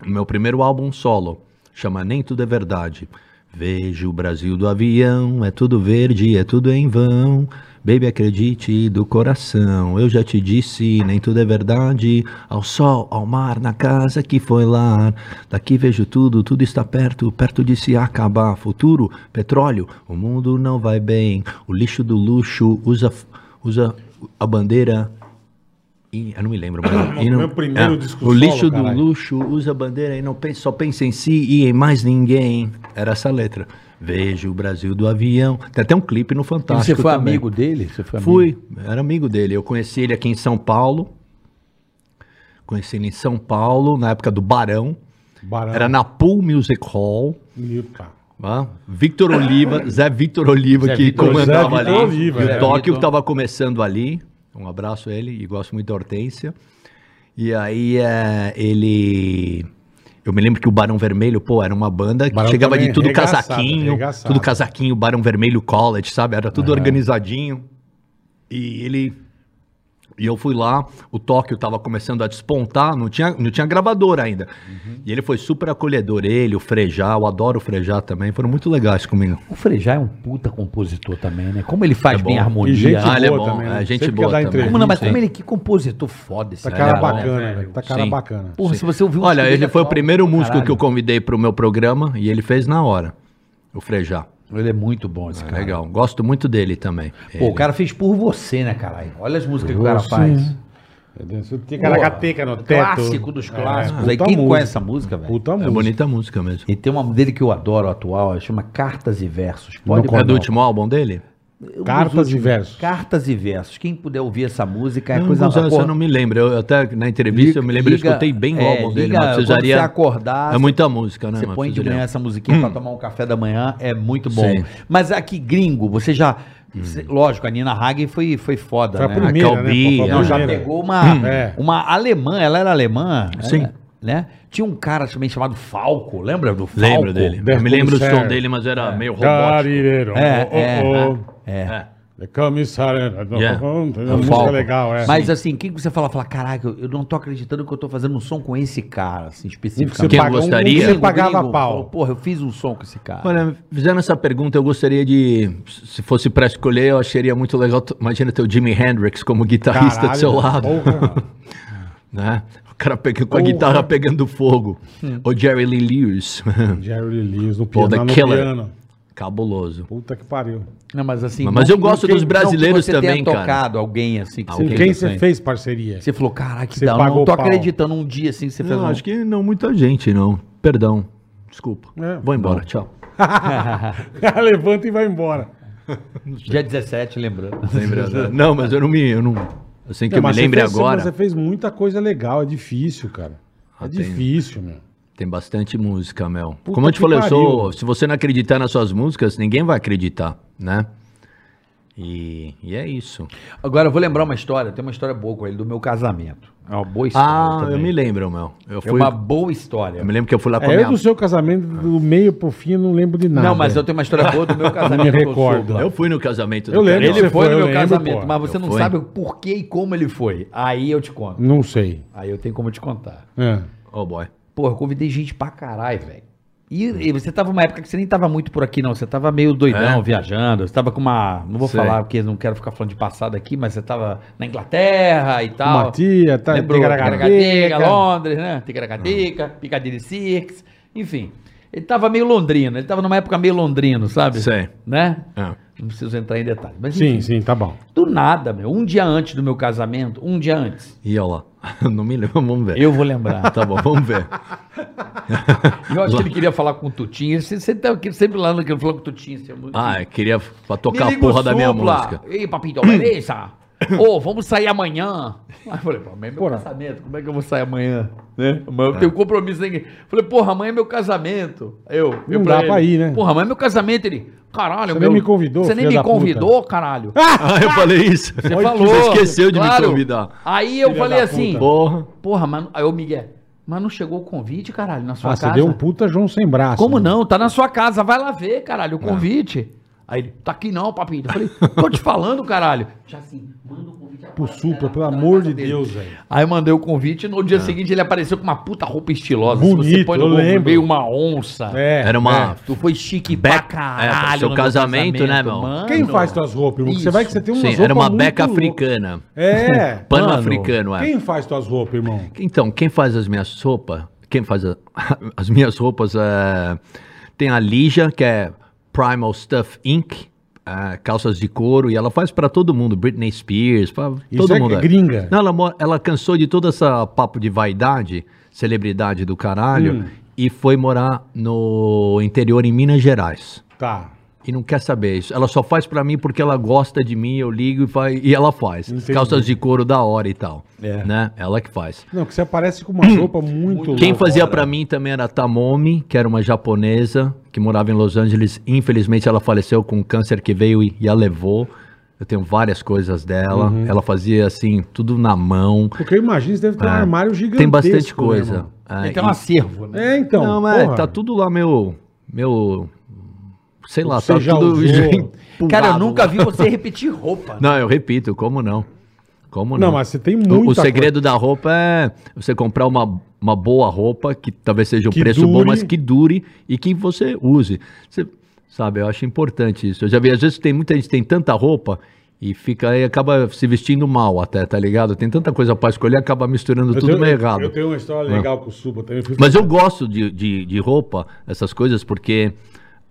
S4: Meu primeiro álbum solo, chama Nem Tudo é Verdade. Vejo o Brasil do avião, é tudo verde, é tudo em vão. Baby, acredite do coração, eu já te disse, nem tudo é verdade. Ao sol, ao mar, na casa que foi lar. Daqui vejo tudo, tudo está perto, perto de se acabar. Futuro, petróleo, o mundo não vai bem. O lixo do luxo usa, usa a bandeira. e- eu não me lembro, mas. e não-
S1: [coughs]
S4: é,
S1: meu primeiro disco
S4: o lixo
S1: solo,
S4: do
S1: caralho.
S4: luxo usa a bandeira e não pensa, só pensa em si e em mais ninguém. Era essa letra. Vejo o Brasil do avião. Tem até um clipe no
S3: E
S4: Fantástico.
S3: você foi
S4: também.
S3: amigo dele? Você foi amigo?
S4: Fui, era amigo dele. Eu conheci ele aqui em São Paulo. Conheci ele em São Paulo, na época do Barão.
S1: Barão.
S4: Era na Pool Music Hall.
S1: Epa.
S4: Ah, Victor Oliva, Zé Victor Oliva
S3: Zé
S4: que
S3: Victor-
S4: comandava
S1: Zé Victor
S4: ali.
S1: Oliva, é.
S4: e
S1: Zé
S4: o Tóquio
S3: Victor.
S4: que estava começando ali. Um abraço a ele e gosto muito da Hortência. E aí eh, ele. Eu me lembro que o Barão Vermelho, pô, era uma banda que
S1: Barão
S4: chegava
S1: também é
S4: de tudo
S1: arregaçado,
S4: casaquinho.
S1: arregaçado.
S4: Tudo casaquinho, Barão Vermelho College, sabe? Era tudo organizadinho. E ele. E eu fui lá, o Tóquio tava começando a despontar, não tinha, não tinha gravador ainda.
S3: Uhum.
S4: E ele foi super acolhedor, ele, o Frejá, eu adoro o Frejá também, foram muito legais comigo.
S3: O Frejá é um puta compositor também, né? Como ele faz
S4: É
S3: bem
S4: bom.
S3: a
S1: E
S3: harmonia.
S1: gente
S4: Ah, ele é
S1: boa
S4: bom,
S1: também. né?
S4: é gente
S1: Sempre
S4: boa
S1: quer dar
S4: também.
S1: entrevista.
S3: Como não, mas
S4: Sim.
S3: como ele, que compositor foda esse
S1: Tá cara
S3: né?
S1: bacana, velho. Tá cara
S4: Sim.
S1: bacana.
S3: Porra, se você ouviu um
S4: Olha,
S3: disco
S4: ele
S3: dele
S4: foi o
S3: atual,
S4: primeiro
S3: do
S4: músico
S3: caralho.
S4: que eu convidei pro meu programa e ele fez na hora, o Frejá.
S3: Ele é muito bom esse cara.
S4: Ah, Legal, gosto muito dele também. É,
S3: Pô, o cara fez por você, né, caralho? Olha as músicas que o cara faz.
S4: né?
S1: Meu Deus, você tem
S3: Pô,
S1: caracateca
S4: É
S1: no teto.
S3: Clássico dos clássicos.
S1: É,
S3: Aí
S1: puta
S3: quem
S1: música.
S3: conhece essa música, velho?
S1: Puta
S4: É
S1: música.
S4: bonita a música mesmo.
S3: E tem uma dele que eu adoro atual, chama Cartas e Versos.
S1: Não
S4: É
S1: conheço.
S4: do último álbum dele?
S3: Um dos
S1: Cartas e
S3: últimos.
S1: Versos.
S3: Cartas e Versos. Quem puder ouvir essa música é
S4: Eu não,
S3: coisa
S4: sei, eu
S3: porra,
S4: não me lembro. Eu até na entrevista eu me lembro,
S3: liga-
S4: eu escutei bem o
S3: é,
S4: álbum dele,
S3: liga
S4: mas
S3: quando
S4: precisaria.
S3: você acordar,
S4: é
S3: você-
S4: muita música, né?
S3: Você
S4: mas
S3: põe de
S4: precisaria- Hum.
S3: manhã essa musiquinha pra tomar um café da manhã, é muito bom.
S4: Sim. Hum.
S3: Mas aqui, gringo, você já. cê- lógico, a Nina Hagen foi, foi
S4: É
S3: foda,
S1: Foi a
S3: né?
S1: primeira,
S4: Raquel
S1: né?
S4: Bia.
S1: Pô, foi a
S3: Ela já
S1: primeira.
S3: pegou uma,
S1: É.
S3: uma alemã, ela era alemã. né?
S4: Hum. Sim.
S3: Né? Tinha um cara também chamado Falco, lembra do Falco?
S4: Lembro dele.
S1: Bert
S4: Eu me lembro o
S1: Commissaire.
S4: som dele, mas era meio robótico. né?
S1: Carireiro.
S3: É,
S1: oh,
S3: é,
S1: oh, oh.
S3: É.
S1: The né? Commissariat.
S4: Yeah.
S1: Uma
S3: O
S1: música
S3: Falco.
S1: legal, é.
S3: Mas assim, quem que você fala? Fala, caraca, eu eu não tô acreditando que eu tô fazendo um som com esse cara, assim, específico.
S1: você
S4: Quem
S1: paga- Um
S4: gostaria?
S1: que você
S4: Gringo,
S1: pagava
S3: Falou,
S1: pau.
S3: Porra, eu fiz um som com esse cara.
S4: Olha, fizendo essa pergunta, eu gostaria de. Se fosse pra escolher, eu acharia muito legal. tu- Imagina ter o Jimi Hendrix como guitarrista do seu lado.
S1: porra.
S4: [laughs] Né? O cara pega, com a
S1: Porra.
S4: guitarra pegando fogo. Ou Jerry Lee Lewis. [laughs]
S1: Jerry Lewis no
S4: Pô,
S1: piano.
S4: The
S1: no
S4: Killer.
S1: piano.
S4: Cabuloso.
S1: Puta que pariu.
S3: Não, mas assim.
S4: Mas eu gosto dos
S3: que-
S4: brasileiros
S3: que você
S4: também, cara.
S3: tocado alguém assim.
S4: Ah,
S3: Que você
S1: Com
S4: tá
S1: quem
S3: fez,
S1: você
S3: assim.
S1: fez parceria? [laughs]
S3: Você falou, caraca, que
S1: Você
S3: da hora.
S1: pagou
S3: Não tô
S1: pau.
S3: acreditando um dia assim que você fez
S4: Não,
S3: um...
S4: acho que não muita gente, não. Perdão. Desculpa.
S1: É,
S4: Vou embora. Tchau.
S1: Ah, Levanta e vai embora.
S3: [laughs] Dia 17, lembrando.
S1: [laughs]
S4: Lembra? não, mas eu não me. Eu não, assim que
S1: Não,
S4: eu me
S1: mas você
S4: lembre
S1: fez-
S4: agora.
S1: mas Você fez muita coisa legal, é difícil, cara. É
S4: Ah, tem.
S1: difícil, meu.
S4: Tem bastante música, Mel.
S1: Puta
S4: Como eu te
S1: que
S4: falei, eu
S1: pariu.
S4: sou, se você não acreditar nas suas músicas, ninguém vai acreditar, né? E, e é isso.
S3: Agora eu vou lembrar uma história. Tem uma história boa com ele, do meu casamento. É uma boa história.
S4: Ah,
S3: também.
S4: eu me lembro, Mel. Eu,
S3: É
S4: fui,
S3: uma boa história.
S4: eu me lembro que eu fui lá Tá com
S1: É,
S4: a
S1: eu do
S4: minha... Ah.
S1: seu casamento, do meio pro fim, eu não lembro de nada.
S3: Não, mas eu tenho uma história boa do
S1: [laughs]
S3: meu casamento.
S1: me
S3: com o
S1: recordo.
S3: Supla.
S4: Eu fui no casamento do
S1: Eu lembro.
S4: Carioca.
S1: Você
S3: Ele foi
S1: foi,
S3: no
S1: eu
S3: meu
S1: lembro,
S3: casamento,
S1: pô.
S3: mas você
S4: Eu
S3: não
S4: fui.
S3: sabe o porquê e como ele foi. Aí eu te conto.
S1: Não sei.
S3: Aí eu tenho como te contar.
S1: É.
S4: Oh, boy.
S3: Porra, eu convidei gente pra caralho, velho. E, e você tava numa época que você nem tava muito por aqui, não. Você tava meio doidão, viajando. Você tava com uma. Não vou
S4: É? Sei.
S3: falar, porque não quero ficar falando de passado aqui, mas você tava na Inglaterra e tal.
S1: Uma tia, tá?
S3: Lembrou?
S1: Ticaracateca.
S3: Ticaracateca, Londres, né? Ticaracateca, Piccadilly Circus, enfim. Ele tava meio londrino, ele tava numa época meio londrino, sabe?
S4: Sei.
S3: Né?
S4: É.
S3: Não preciso entrar em detalhes. Mas enfim,
S1: Sim, sim, tá bom.
S3: do nada, meu. Um dia antes do meu casamento, um dia antes,
S4: E olha lá. [laughs] Não me lembro, vamos
S1: É.
S4: ver.
S3: eu vou lembrar.
S1: [laughs]
S4: Tá bom, vamos ver.
S3: Eu acho que ele queria falar com o Tutinho. Você, você tá aqui sempre lá no que ele falou com o Tutinho. Seu músico.
S4: [laughs]
S1: é
S4: Ah, eu queria pra
S3: Me
S4: tocar a
S3: liga o
S4: porra da minha
S3: Supla.
S4: música.
S3: Ei, papinho,
S1: [coughs]
S3: beleza? Ô, vamos sair amanhã. Aí eu falei, pô, amanhã é meu
S1: Porra. É.
S3: casamento. Como é que eu vou sair amanhã? Né? Amanhã eu tenho compromisso. Ninguém. Falei, porra, amanhã é meu casamento. Eu, eu
S1: Não dá pra ir, né?
S3: Porra, amanhã é meu casamento. Ele, caralho,
S1: Você
S3: meu-
S1: nem me convidou,
S3: Você nem
S1: filho
S3: me
S1: da puta."
S3: convidou, caralho.
S4: Ah, eu falei isso.
S3: Você
S1: Olha que
S3: falou.
S4: você esqueceu de me
S3: claro.
S4: convidar.
S3: Aí eu
S1: Filha
S3: falei
S1: da
S3: assim,
S1: puta.
S4: Porra.
S3: porra, mas. Aí o Miguel, mas não chegou o convite, caralho, na sua
S1: Ah,
S3: casa.
S1: você deu um puta João sem braço.
S3: Como
S1: né?
S3: não? Tá na sua casa, vai lá ver, caralho, o convite. Aí ele, tá aqui não, papinho. Eu falei, [laughs] tô te falando, caralho. Já assim, manda o convite
S1: Pro
S3: agora,
S1: Supla,
S3: cara,
S1: pelo
S3: tá na
S1: amor
S3: casa
S1: de
S3: dele.
S1: Deus, velho.
S3: Aí eu mandei o convite e no dia seguinte ele apareceu com uma puta roupa estilosa.
S1: Ah. Bonito, eu lembro.
S3: veio uma onça.
S1: É,
S4: Era uma.
S3: Tu foi chique
S4: Beca-
S3: pra caralho.
S4: é, seu
S3: no meu
S4: casamento, né, meu?
S1: é.
S3: mano.
S1: Quem faz tuas roupas, irmão? Você
S3: Isso.
S1: vai que você tem umas
S4: Sim,
S1: roupas
S4: era uma
S1: muito
S4: beca
S1: loucas.
S4: africana.
S1: É.
S4: [laughs] Pano
S3: Mano,
S4: africano, é.
S1: Quem faz tuas roupas, irmão?
S4: Então, quem faz as minhas sopas? Quem faz a- [laughs] as minhas roupas é. Tem a Lija, que é Primal Stuff Inc., é, calças de couro, e ela faz pra todo mundo, Britney Spears, pra
S1: Isso
S4: todo
S1: é
S4: mundo.
S1: gringa?
S4: Não, ela, mo- ela cansou de todo esse papo de vaidade, celebridade do caralho,
S1: Hum.
S4: e foi morar no interior, em Minas Gerais.
S1: Tá.
S4: E não quer saber isso. Ela só faz pra mim porque ela gosta de mim, eu ligo e, faz, e ela faz.
S1: Entendi.
S4: Calças de couro da hora e tal.
S1: É.
S4: Né? Ela que faz.
S1: Não, que você aparece com uma roupa muito
S4: Hum. Quem
S1: louca.
S4: fazia pra mim também era a Tamomi, que era uma japonesa que morava em Los Angeles. Infelizmente, ela faleceu com um câncer que veio e e a levou. Eu tenho várias coisas dela.
S1: Uhum.
S4: Ela fazia assim, tudo na mão.
S1: Porque eu imagino que deve ter um armário gigantesco.
S4: É. Tem bastante
S1: né,
S4: coisa.
S1: irmão?
S4: É,
S3: Ele tem
S4: e-
S3: um acervo, né?
S1: É, então.
S4: Não, mas
S1: porra.
S4: tá tudo lá, meu. Meu. Sei lá,
S1: Você
S4: tá
S1: já
S4: [laughs] tudo.
S1: usou.
S4: empurrado
S3: Cara,
S1: né?
S3: eu nunca
S4: lá.
S3: vi você repetir roupa.
S4: Não, eu repito, como não? Como não?
S1: Não, mas você tem
S4: O-
S1: muita
S4: O segredo da roupa é você comprar uma, uma boa roupa, que talvez seja um
S1: Que
S4: preço bom,
S1: dure.
S4: mas que dure e que você use. Você- sabe, eu acho importante isso. Eu já vi, às vezes tem muita gente que tem tanta roupa e fica aí, acaba se vestindo mal até, tá ligado? Tem tanta coisa pra escolher, acaba misturando tá tudo
S1: tenho-
S4: meio errado.
S1: Eu tenho uma história legal com o Suba também. fui-
S4: Mas eu gosto de, de, de roupa, essas coisas, porque.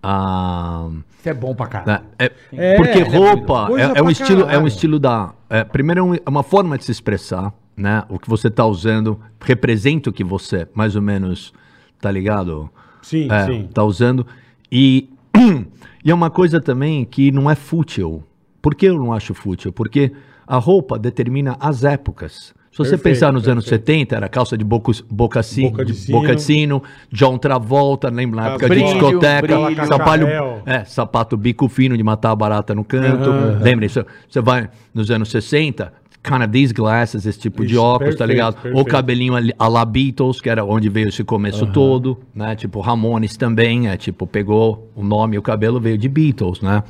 S4: ah,
S3: Isso é bom pra caralho.
S4: né, é-
S1: É,
S4: porque
S1: ele é
S4: roupa
S1: doido.
S4: é,
S1: Coisa
S4: é um
S1: pra
S4: estilo, é um
S1: caralho.
S4: estilo da. é, primeiro é, um- é uma forma de se expressar, né? O que você tá usando representa o que você, mais ou menos, tá ligado?
S1: Sim,
S4: É,
S1: sim.
S4: tá usando. E, [clears throat] e é uma coisa também que não é fútil. Por que eu não acho fútil? Porque a roupa determina as épocas. Se você
S1: Perfeito,
S4: pensar nos anos
S1: perfeito.
S4: 70, era calça de boca, boca, sino,
S1: Boca
S4: boca,
S1: de
S4: de
S1: sino.
S4: sino, John Travolta, lembra na época
S1: Brilho,
S4: de discoteca,
S1: brilho,
S4: sapalho,
S1: Cacharel.
S4: é, sapato bico fino de matar a barata no canto.
S1: Aham.
S4: Lembra isso? Você vai nos anos 60, kind of these glasses, esse tipo de
S1: Isso,
S4: óculos, tá
S1: perfeito,
S4: ligado? Ou
S1: perfeito.
S4: cabelinho ali- a la Beatles, que era onde veio esse começo todo, né? Tipo Ramones também, é tipo, pegou o nome e o cabelo veio de Beatles, né?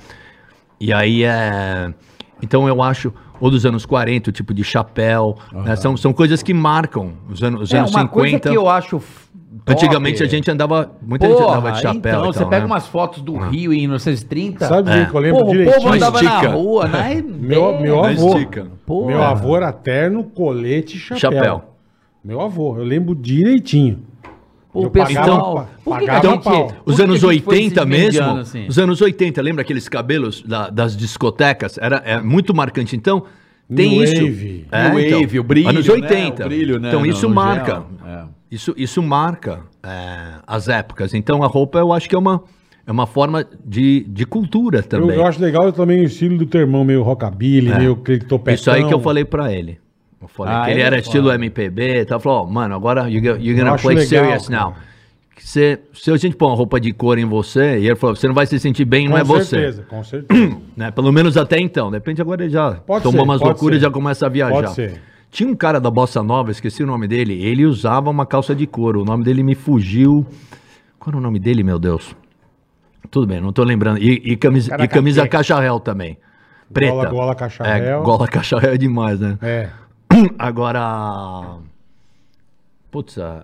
S4: E aí é. Então eu acho, ou dos anos 40, o tipo de chapéu, né? são, são coisas que marcam os anos, os
S3: É
S4: anos
S3: uma
S4: 50.
S3: coisa que eu acho. f- top.
S4: Antigamente a gente andava, muita gente andava de chapéu.
S3: Então,
S4: e
S3: você
S4: tal,
S3: pega
S4: né?
S3: umas fotos do Rio em 1930.
S1: Sabe o
S4: É.
S1: que eu lembro
S3: Porra, o
S1: direitinho?
S3: povo andava na
S4: Estica.
S3: rua,
S1: [laughs]
S3: né?
S1: Meu, meu
S4: Mas
S1: avô.
S4: dica.
S3: Porra.
S1: Meu avô era terno, colete e chapéu.
S4: Chapéu.
S1: Meu avô, eu lembro direitinho.
S3: O
S1: eu
S3: pessoal. então,
S1: pagava pa-
S3: por que que
S1: pagava
S3: a gente-
S1: pau.
S3: por
S4: Os
S3: que
S4: Então, anos
S3: que a gente foi
S4: 80
S3: se
S4: mesmo,
S3: desmediando assim?
S4: os anos 80, lembra aqueles cabelos da- das discotecas? Era é muito marcante. Então, tem
S1: New
S4: isso.
S1: wave.
S4: É,
S3: New
S4: então,
S3: wave, o brilho,
S4: Anos
S3: né?
S4: 80.
S3: O brilho, né?
S4: Então,
S3: No-
S4: isso
S3: no
S4: marca.
S3: geral, é.
S4: Isso, isso marca é, as épocas. Então, a roupa, eu acho que é uma, é uma forma de, de cultura
S1: Eu,
S4: também. É.
S1: eu acho legal também o estilo do teu irmão, meio rockabilly, meio aquele topetão.
S4: Isso aí que eu falei pra ele. Eu falei
S3: Ah,
S4: que ele,
S3: ele
S4: era
S3: é
S4: estilo MPB e tal. Falou, ó, mano, agora you go- you're
S1: Eu
S4: gonna
S1: acho
S4: play
S1: legal,
S4: serious
S1: cara.
S4: now. Que cê- se a gente pôr uma roupa de cor em você, e ele falou, você não vai se sentir bem,
S1: Com
S4: não é
S1: certeza, com
S4: [clears throat]
S1: certeza.
S4: você. Né? Pelo menos até então. Depende agora ele já
S1: Pode
S4: tomou
S1: ser,
S4: umas
S1: pode
S4: loucuras e
S1: ser.
S4: já começa a viajar.
S1: Pode ser.
S4: Tinha um cara da Bossa Nova, esqueci o nome dele, ele usava uma calça de couro. O nome dele me fugiu. Qual era o nome dele, meu Deus? Tudo bem, não tô lembrando. E, e camisa, e camisa cacharel também. Preta.
S1: Gola, gola, cacharel.
S4: É, gola cacharel é [clears throat] demais, né?
S1: é.
S4: Agora. Putz, ah,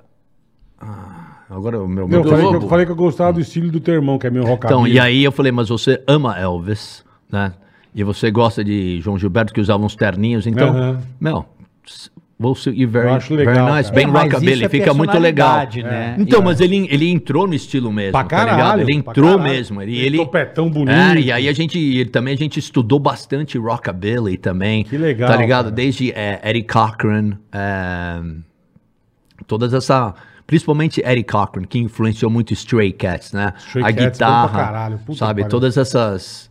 S4: Agora o meu...
S1: Eu
S4: meu
S1: falei, que
S4: lobo.
S1: eu falei que eu gostava do estilo do teu irmão, que é meu rockabilly.
S4: Então, e aí eu falei, mas você ama Elvis, né? E você gosta de João Gilberto, que usava uns terninhos. Então,
S1: Aham.
S4: meu, s- vou suit you very,
S1: Eu acho legal,
S4: very nice,
S1: cara.
S4: bem
S3: É, mas isso
S4: rockabilly,
S3: é
S4: fica muito legal.
S3: personalidade, né?
S4: Então, mas ele, ele entrou no estilo mesmo,
S1: Pra
S4: tá ligado?
S1: caralho.
S4: Ele
S1: pra
S4: entrou
S1: caralho.
S4: mesmo. Ele,
S1: Aquele
S4: ele,
S1: Topetão bonito.
S4: é, e aí a gente e também a gente estudou bastante rockabilly também. Que
S1: legal,
S4: Tá ligado?
S1: cara.
S4: Desde é, Eddie Cochran, é, todas essa, principalmente Eddie Cochran que influenciou muito Stray Cats, né?
S1: Stray
S4: a
S1: Cats, bom pra
S4: guitarra,
S1: caralho, puta que
S4: sabe?
S1: pariu.
S4: Todas essas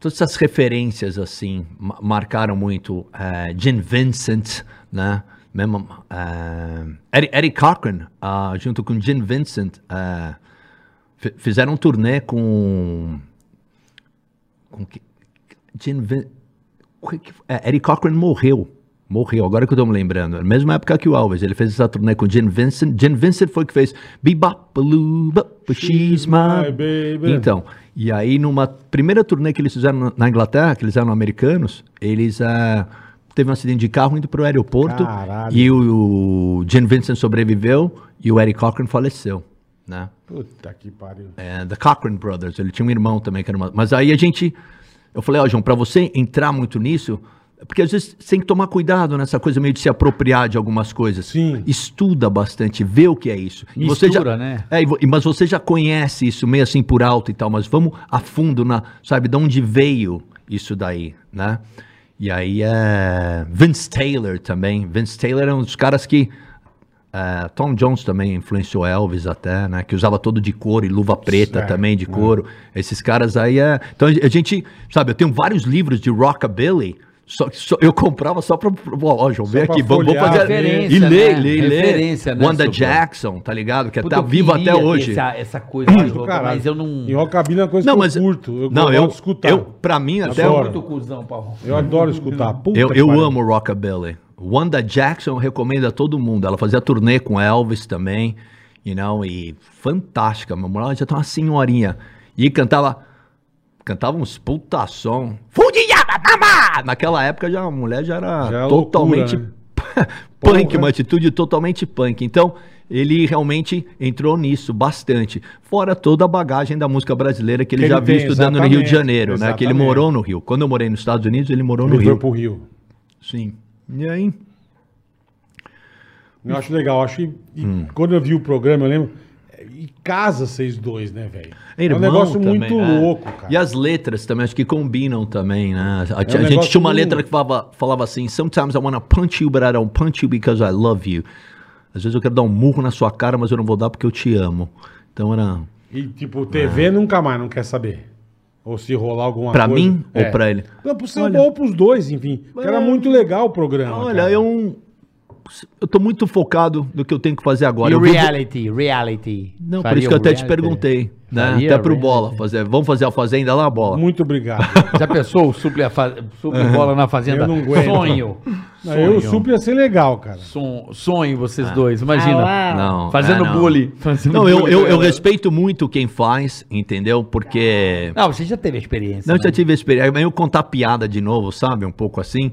S4: todas essas referências assim ma- marcaram muito é, Gene Vincent, né? Mesmo é, Eddie, Eddie Cochran ah, junto com Gene Vincent é, fi- fizeram um turnê com com que, Gene Vin- que- que- é, Eddie Cochran morreu. Morreu, agora que eu tô me lembrando. Na mesma época que o Alves, ele fez essa turnê com Gene Vincent. Gene Vincent foi que fez Bebop, Blue, She's My
S1: baby.
S4: Então, e aí numa primeira turnê que eles fizeram na- na Inglaterra, que eles eram americanos, eles ah, teve um acidente de carro indo pro aeroporto
S1: Caralho.
S4: e o, o Gene Vincent sobreviveu e o Eddie Cochran faleceu, né?
S1: Puta que pariu.
S4: É, The Cochran Brothers. Ele tinha um irmão também que era uma... Mas aí a gente... Eu falei, ó, João, pra você entrar muito nisso... Porque às vezes você tem que tomar cuidado nessa coisa meio de se apropriar de algumas coisas.
S1: Sim.
S4: Estuda bastante, vê o que é isso. E
S3: Mistura,
S4: já,
S3: né?
S4: É, e vo- e- mas você já conhece isso meio assim por alto e tal, mas vamos a fundo na, sabe, de onde veio isso daí, né? E aí é Vince Taylor também. Vince Taylor é um dos caras que é, Tom Jones também influenciou Elvis até, né? Que usava todo de couro e luva preta
S1: É,
S4: também de couro. Esses caras aí é. Então a gente, sabe, eu tenho vários livros de rockabilly. Só, que só, eu comprava só pra. Ó, João, vem
S1: pra
S4: aqui, vamos, vamos
S1: folhear,
S4: fazer.
S3: referência,
S4: E lê,
S3: né?
S4: lê, lê.
S3: Referência, né,
S4: Wanda
S3: Sobral?
S4: Jackson, tá ligado? Que
S3: Puta,
S4: tá
S3: eu
S4: vivo até
S3: queria ter
S4: hoje.
S3: Essa, essa coisa mais louca,
S1: Caralho.
S3: mas eu não.
S1: E rockabilly é uma coisa
S4: Não,
S1: que
S4: mas.
S1: eu curto. Eu,
S4: não,
S1: gosto
S4: eu.
S1: de escutar.
S4: eu pra mim, até.
S1: adoro.
S4: o-
S3: Muito cuzão, Paulo.
S1: Eu adoro escutar. Puta
S4: Eu,
S1: que
S4: eu
S1: pariu.
S4: amo rockabilly. Wanda Jackson eu recomendo a todo mundo. Ela fazia turnê com Elvis também, you know, e fantástica. Meu amor, ela já tá uma senhorinha. E cantava, cantava uns puta som. Fundiaba, babá! Naquela época já a mulher já era
S1: Já é
S4: totalmente
S1: loucura,
S4: [laughs] punk,
S1: Porra.
S4: uma atitude totalmente punk. Então, ele realmente entrou nisso bastante. Fora toda a bagagem da música brasileira que ele,
S1: Que ele
S4: já vinha
S1: tem,
S4: estudando no Rio de
S1: exatamente,
S4: Janeiro, né? Que ele
S1: exatamente.
S4: morou no Rio. Quando eu morei nos Estados Unidos, ele morou no
S1: Ele
S4: Rio.
S1: foi pro Rio.
S4: Sim. E aí?
S1: Eu acho legal. eu Acho, e, e
S4: Hum.
S1: quando eu vi o programa, eu lembro. é, E casa vocês dois, né, velho? É um
S4: Irmão
S1: negócio
S4: também,
S1: muito
S4: né?
S1: louco, cara. É um
S4: E as letras também, acho que combinam também, né? A, a- a gente
S1: negócio
S4: tinha uma
S1: do-
S4: letra que falava, falava assim: Sometimes I wanna punch you, but I don't punch you because I love you. Às vezes eu quero dar um murro na sua cara, mas eu não vou dar porque eu te amo. Então era.
S1: E tipo, TV nunca mais não quer saber. Ou se rolar alguma
S4: É. Pra
S1: coisa. É.
S4: mim ou pra ele?
S1: Não, pro seu ou pros dois, enfim. Porque Era muito legal o programa.
S4: Olha,
S1: cara.
S4: eu. Eu tô muito focado no que eu tenho que fazer agora.
S3: E
S4: Eu
S3: o
S4: vou-
S3: reality, reality.
S4: Não, por
S3: Faria
S4: isso que eu
S3: o
S4: até te
S3: reality?
S4: perguntei, né?
S3: Faria
S4: até pro
S3: reality.
S4: Bola fazer. Vamos fazer a Fazenda lá, Bola?
S1: Muito
S4: [laughs]
S1: obrigado.
S3: Já pensou o Supli, a fa- Supli bola na fazenda?
S1: Eu não aguento.
S3: Sonho.
S1: Não, eu o Supla ia ser legal, cara.
S3: Son- sonho vocês dois, imagina.
S4: Não.
S3: Fazendo
S4: é, Ah. não.
S3: bullying. Fazendo
S4: Não, eu,
S3: bullying
S4: eu,
S3: com
S4: eu
S3: ela.
S4: respeito muito quem faz, entendeu? Porque.
S3: Não, você já teve experiência.
S4: Não, eu já
S3: né?
S4: tive experiência. mas Eu contar piada de novo, sabe? Um pouco assim.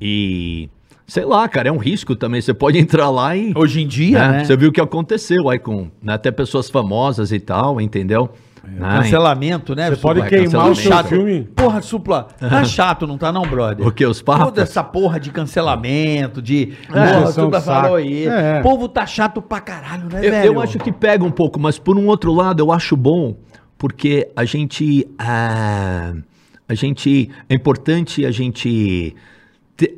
S4: E. Sei lá, cara, é um risco também. Você pode entrar lá e.
S3: Hoje em dia,
S4: né?
S3: né?
S4: Você viu o que aconteceu aí com. né, Até pessoas famosas e tal, entendeu? Né?
S3: Cancelamento, né?
S1: Você pode
S3: Supla?
S1: queimar o seu
S3: Chato.
S1: filme.
S3: Porra, Supla, tá chato, não tá não, brother?
S4: O que, os
S3: Toda
S4: papos?
S3: essa porra de cancelamento, de...
S1: vocês
S3: Porra,
S1: são
S3: Supla
S1: um saco.
S3: falou isso.
S1: É.
S3: O povo tá chato pra caralho, né,
S4: Eu,
S3: velho?
S4: eu acho que pega um pouco, mas por um outro lado, eu acho bom, porque a gente. ah, a gente. É importante a gente. te-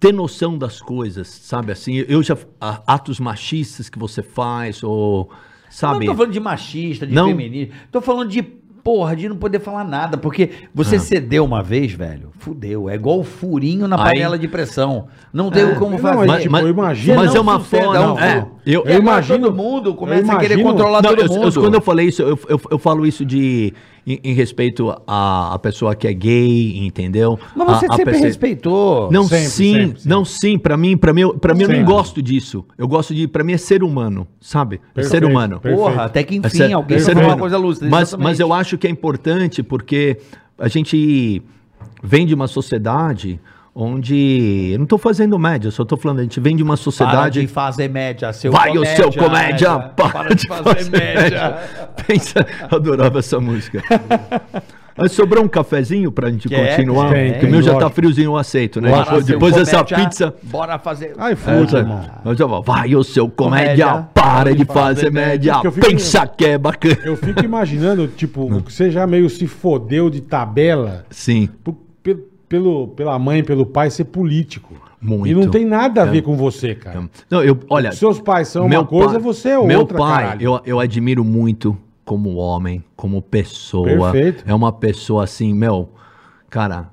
S4: ter noção das coisas, sabe? Assim, eu já. a- Atos machistas que você faz, ou.
S3: Não
S4: Sabe?
S3: tô falando de machista, de
S4: Não.
S3: feminista. Tô falando de porra, de não poder falar nada. Porque você cedeu uma vez, velho, fudeu. É igual o furinho na
S4: Aí-
S3: panela de pressão. Não tem como
S1: Não,
S3: fazer.
S1: mas, tipo, eu imagino.
S4: mas
S1: Não,
S4: é uma
S3: suceda,
S4: forma.
S3: não,
S4: é,
S3: viu?
S4: eu,
S3: um E agora
S1: imagino-
S3: Todo mundo começa
S1: eu
S3: a querer
S1: imagino-
S3: controlar
S4: Não,
S3: todo
S4: eu- eu-
S3: mundo.
S4: quando eu falei isso, eu, eu, eu falo isso de em, em respeito à, à pessoa que é gay, entendeu?
S3: Mas você
S4: A- a
S3: sempre
S4: pessoa-
S3: respeitou.
S4: Ah, Não,
S1: Sempre,
S4: sim,
S1: sempre, sempre.
S4: não, sim. Pra mim, para mim, para mim, eu não
S1: Sempre.
S4: gosto disso. Eu gosto de, pra mim é ser humano, sabe? É ser
S1: Perfeito,
S4: humano.
S1: perfeito.
S3: Porra, até que
S4: É
S3: enfim,
S4: ser-
S3: alguém
S4: é
S3: vai
S4: ser
S3: falar uma
S4: humano.
S3: coisa lúcida.
S4: Mas,
S3: exatamente.
S4: mas eu acho que é importante porque a gente vem de uma sociedade onde. Eu não tô fazendo média, só tô falando, a gente vem de uma
S3: Para
S4: sociedade.
S3: de fazer média, seu
S4: Vai, o
S3: comédia,
S4: seu comédia! Para, de fazer, média!
S3: média.
S4: Pensa, adorava essa música. Mas sobrou um cafezinho pra gente
S3: Quer?
S4: continuar?
S1: Tem,
S4: Porque
S1: tem,
S4: o meu já tá
S1: lógico.
S4: friozinho, eu aceito, né?
S3: Para,
S4: Depois,
S3: seu
S4: depois dessa
S3: comédia,
S4: pizza.
S3: Bora fazer.
S1: Ai, foda,
S4: Essa,
S1: irmão.
S4: mas, ó, vai, o seu comédia, para de fazer média.
S1: Porque eu fico-
S4: Pensa que é bacana.
S1: Eu
S4: [laughs]
S1: fico imaginando, tipo, que você já meio se fodeu de tabela
S4: Sim.
S1: por- pe- pelo, pela mãe, pelo pai ser político.
S4: Muito.
S1: E não tem nada a ver com você, cara.
S4: Não, eu, olha,
S1: Seus pais são Então, uma coisa,
S4: pai-
S1: você é outra,
S4: Meu pai,
S1: caralho.
S4: eu, eu admiro muito como homem, como pessoa.
S1: Perfeito.
S4: É uma pessoa assim, meu, cara,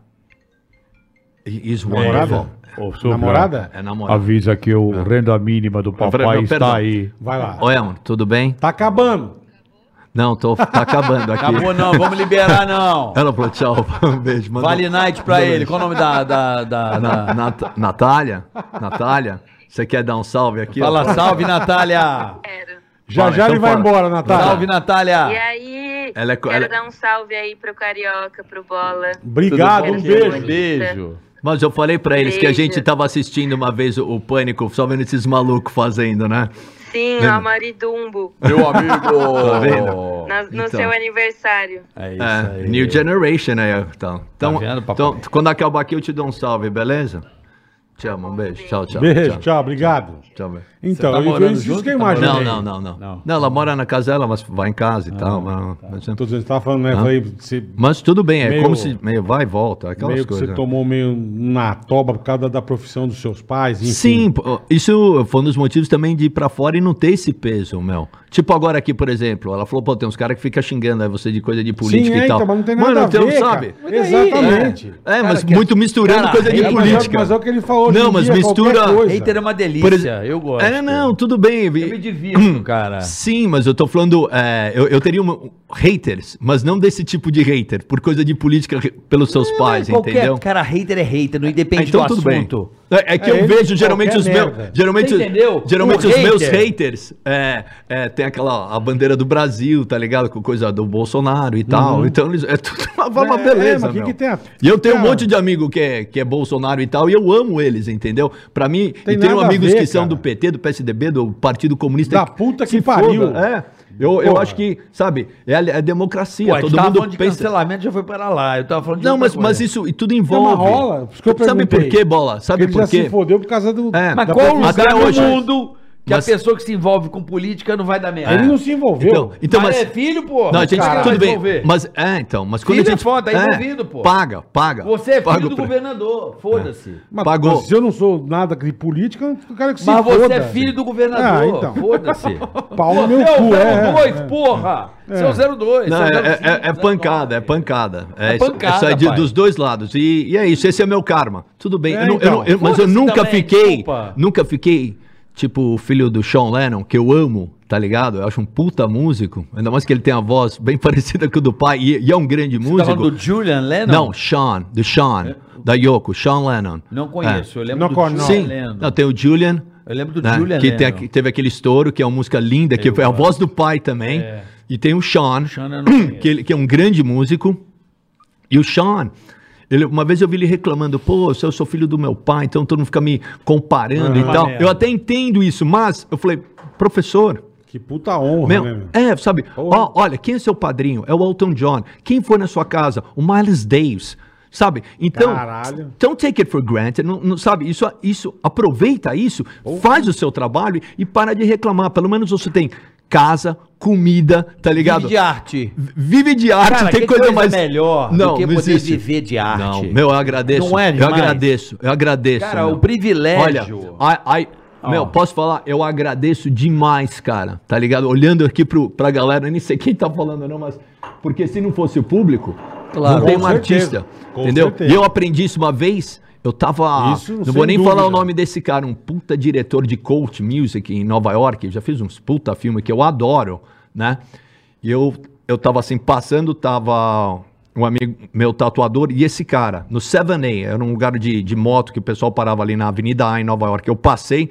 S4: is wonderful.
S1: Namorada? Namorada?
S4: É namorado.
S9: Avisa que o renda mínima do papai
S4: Perdão, perdão.
S9: está aí.
S1: Vai lá.
S4: Oi, amor, tudo bem?
S1: Tá acabando.
S4: Não, tô, tá acabando aqui.
S3: Acabou não, vamos liberar não.
S4: [laughs] Ela falou tchau, um beijo. mandou-
S3: Vale night pra ele. Qual o nome da. da, da,
S4: [laughs] Na-
S3: da...
S4: Nat- Natália? Natália? Você quer dar um salve aqui?
S3: Fala, salve, Natália!
S11: Quero.
S1: Já
S4: Fala,
S1: já
S4: então
S1: ele vai
S4: fala.
S1: embora, Natália.
S3: Salve,
S11: E
S3: Natália!
S11: aí,
S4: Ah. Ela é co-
S11: quero
S4: ela-
S11: dar um salve aí pro Carioca, pro Bola.
S1: Obrigado, um
S11: Tudo bom,
S1: beijo.
S11: querido? Beijo.
S4: Mas eu falei pra eles que a
S11: Beijo.
S4: gente tava assistindo uma vez o, o Pânico, só vendo esses malucos fazendo, né?
S11: Sim,
S4: Vendo?
S11: ao Maridumbo,
S5: Meu amigo.
S4: Tá vendo?
S11: na- no
S4: Então.
S11: seu aniversário.
S3: É isso
S4: É,
S3: aí.
S4: New Generation aí,
S1: Tá
S4: então. Então,
S3: vendo, papai?
S4: então, quando acabar aqui eu te dou um salve, beleza? Te amo, um beijo. Tchau, tchau.
S1: Beijo,
S4: tchau.
S1: tchau, obrigado.
S4: Tchau, beijo.
S1: Então,
S3: tá
S1: eu- eu,
S3: morando
S1: insisto
S3: junto?
S1: que eu
S3: Tá
S1: imaginei.
S4: Não, não, não, não, não. ela mora na casa dela, mas vai em casa e
S1: Ah,
S4: tal.
S1: tá.
S4: mas- mas-
S1: Tô dizendo, você tava falando, né? Eu Falei, você,
S4: Mas tudo bem, é
S1: Meio-
S4: como se meio vai e volta, aquelas
S1: meio que
S4: coisas.
S1: você um tomou meio na toba por causa da profissão dos seus pais, enfim.
S4: Sim, pô, isso foi um dos motivos também de ir pra fora e não ter esse peso, meu. Tipo agora aqui, por exemplo, ela falou, pô, tem uns caras que ficam xingando aí você de coisa de política
S1: é,
S4: e tal.
S1: então, mas não tem nada a
S4: então,
S1: ver,
S4: sabe?
S1: cara. Exatamente.
S4: É, mas muito misturando
S3: cara,
S4: coisa de
S3: é,
S1: mas é-
S4: política.
S1: Mas é o que ele falou hoje
S4: Não,
S1: em
S4: mas
S1: dia, qualquer
S4: mistura-
S1: coisa.
S3: Hater é uma delícia,
S4: Por exemplo-
S3: eu gosto.
S4: É, não, tudo bem. Hum.
S3: Eu me divirto, cara.
S4: Sim, mas eu tô falando. é, eu, eu teria uma- haters, mas não desse tipo de hater, por coisa de política re- pelos seus
S1: É,
S4: pais,
S3: Qualquer
S4: entendeu?
S3: cara, hater é hater, não independe
S4: então
S3: do
S4: tudo
S3: assunto.
S4: bem. É, é que
S1: É,
S4: eu
S1: ele-
S4: vejo geralmente
S1: qualquer
S4: os meus.
S1: merda.
S4: Geralmente,
S3: Você entendeu?
S4: os- geralmente
S3: O
S4: os
S3: hater.
S4: meus haters é, é, tem aquela a bandeira do Brasil, tá ligado? Com coisa do Bolsonaro e tal. Então eles. É tudo uma, uma
S1: Uhum. É, é,
S4: beleza.
S1: mas que
S4: meu.
S1: que tem a-
S4: e eu tenho um
S1: Cara.
S4: monte de amigo que é, que é Bolsonaro e tal, e eu amo eles, entendeu? Pra mim,
S1: Tem
S4: e tenho
S1: nada a
S4: amigos
S1: ver,
S4: que são do
S1: cara.
S4: PT, do PSDB, do Partido Comunista.
S1: Da
S4: que-
S1: puta que
S4: se
S1: pariu.
S4: foda. É. Eu, eu
S1: Porra.
S4: acho que, sabe, é, a- é a democracia.
S3: Pô, a gente
S4: todo
S3: tava
S4: mundo
S3: falando de
S4: pensa.
S3: cancelamento, já foi para lá. Eu tava falando de
S4: Não,
S3: outra
S4: mas,
S3: coisa.
S4: mas isso e tudo envolve.
S1: rola, por isso que eu
S4: Sabe por
S1: perguntei.
S4: quê, bola? Sabe
S1: Ele já
S4: por
S1: se
S4: quê?
S1: fodeu por causa do.
S4: É.
S3: Mas
S1: da
S3: qual o
S1: profissão.
S3: lugar
S4: até
S3: no
S4: hoje.
S3: mundo que
S4: Mas-
S3: a pessoa que se envolve com política não vai dar merda?
S1: Ele não se envolveu.
S4: Então, então
S3: Mas
S4: mas.
S3: é filho, pô.
S4: Não, a gente,
S3: Cara,
S4: tudo
S3: vai
S4: bem.
S3: envolver.
S4: Mas é, então, mas quando
S3: Filho é
S4: a gente
S3: foda, tá envolvido, pô.
S4: Paga, paga.
S3: Você é
S4: Paga
S3: filho
S4: o É.
S3: do
S4: pre-
S3: governador, foda-se.
S1: Mas,
S4: Pagou.
S1: mas se eu não sou nada de política, eu quero que se
S3: Mas você
S1: foda.
S3: é filho do
S1: Ah,
S3: governador,
S1: então.
S4: [laughs]
S3: foda-se.
S1: Pau no meu
S3: Você é o
S1: cu, é.
S3: 02, porra. Você é o 02.
S4: Não,
S3: você
S4: é,
S3: o 05,
S4: é- é
S3: 09.
S4: pancada, é pancada. É,
S3: É
S4: isso-
S3: pancada,
S4: isso aí de-
S3: pai.
S4: dos dois lados. E, e é isso, esse é meu karma. Tudo bem.
S1: É,
S4: eu não- eu
S1: então.
S4: não- eu- mas eu
S3: Foda-se
S4: nunca
S3: também,
S4: fiquei.
S3: desculpa.
S4: Nunca fiquei, tipo, o filho do Sean Lennon, que eu amo, tá ligado? Eu acho um puta músico. Ainda mais que ele tem a voz bem [laughs] parecida com a do pai. E, e é um grande
S3: Você tá
S4: músico.
S3: falando do Julian Lennon? É.
S4: Não, Sean, do Sean, da Yoko, Sean Lennon. É.
S3: Não conheço, eu lembro
S1: Não
S3: do
S1: conheço.
S3: Julian
S4: Sim,
S3: Lennon.
S4: não, tem o Julian.
S3: Eu lembro do
S4: né,
S3: Julian
S4: que
S3: Lennon.
S4: tem aqui- teve aquele estouro, que é uma música linda, que é a voz do pai também. E tem o Sean,
S3: É. Sean eu
S4: [clears throat]
S3: não conheço.
S4: [laughs] que, ele- que é um grande músico. E o Sean, ele- uma vez eu vi ele reclamando, pô, se eu sou filho do meu pai, então todo mundo fica me comparando e tal.
S3: merda.
S4: Eu até entendo isso, mas eu falei, professor,
S1: Que puta honra,
S4: meu,
S1: né? meu?
S4: é, sabe? ó, olha, quem é seu padrinho? É o Elton John. Quem foi na sua casa? O Miles Davis. Sabe? Então,
S1: Caralho.
S4: don't take it for granted. Não, não- sabe? Isso, isso, aproveita isso, faz o seu trabalho e para de reclamar. Pelo menos você tem casa, comida, tá ligado?
S3: Vive de arte.
S4: Vive de arte,
S3: Cara,
S4: tem
S3: que
S4: coisa,
S3: coisa
S4: mais
S3: melhor do
S4: não,
S3: que
S4: não
S3: poder
S4: existe.
S3: viver de arte.
S4: Não, meu, eu agradeço.
S3: Não é
S4: eu
S3: demais?
S4: agradeço. Eu agradeço.
S3: Cara,
S4: meu.
S3: o privilégio.
S4: Olha, ai, ai, meu, posso falar? Eu agradeço demais, cara. Tá ligado? Olhando aqui pro, pra galera, eu nem sei quem tá falando, não, mas. Porque se não fosse o público,
S3: Claro.
S4: não tem
S1: Com
S4: um
S1: certeza.
S4: artista.
S1: Com
S4: entendeu?
S1: certeza.
S4: E eu aprendi isso uma vez. Eu tava.
S1: Isso,
S4: não
S1: sem
S4: vou nem
S1: dúvida.
S4: falar o nome desse cara, um puta diretor de coach music em Nova York. Eu já fiz uns puta filme que eu adoro, né? E eu, eu tava assim, passando, tava um amigo, meu tatuador, e esse cara, no 7A, era um lugar de, de moto que o pessoal parava ali na Avenida A, em Nova York. Eu passei,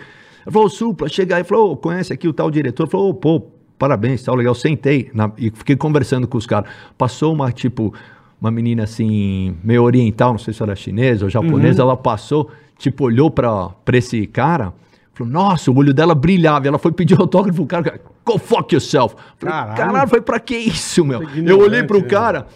S4: ele falou, Supla, chega aí, Ele falou, "Ô, conhece aqui o tal diretor? Ele falou, "Ô, pô, parabéns, tal, legal. Sentei na- e fiquei conversando com os caras. Passou uma, tipo, uma menina assim, meio oriental, não sei se era chinesa ou japonesa,
S1: Uhum.
S4: ela passou, tipo, olhou pra, pra esse cara, falou, nossa, o olho dela brilhava. E ela foi pedir [laughs] autógrafo, o cara, go fuck yourself. Falei,
S1: Caralho.
S4: caralho, foi pra que isso, meu?
S1: Que
S4: Eu olhei pro
S1: ignorante, né?
S4: cara,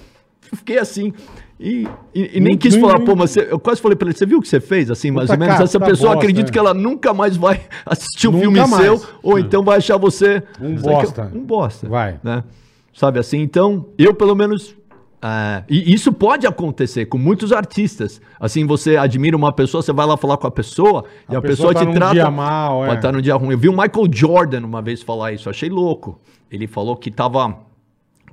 S4: fiquei assim. E, e- e nem
S1: Não-
S4: quis
S1: nem-
S4: falar,
S1: nem-
S4: pô, mas você- eu quase falei pra ele, você viu o que você fez? Assim, mais
S1: Hum, Puta
S4: ou menos.
S1: cara,
S4: Essa
S1: tá
S4: pessoa
S1: bosta,
S4: acredita
S1: é.
S4: que ela nunca mais vai [laughs] assistir um
S1: Nunca
S4: filme
S1: mais. É.
S4: seu, ou então vai achar você
S1: Um
S4: Sabe que-
S1: bosta.
S4: Um bosta.
S1: Vai.
S4: Né? Sabe assim? Então, eu pelo menos. é, e isso pode acontecer com muitos artistas. Assim, você admira uma pessoa, você vai lá falar com a pessoa e
S1: A pessoa
S4: a pessoa,
S1: tá
S4: te
S1: num
S4: trata.
S1: dia mal, é.
S4: Pode estar num dia ruim. Eu vi o Michael Jordan uma vez falar isso, achei louco. Ele falou que tava.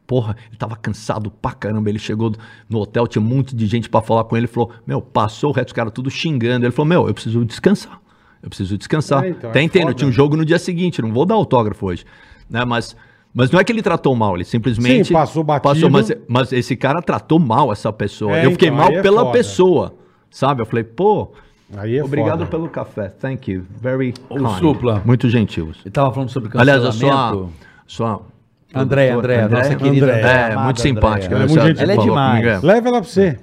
S4: Porra, ele tava cansado pra caramba. Ele chegou no hotel, tinha um monte de gente pra falar com ele. Ele falou: Meu, passou o resto, os caras tudo xingando. Ele falou: Meu, eu preciso descansar. Eu preciso descansar.
S1: É, então,
S4: Até
S1: é
S4: entendo,
S1: foda.
S4: tinha um jogo no dia seguinte, não vou dar autógrafo hoje. Né? Mas, mas não é que ele tratou mal, ele simplesmente.
S1: Sim, passou batido.
S4: mas, mas esse cara tratou mal essa pessoa.
S1: É,
S4: eu fiquei
S1: então,
S4: mal
S1: aí é
S4: pela
S1: foda.
S4: pessoa, sabe? Eu falei, pô,
S1: Aí é
S4: obrigado
S1: foda.
S4: pelo café. Thank you. Very
S3: Ô,
S4: kind.
S3: Supla.
S4: Muito gentil.
S3: Ele tava falando sobre
S4: Aliás,
S3: cancelamento.
S4: a sua. sua
S3: André, André,
S4: Andréia,
S3: nossa
S4: Andréia,
S3: querida
S1: Andréia,
S3: Andréia,
S4: é,
S3: amada
S4: muito simpática.
S3: Andréia.
S1: Ela é muito
S4: Ela
S1: gente
S4: já
S3: boa.
S4: falou
S3: Ela é é
S4: comigo, é.
S1: Leva ela pra você.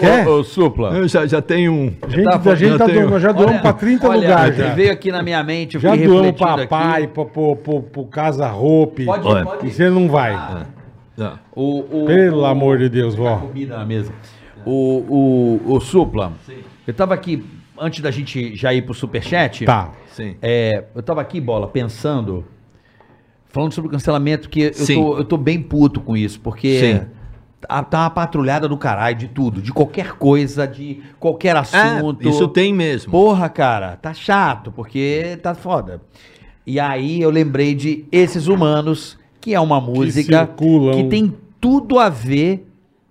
S1: Quer?
S12: Ô, ô, ô, Supla.
S4: Eu já, já tenho um.
S3: tava
S1: Gente, da
S3: falando,
S1: gente
S4: eu
S1: tá
S4: tenho-
S1: doando, já doamos pra 30
S3: olha,
S1: lugares. Já,
S3: veio aqui na minha mente, eu
S1: já
S3: fiquei
S1: doamos
S3: refletindo
S1: pra pai,
S3: aqui.
S1: pra, pro- pro- pro Casa Roupe.
S3: Pode,
S4: Olha.
S3: pode.
S1: E você não vai.
S4: Ah,
S12: O, o,
S1: Pelo amor de Deus, vó.
S3: Comida na mesa.
S12: o, o, o Supla.
S3: Eu tava aqui, antes da gente já ir pro superchat,
S1: Tá.
S4: sim.
S3: é, eu tava aqui, bola, pensando, falando sobre o cancelamento, que eu,
S4: Sim.
S3: tô, eu tô bem puto com isso, porque
S4: Sim.
S3: tá, tá uma patrulhada do caralho de tudo, de qualquer coisa, de qualquer assunto.
S4: É, isso tem mesmo.
S3: Porra, cara, tá chato, porque tá foda. E aí eu lembrei de Esses Humanos, que é uma música
S1: circulam.
S3: que tem tudo a ver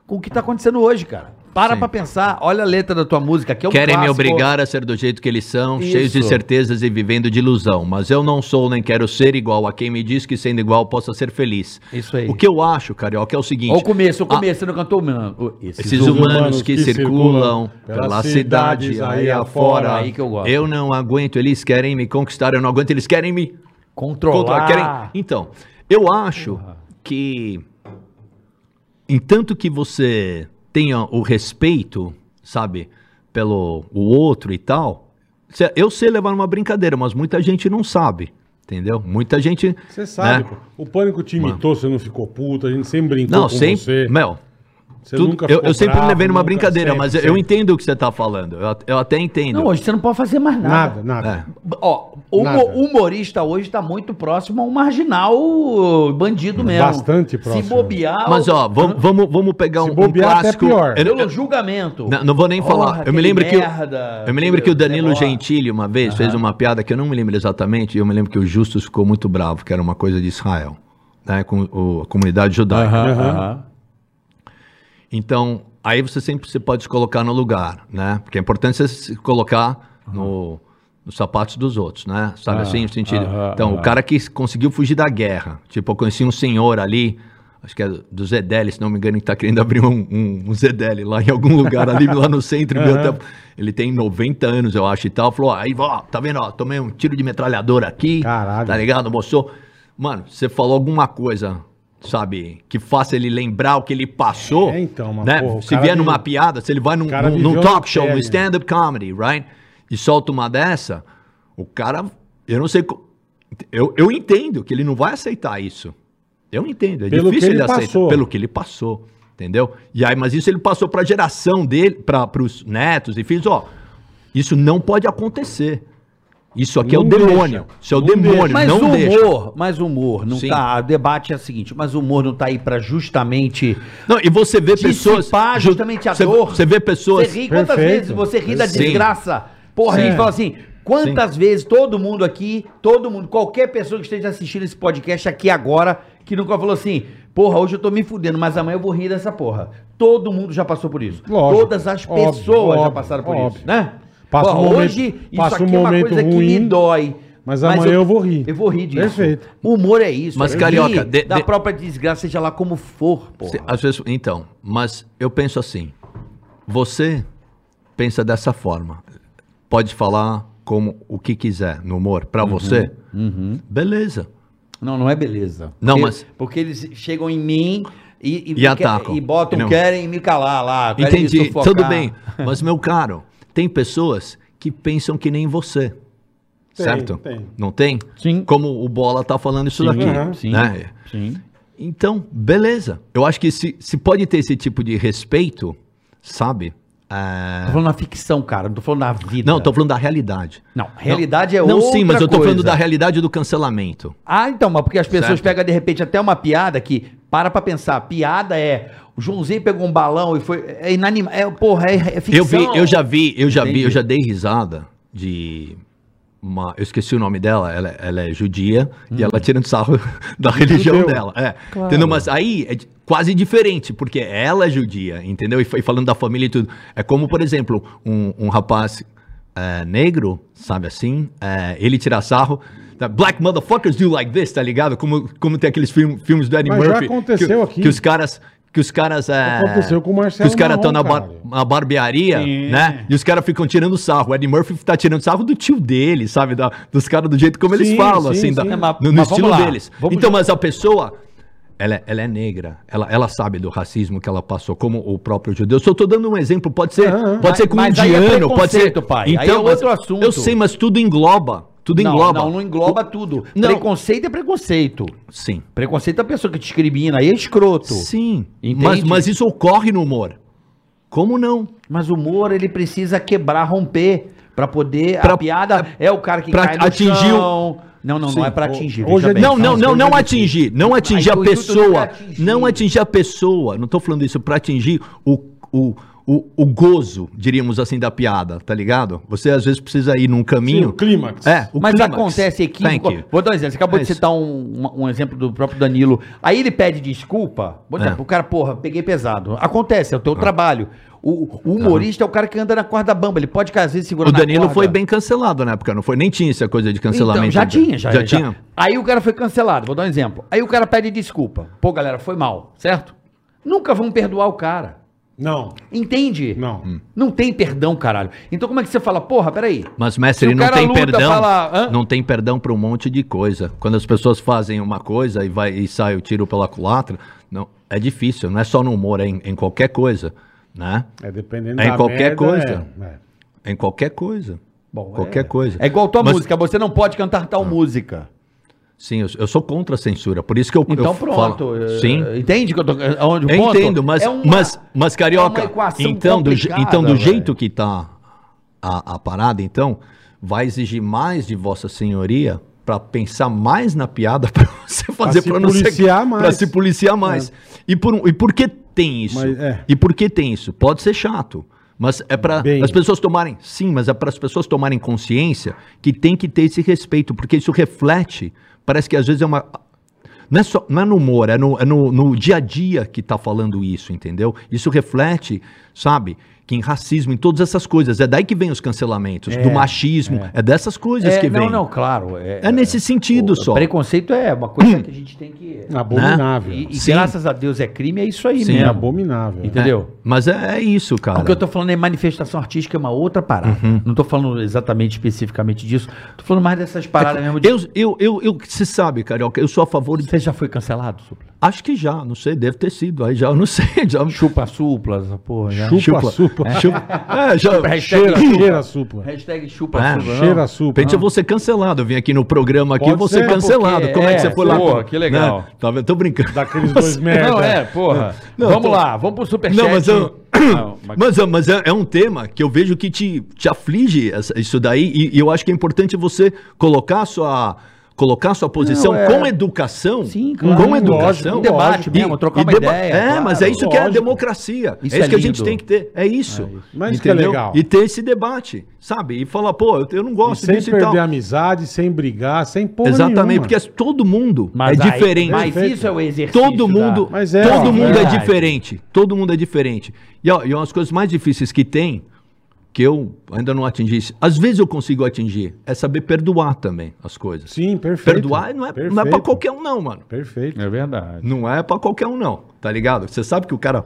S3: com o que tá acontecendo hoje, cara. Para
S4: Sim.
S3: pra pensar, olha a letra da tua música, que é um
S4: Querem me
S3: clássico.
S4: obrigar a ser do jeito que eles são,
S3: Isso.
S4: cheios de certezas e vivendo de ilusão. Mas eu não sou nem quero ser igual a quem me diz que sendo igual possa ser feliz.
S3: Isso aí.
S4: O que eu acho, Carioca, é o seguinte.
S3: Olha o começo, o começo, você não cantou o man- o- Esses,
S4: Esses
S3: Humanos.
S4: humanos, que, circulam pelas cidades aí afora.
S3: aí que eu gosto.
S4: Eu não aguento, eles querem me conquistar, eu não aguento, eles querem me
S3: Controlar.
S4: controlar,
S3: Ah.
S4: querem- Então, eu acho que entanto que você tenha o respeito, sabe, pelo o outro e tal, cê- eu sei levar numa brincadeira, mas muita gente não sabe, entendeu? Muita gente
S1: Você sabe,
S4: né?
S1: pô. o pânico te imitou, você não ficou puto, a gente sempre brincou
S4: Não,
S1: com
S4: sempre,
S1: você.
S4: meu,
S1: Você
S4: tudo-
S1: nunca
S4: eu,
S1: ficou
S4: eu sempre
S1: bravo,
S4: levei numa
S1: nunca-
S4: brincadeira,
S1: sempre,
S4: mas eu- eu
S1: sempre.
S4: entendo o que você tá falando. Eu, at- eu até entendo. É,
S3: Não, hoje você não pode fazer mais nada.
S1: Nada, nada.
S3: Ó, o
S1: Nada.
S3: humo- humorista hoje tá muito próximo a um marginal bandido mesmo.
S1: Bastante próximo.
S3: Se bobear.
S4: Mas ó, vamos vamos vamos pegar
S1: Se
S4: um, um
S1: bobear, até
S4: clássico.
S1: pior.
S4: Eu-
S3: pelo
S4: eu-
S3: julgamento.
S4: Não, não vou nem
S3: Porra,
S4: falar. Eu me
S3: aquele
S4: lembro que
S3: merda,
S4: eu me lembro que o
S3: aquele
S4: Danilo
S3: negócio.
S4: Gentili uma vez fez uma piada que eu não me lembro exatamente. E eu me lembro que o Justus ficou muito bravo, que era uma coisa de Israel, né, com o, a comunidade judaica. Então aí você sempre se pode se colocar no lugar, né? Porque é importante você se colocar no nos sapatos dos outros, né? Sabe assim, no sentido. então, o cara que s- conseguiu fugir da guerra. Tipo, eu conheci um senhor ali, acho que é do- do Zedeli, se não me engano, que tá querendo abrir um, um, um Zedeli lá em algum lugar ali, lá no centro. meu, tá- ele tem 90 anos, eu acho, e tal. Falou, ó, aí, ó, tá vendo, ó, tomei um tiro de metralhadora aqui.
S1: Caralho.
S4: Tá ligado, moço? Mano, você falou alguma coisa, sabe, que faça ele lembrar o que ele passou.
S1: É, então, mas,
S4: né?
S1: porra, o
S4: Se
S1: cara
S4: vier numa
S1: vive-
S4: piada, se ele vai num,
S1: cara
S4: num-
S1: viveu
S4: num
S1: na
S4: talk show,
S1: pele,
S4: num
S1: né?
S4: stand-up comedy, right? E solta uma dessa, o cara, eu não sei. co- Eu, eu entendo que ele não vai aceitar isso. Eu entendo. É
S1: Pelo que
S4: difícil
S1: ele
S4: ele aceitar
S1: passou.
S4: pelo que ele passou. Entendeu? E aí, mas isso ele passou pra geração dele, para os netos e filhos, ó. Isso não pode acontecer. Isso aqui é
S1: Não
S4: o
S1: deixa.
S4: demônio. Isso é o
S1: Não
S4: demônio,
S1: deixa.
S3: Mas
S4: não
S3: o humor,
S4: deixa.
S3: mas o humor não
S4: Sim.
S3: tá. O debate é o seguinte, mas o humor não tá aí pra justamente
S4: Não, e você vê pessoas.
S3: dissipar
S4: ju-
S3: justamente a
S4: você-
S3: dor.
S4: Você vê
S3: Você
S4: pessoas.
S3: ri quantas
S1: Perfeito.
S3: vezes você ri da
S4: Sim.
S3: desgraça? Porra, a gente
S1: Sim.
S3: fala assim, quantas vezes todo mundo aqui, todo mundo, qualquer pessoa que esteja assistindo esse podcast aqui agora, que nunca falou assim, porra, hoje eu tô me fudendo, mas amanhã eu vou rir dessa porra. Todo mundo já passou por isso.
S1: Lógico.
S3: Todas as
S1: Óbvio,
S3: pessoas já
S1: óbvio,
S3: passaram por
S1: óbvio.
S3: isso, né?
S1: Passa
S3: Porra,
S1: um momento-
S3: hoje isso
S1: passa um
S3: aqui é uma
S1: momento
S3: coisa que me
S1: ruim,
S3: dói.
S1: mas amanhã eu vou rir.
S3: Eu vou rir disso.
S1: Perfeito.
S3: O humor é isso.
S4: Mas,
S3: eu
S4: carioca,
S3: rir
S4: de-
S3: da
S4: de-
S3: própria desgraça, seja lá como for, porra.
S4: Cê- às vezes, então, mas eu penso assim. Você pensa dessa forma. Pode falar como o que quiser no humor pra
S3: Uhum.
S4: você. Beleza.
S3: Não, não é beleza.
S4: Não,
S3: Porque-
S4: mas-
S3: Porque eles chegam em mim e,
S4: E atacam.
S3: e botam,
S4: Não.
S3: querem me calar lá. querem me
S4: Entendi,
S3: sufocar.
S4: tudo bem. Mas, meu caro, tem pessoas que pensam que nem você.
S1: Tem,
S4: É, certo?
S1: tem.
S4: Não tem?
S3: Sim.
S4: Como o Bola tá falando isso
S3: Sim,
S4: daqui.
S1: Uhum.
S3: sim,
S4: né?
S3: sim.
S4: Então, beleza. Eu acho que se, se pode ter esse tipo de respeito, sabe? É,
S3: Tô falando na ficção, cara. Não tô falando na vida.
S4: Não, tô falando da realidade.
S3: Não, realidade é
S4: não,
S3: outra
S4: sim, mas eu tô falando
S3: coisa.
S4: da realidade do cancelamento.
S3: Ah, então, mas porque as pessoas
S4: Certo.
S3: pegam de repente até uma piada que para pra pensar, a piada é o Joãozinho pegou um balão e foi é inanimado, é, porra, é, é ficção.
S4: Eu vi, eu já vi, eu já vi,
S3: Entendi.
S4: eu já dei risada de uma, eu esqueci o nome dela, ela, ela é judia e ela tirando sarro [laughs] da religião
S1: Hum. Judeu.
S4: dela. É. Entendeu? Mas aí é di- quase diferente, porque ela é judia, entendeu? E, fa- e falando da família e tudo. É como, por exemplo, um, um rapaz é, negro, sabe assim, é, ele tira sarro. tá, Black motherfuckers do like this, tá ligado? Como, como tem aqueles filme- filmes do Eddie
S1: Mas já
S4: Murphy. que-
S1: aconteceu aqui.
S4: Que os caras. Que os caras. é,
S1: Aconteceu com o Marcelo
S4: Que os caras estão na,
S1: Marrom,
S4: bar,
S1: cara.
S4: uma barbearia, né? E os caras ficam tirando sarro. O Eddie Murphy tá tirando sarro do tio dele, sabe? Da- dos caras do jeito como eles
S1: Sim,
S4: falam,
S1: sim,
S4: assim, da-
S1: sim.
S3: É,
S4: no,
S3: mas-
S4: no
S3: mas vamos
S4: estilo
S3: lá.
S4: deles.
S3: Vamos
S4: então, mas a pessoa, ela, é- ela é negra. Ela, ela sabe do racismo que ela passou, como o próprio judeu. Só tô dando um exemplo. Pode ser,
S1: Aham, aham.
S4: pode ser com um
S3: Mas aí é
S4: indiano, pode ser...
S3: preconceito, pai. Aí
S4: Então,
S3: é outro
S4: mas-
S3: assunto.
S4: Eu sei, mas tudo engloba. Tudo
S3: não,
S4: engloba.
S3: Não, não engloba tudo.
S4: Não.
S3: Preconceito é preconceito.
S4: Sim.
S3: Preconceito é a pessoa que discrimina, aí é escroto.
S4: Sim.
S3: Entende?
S4: Mas, mas isso ocorre no humor. Como não?
S3: Mas o humor, ele precisa quebrar, romper, pra poder a
S4: Pra-
S3: piada é o cara que
S4: pra atingir o-
S3: chão. Não, não,
S1: Sim,
S3: não é pra
S1: o-
S3: atingir.
S1: hoje
S3: veja
S1: é
S3: bem.
S4: Não, não,
S1: as
S4: não,
S1: coisas
S4: não
S1: assim.
S4: atingir. Não atingir a
S3: o intuito não é
S4: pessoa.
S3: atingir.
S4: Não atingir a pessoa. Não tô falando isso pra atingir o, o, o, o gozo, diríamos assim, da piada, tá ligado? Você às vezes precisa ir num
S1: Sim, o
S4: caminho.
S1: clímax.
S4: É, o
S3: Mas
S4: clímax.
S3: acontece
S4: Thank you.
S3: equívoco. Vou dar um exemplo. Você acabou
S4: É
S3: de
S4: isso.
S3: citar um, um- um exemplo do próprio Danilo. Aí ele pede desculpa. Vou dizer,
S4: É. Ah.
S3: O cara, porra, peguei pesado. Acontece, é o teu trabalho. O, o humorista é o cara que anda na corda bamba. Ele pode, às vezes, segurar
S4: O
S3: na
S4: Danilo
S3: corda.
S4: foi bem cancelado na época, não foi? Nem tinha essa coisa de cancelamento.
S3: Então, já tinha, já, já.
S4: tinha.
S3: Aí o cara foi cancelado, vou dar um exemplo. Aí o cara pede desculpa. Pô, galera, foi mal, certo? Nunca vão perdoar o cara.
S1: Não,
S3: Entende?
S1: não.
S4: Hum.
S3: Não tem perdão, caralho. Então como é que você fala, porra, peraí.
S4: Mas,
S3: Se
S4: mestre,
S3: o
S4: não
S3: cara
S4: tem
S3: luta,
S4: perdão.
S3: fala, hã?
S4: não tem perdão pra um monte de coisa. Quando as pessoas fazem uma coisa e, vai, e sai o tiro pela culatra, não, é difícil. Não é só no humor, é em, em qualquer coisa, né?
S1: É dependendo
S4: É em qualquer coisa. Né?
S1: é, é.
S4: Em qualquer coisa.
S3: Bom,
S4: qualquer
S3: é-
S4: coisa.
S3: É igual tua
S4: Mas- Ah.
S3: música, você não pode cantar tal música.
S4: Sim, eu, eu sou contra a censura. Por isso que eu
S3: Então
S4: eu
S3: pronto.
S4: falo-
S3: eh,
S4: Sim.
S3: Entende que eu tô, aonde o
S4: Eu
S3: ponto?
S4: entendo, mas,
S3: É uma-
S4: mas, mas carioca,
S3: é uma equação
S4: então, do, je-
S3: complicada,
S4: então do
S3: velho.
S4: jeito que tá a, a parada, então, vai exigir mais de vossa senhoria pra pensar mais na piada [laughs] pra você fazer
S1: se
S4: pra não ser-
S1: policiar mais. É.
S4: pra se policiar mais. E por um- e por que tem isso?
S1: Mas, é.
S4: E por que tem isso? Pode ser chato, mas é para
S1: Bem.
S4: as pessoas tomarem, sim, mas é para as pessoas tomarem consciência que tem que ter esse respeito, porque isso reflete, parece que às vezes é uma não é, só, não é no humor, é no, é no, no dia a dia que tá falando isso, entendeu? Isso reflete, sabe, que em racismo, em todas essas coisas, é daí que vem os cancelamentos, do machismo, é, dessas coisas
S3: É,
S4: que
S3: não,
S4: vem.
S3: não, claro. É,
S4: É nesse sentido
S3: o-
S4: só.
S3: Preconceito é uma coisa que a gente tem que...
S1: Abominável.
S3: E, e
S4: É Sim.
S3: graças a Deus é crime, é isso aí
S4: Sim,
S1: É
S3: mesmo.
S1: abominável.
S4: É,
S3: Entendeu?
S4: mas é, é isso, cara.
S3: O que eu tô falando é manifestação artística, é uma outra parada.
S4: Uhum.
S3: Não tô falando exatamente, especificamente disso. Tô falando mais dessas paradas mesmo. De...
S4: É eu, eu, eu, eu, você sabe, Carioca, eu sou a favor de
S3: Você já foi cancelado, Supla?
S4: Acho que já, não sei, deve ter sido. Aí já, eu não sei. [laughs] Já,
S3: Chupa Supla, essa porra. já.
S1: Chupa, supla.
S3: [laughs]
S4: chupa. É, já. [laughs]
S3: Hashtag
S1: Cheira, cheira supla.
S3: Hashtag chupa
S4: É,
S3: Supla. não.
S1: Cheira
S4: De
S1: supla.
S4: repente eu vou ser cancelado. Eu vim aqui no programa aqui,
S1: Pode
S4: eu vou ser
S1: ser,
S4: cancelado.
S3: porque-
S4: Como é,
S3: é,
S4: que você foi lá?
S5: porra, que legal.
S4: Né? Tá vendo? Tô brincando.
S1: Daqueles dois merda.
S5: Não, é, porra.
S4: Não,
S5: vamos
S4: tô-
S5: lá, vamos pro superchat.
S4: Não, mas eu.
S5: Não, mas-
S4: [laughs] Mas, é- mas é, é um tema que eu vejo que te, te aflige essa- isso daí, e, e eu acho que é importante você colocar a sua, colocar a sua posição
S3: Não, é-
S4: com educação.
S3: Sim, claro.
S4: Com educação.
S1: Lógico,
S3: Um debate
S1: lógico.
S3: mesmo, trocar
S4: E
S3: uma
S4: deba-
S3: ideia.
S4: É,
S3: claro.
S4: mas é isso que é a
S1: lógico.
S4: democracia.
S3: Isso
S4: é isso
S3: é
S4: que a gente
S3: lindo.
S4: tem que ter. É isso.
S1: Mas isso que é legal.
S4: E ter esse debate, sabe? E falar, pô, eu, eu não
S1: E
S4: gosto
S1: sem
S4: disso e
S1: perder
S4: tal.
S1: a amizade, sem brigar, sem porra
S4: então. Exatamente,
S1: nenhuma.
S4: porque as- todo mundo
S3: Mas
S4: é
S3: aí-
S4: diferente.
S3: Mas isso é o exercício.
S4: Todo mundo,
S3: da-
S1: Mas é,
S4: todo
S1: ó,
S4: mundo é
S3: verdade.
S4: diferente. Todo mundo é diferente. E, ó, e uma das coisas mais difíceis que tem, que eu ainda não atingi, às vezes eu consigo atingir, é saber perdoar também as coisas.
S1: Sim, perfeito.
S4: Perdoar não é, não é
S1: Perfeito.
S4: pra qualquer um, não, mano.
S1: Perfeito.
S9: É verdade.
S4: Não é pra qualquer um, não, tá ligado? Você sabe que o cara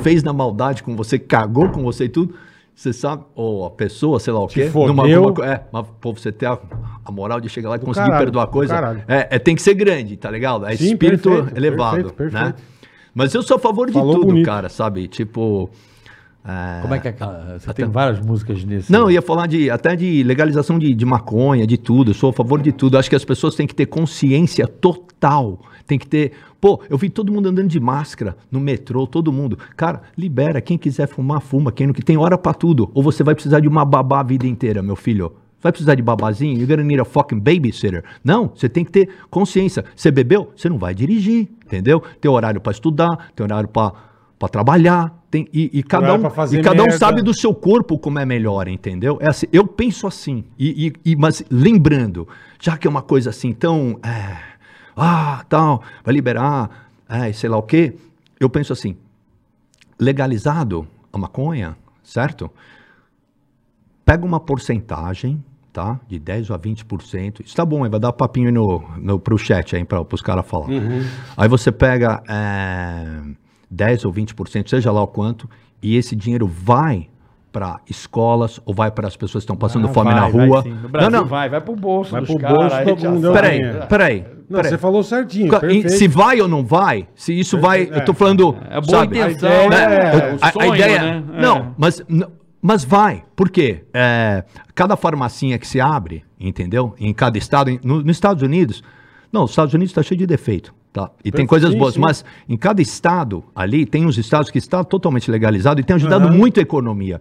S4: fez na maldade com você, cagou com você e tudo. Você sabe, ou a pessoa, sei lá o
S1: Te
S4: quê.
S1: fodeu.
S4: numa- co- é, mas, pô, você ter a, a moral de chegar lá e conseguir
S1: caralho,
S4: perdoar a
S1: do
S4: coisa.
S1: caralho.
S4: É, é, tem que ser grande, tá ligado? É
S1: Sim,
S4: espírito
S1: perfeito,
S4: elevado,
S1: perfeito,
S4: né?
S1: perfeito.
S4: Mas eu sou a favor de
S1: Falou
S4: tudo,
S1: bonito.
S4: cara, sabe? Tipo. é,
S13: Como é que é aquela? Você tem várias músicas nesse.
S4: Não, eu ia falar de, até de legalização de, de maconha, de tudo. Eu sou a favor de tudo. Acho que as pessoas têm que ter consciência total. Tem que ter. Pô, eu vi todo mundo andando de máscara no metrô, todo mundo. Cara, libera. Quem quiser fumar, fuma. Quem não que tem hora pra tudo. Ou você vai precisar de uma babá a vida inteira, meu filho. Vai precisar de babazinho? You're gonna need a fucking babysitter. Não, você tem que ter consciência. Você bebeu? Você não vai dirigir, entendeu? Tem horário pra estudar, tem horário pra pra trabalhar. Tem, e, e cada
S1: Horário
S4: um,
S1: pra fazer
S4: e cada um
S1: merda.
S4: sabe do seu corpo como é melhor, entendeu? É assim, eu penso assim. E, e- e- mas lembrando, já que é uma coisa assim tão. é, ah, tal, vai liberar, é, sei lá o quê. Eu penso assim: legalizado a maconha, certo? Pega uma porcentagem, tá? De 10 a 20%. Isso tá bom, aí vai dar papinho aí no, no, pro chat aí, pra, pros caras falar.
S1: Uhum.
S4: Aí você pega é, 10 ou 20%, seja lá o quanto, e esse dinheiro vai para escolas ou vai para as pessoas que estão passando
S14: Ah,
S4: fome
S14: vai,
S4: na
S14: vai
S4: rua.
S14: sim. No Brasil
S4: não, não.
S14: vai, vai pro bolso
S1: Vai
S14: dos
S1: pro
S14: caras,
S1: bolso,
S14: aí
S1: todo
S14: já
S1: mundo
S14: sabe.
S4: Peraí,
S1: É.
S4: peraí.
S1: Não,
S4: peraí.
S1: você falou certinho.
S4: Ca- e
S1: perfeito.
S4: Se vai ou não vai, se isso vai,
S1: Perfeito,
S4: eu tô falando.
S14: É boa
S4: sabe?
S14: intenção,
S1: A ideia
S14: né?
S1: é-
S14: O
S4: a, a
S14: sonho,
S4: ideia,
S14: né?
S4: Não, mas, n- mas vai. Por quê? É, cada farmacinha que se abre, entendeu? Em cada estado. em- no- nos Estados Unidos. Não, os Estados Unidos está cheio de defeito. Tá? E tem
S1: Perfeito,
S4: coisas boas,
S1: sim.
S4: mas em cada estado ali, tem uns estados que está totalmente legalizado e tem ajudado muito a economia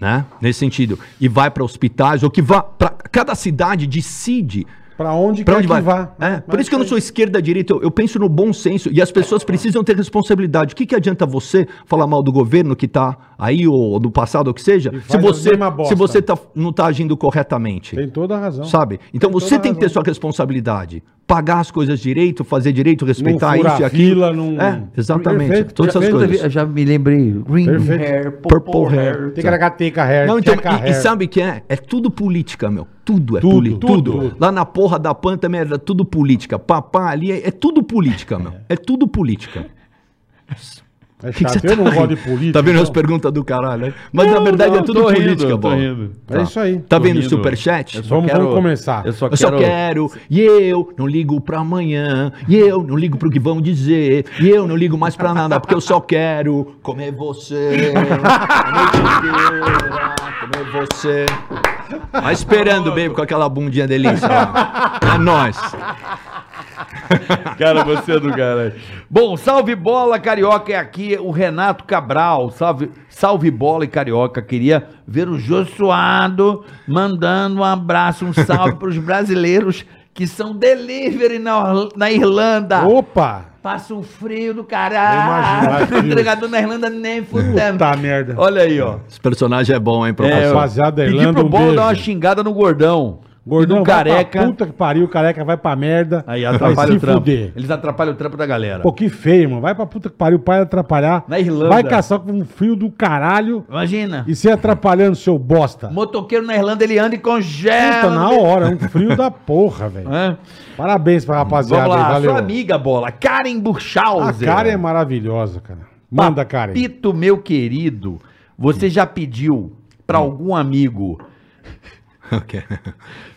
S4: né? Nesse sentido. E vai para hospitais, ou que vá para cada cidade decide
S1: Pra onde
S4: para
S1: quer
S4: onde
S1: que
S4: vai.
S1: vá.
S4: É,
S1: né? Vai,
S4: por isso que eu não
S1: vai.
S4: sou esquerda, direita, eu, eu penso no bom senso e as pessoas precisam ter responsabilidade. O que, que adianta você falar mal do governo que tá aí ou do passado ou que seja,
S1: E faz
S4: se
S1: as
S4: você
S1: mesma bosta.
S4: se você tá, não tá agindo corretamente?
S1: Tem toda a razão.
S4: Sabe? Então
S1: Tem
S4: você
S1: toda
S4: tem que ter
S1: razão.
S4: sua responsabilidade. Pagar as coisas direito, fazer direito, respeitar
S1: furar
S4: isso e aquilo.
S1: fila, não-
S4: É, exatamente.
S1: Perfeito,
S4: Todas essas
S1: perfeito.
S4: coisas.
S13: Eu já me lembrei. Green
S1: Perfeito.
S13: hair,
S4: Purple
S13: purple
S4: hair.
S13: hair.
S1: Tem que agateca hair.
S4: Não, então,
S1: checa
S4: e- e,
S1: hair.
S4: sabe o que é? É tudo política, meu. Tudo é
S1: Tudo,
S4: política. Tudo,
S1: tudo.
S4: Lá na porra da PAN também era tudo política. Papá ali é, é tudo política, meu. É
S14: [laughs]
S4: tudo política.
S1: É
S4: Que que
S1: chato,
S4: você
S1: eu
S4: tá
S14: um
S1: não
S4: rindo?
S1: gosto de política. então.
S4: Tá vendo as
S1: não.
S4: perguntas do caralho, né? Mas na verdade é
S14: então? não,
S4: tudo
S14: tô rindo,
S4: política,
S14: tô
S4: bom.
S14: rindo.
S1: É isso aí.
S4: Tá
S14: Tô
S4: vendo o
S14: rindo.
S4: superchat?
S14: Eu só um
S1: Vamos,
S14: quero-
S1: vamos começar.
S14: Eu só
S4: Eu só quero, e eu não ligo pra amanhã, e eu não ligo pro que vão dizer, e eu não ligo mais pra nada, porque eu só quero comer você, a noite inteira, comer você. Vai esperando, baby, com aquela bundinha delícia. ó. É nóis.
S3: Cara, você é do caralho. Bom, salve bola carioca é aqui o Renato Cabral. Salve, salve bola e carioca. Queria ver o Josuado mandando um abraço, um salve para os brasileiros que são delivery na, Orla- na Irlanda.
S1: Tá. Opa!
S3: Passa um frio do
S1: Eu imagino,
S3: caralho.
S1: imagino.
S3: O entregador na Irlanda nem fudendo.
S1: Puta Tá, merda.
S3: Olha aí, ó.
S4: Esse personagem é bom, hein,
S3: É,
S4: professor?
S1: Rapaziada,
S3: Pedi
S1: Irlanda,
S3: pro
S1: um
S3: Bola
S1: beijo.
S3: dar uma xingada no gordão.
S1: Gordão,
S3: E no
S1: vai
S3: careca.
S1: Pra puta que pariu, careca vai pra merda.
S3: Aí
S1: vai
S3: atrapalha
S1: se
S3: o trampo.
S1: fuder.
S3: Eles atrapalham o trampo da galera.
S1: Pô, que feio, mano. Vai pra puta que pariu, pai atrapalhar.
S3: Na Irlanda.
S1: Vai caçar com um frio do caralho
S3: Imagina.
S1: e se atrapalhando, seu bosta.
S3: Motoqueiro na Irlanda, ele anda e congela.
S1: Puta, na hora, né? um frio da porra, velho.
S3: é, né? Hã?
S1: Parabéns pra rapaziada.
S3: Vamos lá,
S1: aí,
S3: sua amiga bola, Karen
S1: A
S3: Burchauser.
S1: cara é maravilhosa, cara. Manda, Karen.
S3: Pito, meu querido, você já pediu pra
S1: Hum.
S3: algum amigo
S4: Ok.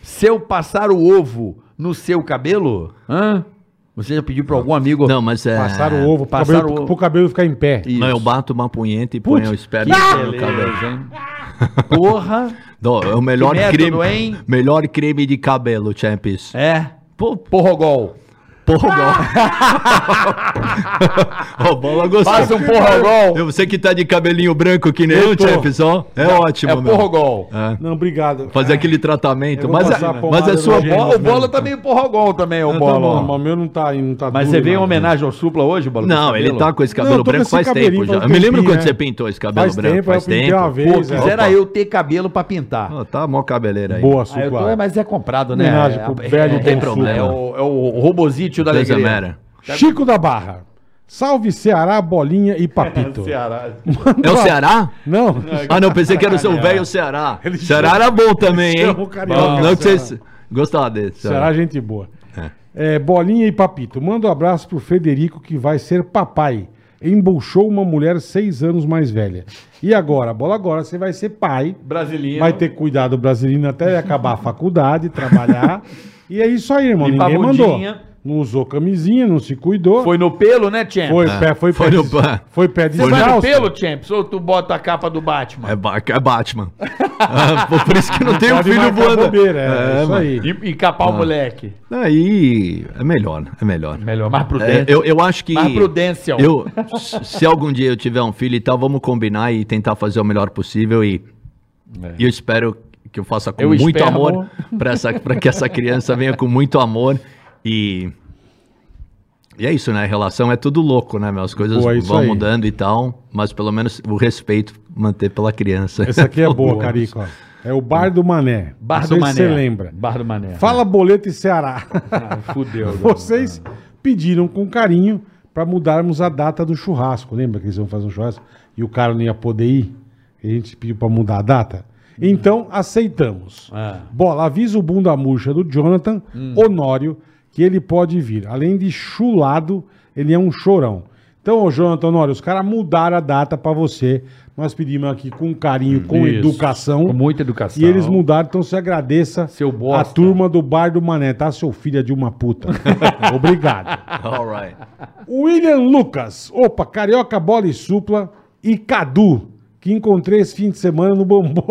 S3: se eu passar o ovo no seu cabelo? Hã? Você já pediu pra algum amigo?
S4: Não, mas é...
S1: Passar o ovo, pro
S3: passar
S1: cabelo,
S3: o ovo.
S1: pro cabelo ficar em pé.
S3: Isso.
S4: Não, é eu bato uma punheta e
S1: Putz,
S4: ponho o
S3: Que
S4: espelho no cabelo.
S3: beleza, hein? Porra.
S4: Não, é o melhor
S3: Que método,
S4: creme,
S3: hein?
S4: melhor creme de cabelo, champs.
S3: É. Pô, porrogol.
S4: Porrogol. Ó, o Bola gostou.
S3: Passa É. um porrogol.
S4: Eu, você que tá de cabelinho branco que nem eu,
S1: tô.
S4: Champs, ó. É ótimo,
S3: É
S4: meu.
S3: porrogol.
S4: É.
S1: Não, obrigado.
S4: Fazer
S1: Ah,
S4: aquele tratamento.
S1: Eu vou
S4: Mas,
S1: passar
S4: a-
S1: a
S4: mas
S1: pomada
S4: é
S1: no
S4: sua
S1: gelo.
S4: bola.
S3: Ó, o bola tá meio porrogol também, o
S4: É,
S1: tá
S3: bola.
S1: bom, mas o meu não tá, não tá
S3: Mas
S1: duro,
S3: você veio
S1: não.
S3: homenagem ao Supla hoje, bola?
S4: Não,
S3: com esse
S4: ele
S3: cabelo?
S4: tá com esse
S1: Não,
S4: cabelo
S1: eu tô com
S4: branco
S1: esse
S4: faz tempo
S1: cabelinho,
S4: já.
S1: faz
S4: Eu
S1: um
S4: me lembro
S1: tempinho,
S4: quando
S1: é.
S4: você pintou esse cabelo
S1: Faz
S4: branco.
S1: tempo,
S4: faz
S1: eu pintei
S4: tempo.
S1: uma
S3: Pô,
S1: vez. é.
S3: quisera eu ter cabelo pra pintar.
S4: Ó, tá mó cabeleira aí.
S1: Boa,
S3: Ah, eu tô-
S1: Supla.
S3: mas é comprado, né?
S1: Homenagem pro velho
S3: não tem
S1: bom
S3: problema. É
S1: Supla.
S3: o, é o robozítio da
S4: Coisa
S3: alegria.
S4: mera.
S1: Chico da Barra. Salve Ceará, Bolinha e Papito.
S12: [laughs]
S1: um
S4: É o Ceará?
S1: Não, é
S4: Ah, não, pensei que era o seu velho Ceará. Ceará era bom também, hein?
S1: chama o carioca,
S4: Não, não que
S1: Ceará.
S4: vocês gostavam desse.
S1: Ceará é gente boa. É, Bolinha e Papito. Manda um abraço pro Federico que vai ser papai. Embolchou uma mulher seis anos mais velha. E agora? Bola agora, você vai ser pai.
S3: Brasileiro.
S1: Vai ter cuidado brasileiro até ele acabar a faculdade, trabalhar. e é isso aí, irmão.
S3: Limpar
S1: Ninguém
S3: a
S1: mandou.
S3: bundinha.
S1: Não usou camisinha, não se cuidou.
S12: Foi no pelo, né, Champ?
S1: Foi pé, foi,
S4: Ah, Foi
S1: pé,
S4: no
S1: des-
S4: ba-
S1: foi pé
S12: Você vai no
S1: descalço.
S12: pelo, Champs? Ou tu bota a capa do Batman?
S4: É, ba- é Batman. [laughs] Ah, por isso que não tem um
S1: Pode
S4: filho
S1: marcar
S4: voando.
S1: bobeira, é, isso
S4: mano.
S1: aí.
S12: E, e
S4: Ah.
S12: capar o moleque.
S4: Aí é melhor, é melhor.
S12: Melhor, mais
S4: É,
S12: prudente.
S4: eu, eu acho que.
S12: Mais prudência.
S4: Eu, se se algum dia eu tiver um filho e tal, vamos combinar e tentar fazer o melhor possível. E
S3: É.
S4: e eu espero que eu faça com
S12: Eu
S4: muito
S12: espero.
S4: amor para essa, pra que essa criança venha com muito amor. E. E é isso, né? relação é tudo louco, né, meu? As coisas
S1: Boa, é isso
S4: vão
S1: aí.
S4: mudando e tal, mas pelo menos o respeito manter pela criança.
S1: Essa aqui
S4: [laughs]
S1: é boa, Carico. ó. É o Bar do Mané. Não
S12: Bar do
S1: sei se
S12: Mané.
S1: você lembra.
S12: Bar do Mané.
S1: Fala Boleto e Ceará.
S12: Ai,
S1: [laughs]
S12: Ah, fudeu. né?
S1: Vocês pediram com carinho pra mudarmos a data do churrasco. Lembra que eles iam fazer um churrasco e o cara não ia poder ir? E a gente pediu pra mudar a data.
S12: Uhum.
S1: Então, aceitamos.
S12: Ah.
S1: Bola, avisa o bunda murcha do Jonathan
S12: Hum.
S1: Honório que ele pode vir. Além de chulado, ele é um chorão. Então, ô Jonathan Honório, os caras mudaram a data pra você. Nós pedimos aqui com carinho, com
S12: Isso.
S1: educação.
S12: Com muita educação.
S1: E eles mudaram, então você agradeça
S12: Seu
S1: a
S12: bosta.
S1: turma do bar do Mané, tá? Seu filho é de uma
S12: [laughs]
S1: puta. Obrigado.
S4: All right.
S1: William Lucas. Opa, Carioca, Bola e Supla e Cadu, que encontrei esse fim de semana no
S12: [laughs]
S1: Bambu.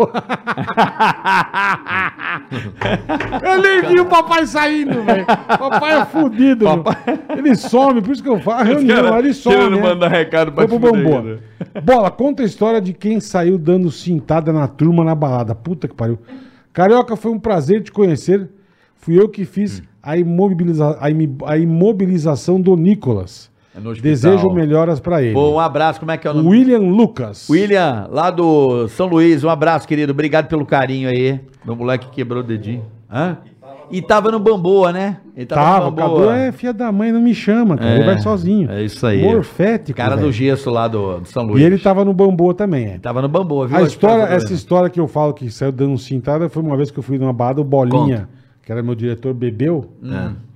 S1: eu nem vi o papai saindo, velho. Papai é fudido. meu. Ele some, por isso que eu falo. A reunião,
S12: cara-
S1: ele some.
S12: querendo
S1: né?
S12: mandar recado pra
S1: Foi pro
S12: te fuder [laughs]
S1: Bambu. Bola, conta a história de quem saiu dando cintada na turma na balada. Puta que pariu. Carioca, foi um prazer te conhecer. Fui eu que fiz
S12: Hum.
S1: a, imobiliza- a imi- a imobilização do Nicolas.
S12: É no hospital.
S1: Desejo melhoras pra ele.
S12: Pô, um abraço, como é que é o nome?
S1: William Lucas.
S12: William, lá do São Luís, um abraço, querido. Obrigado pelo carinho aí. Meu moleque quebrou o dedinho. Hã? E tava no Bamboa, né? Ele
S1: Tava,
S12: no
S1: acabou. É, filha da mãe, não me chama, cara.
S12: É,
S1: ele vai sozinho.
S12: é isso aí.
S1: Morfético.
S12: Cara
S1: Tipo, velho.
S12: do gesso lá do, do São Luís.
S1: E ele tava no bambu também, é.
S12: Tava no Bamboa, viu?
S1: A história, é essa história que eu falo que saiu dando cintada foi uma vez que eu fui numa balada, o Bolinha,
S4: Conta.
S1: que era meu diretor, bebeu.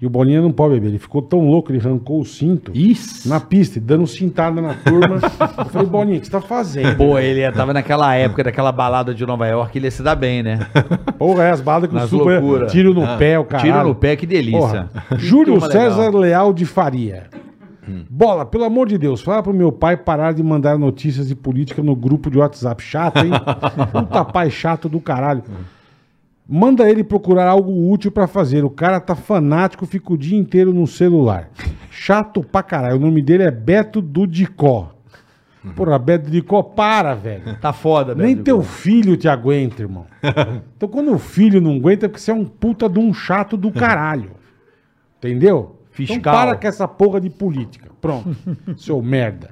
S1: E o Bolinha não pode beber. Ele ficou tão louco, ele arrancou o cinto
S4: Isso.
S1: na pista, e dando cintada na turma. eu falei, Bolinha, o que você tá fazendo?
S12: Pô, ele é- tava naquela época daquela balada de Nova York, ele ia se dar bem, né?
S1: Porra, é as baladas que o
S12: Nas
S1: super
S12: loucura.
S1: tiro no pé, o cara.
S12: Tiro no pé, que delícia.
S1: Porra. Júlio
S12: Turma legal. Hum.
S1: César Leal de Faria. Bola, pelo amor de Deus, fala pro meu pai parar de mandar notícias de política no grupo de WhatsApp. Chato,
S12: [laughs]
S1: hein? Puta pai chato do caralho. Manda ele procurar algo útil pra fazer. O cara tá fanático, fica o dia inteiro no celular. Chato pra caralho. O nome dele é Beto Dudicó.
S12: Uhum.
S1: Porra, Beto Dudicó, para, velho.
S12: Tá foda,
S1: Nem
S12: Beto.
S1: teu filho te aguenta,
S12: [laughs]
S1: irmão. então quando o filho não aguenta é porque você é um puta de um chato do caralho. Entendeu?
S12: Fiscal.
S1: Então para com essa porra de política.
S12: [laughs]
S1: Pronto. Seu merda.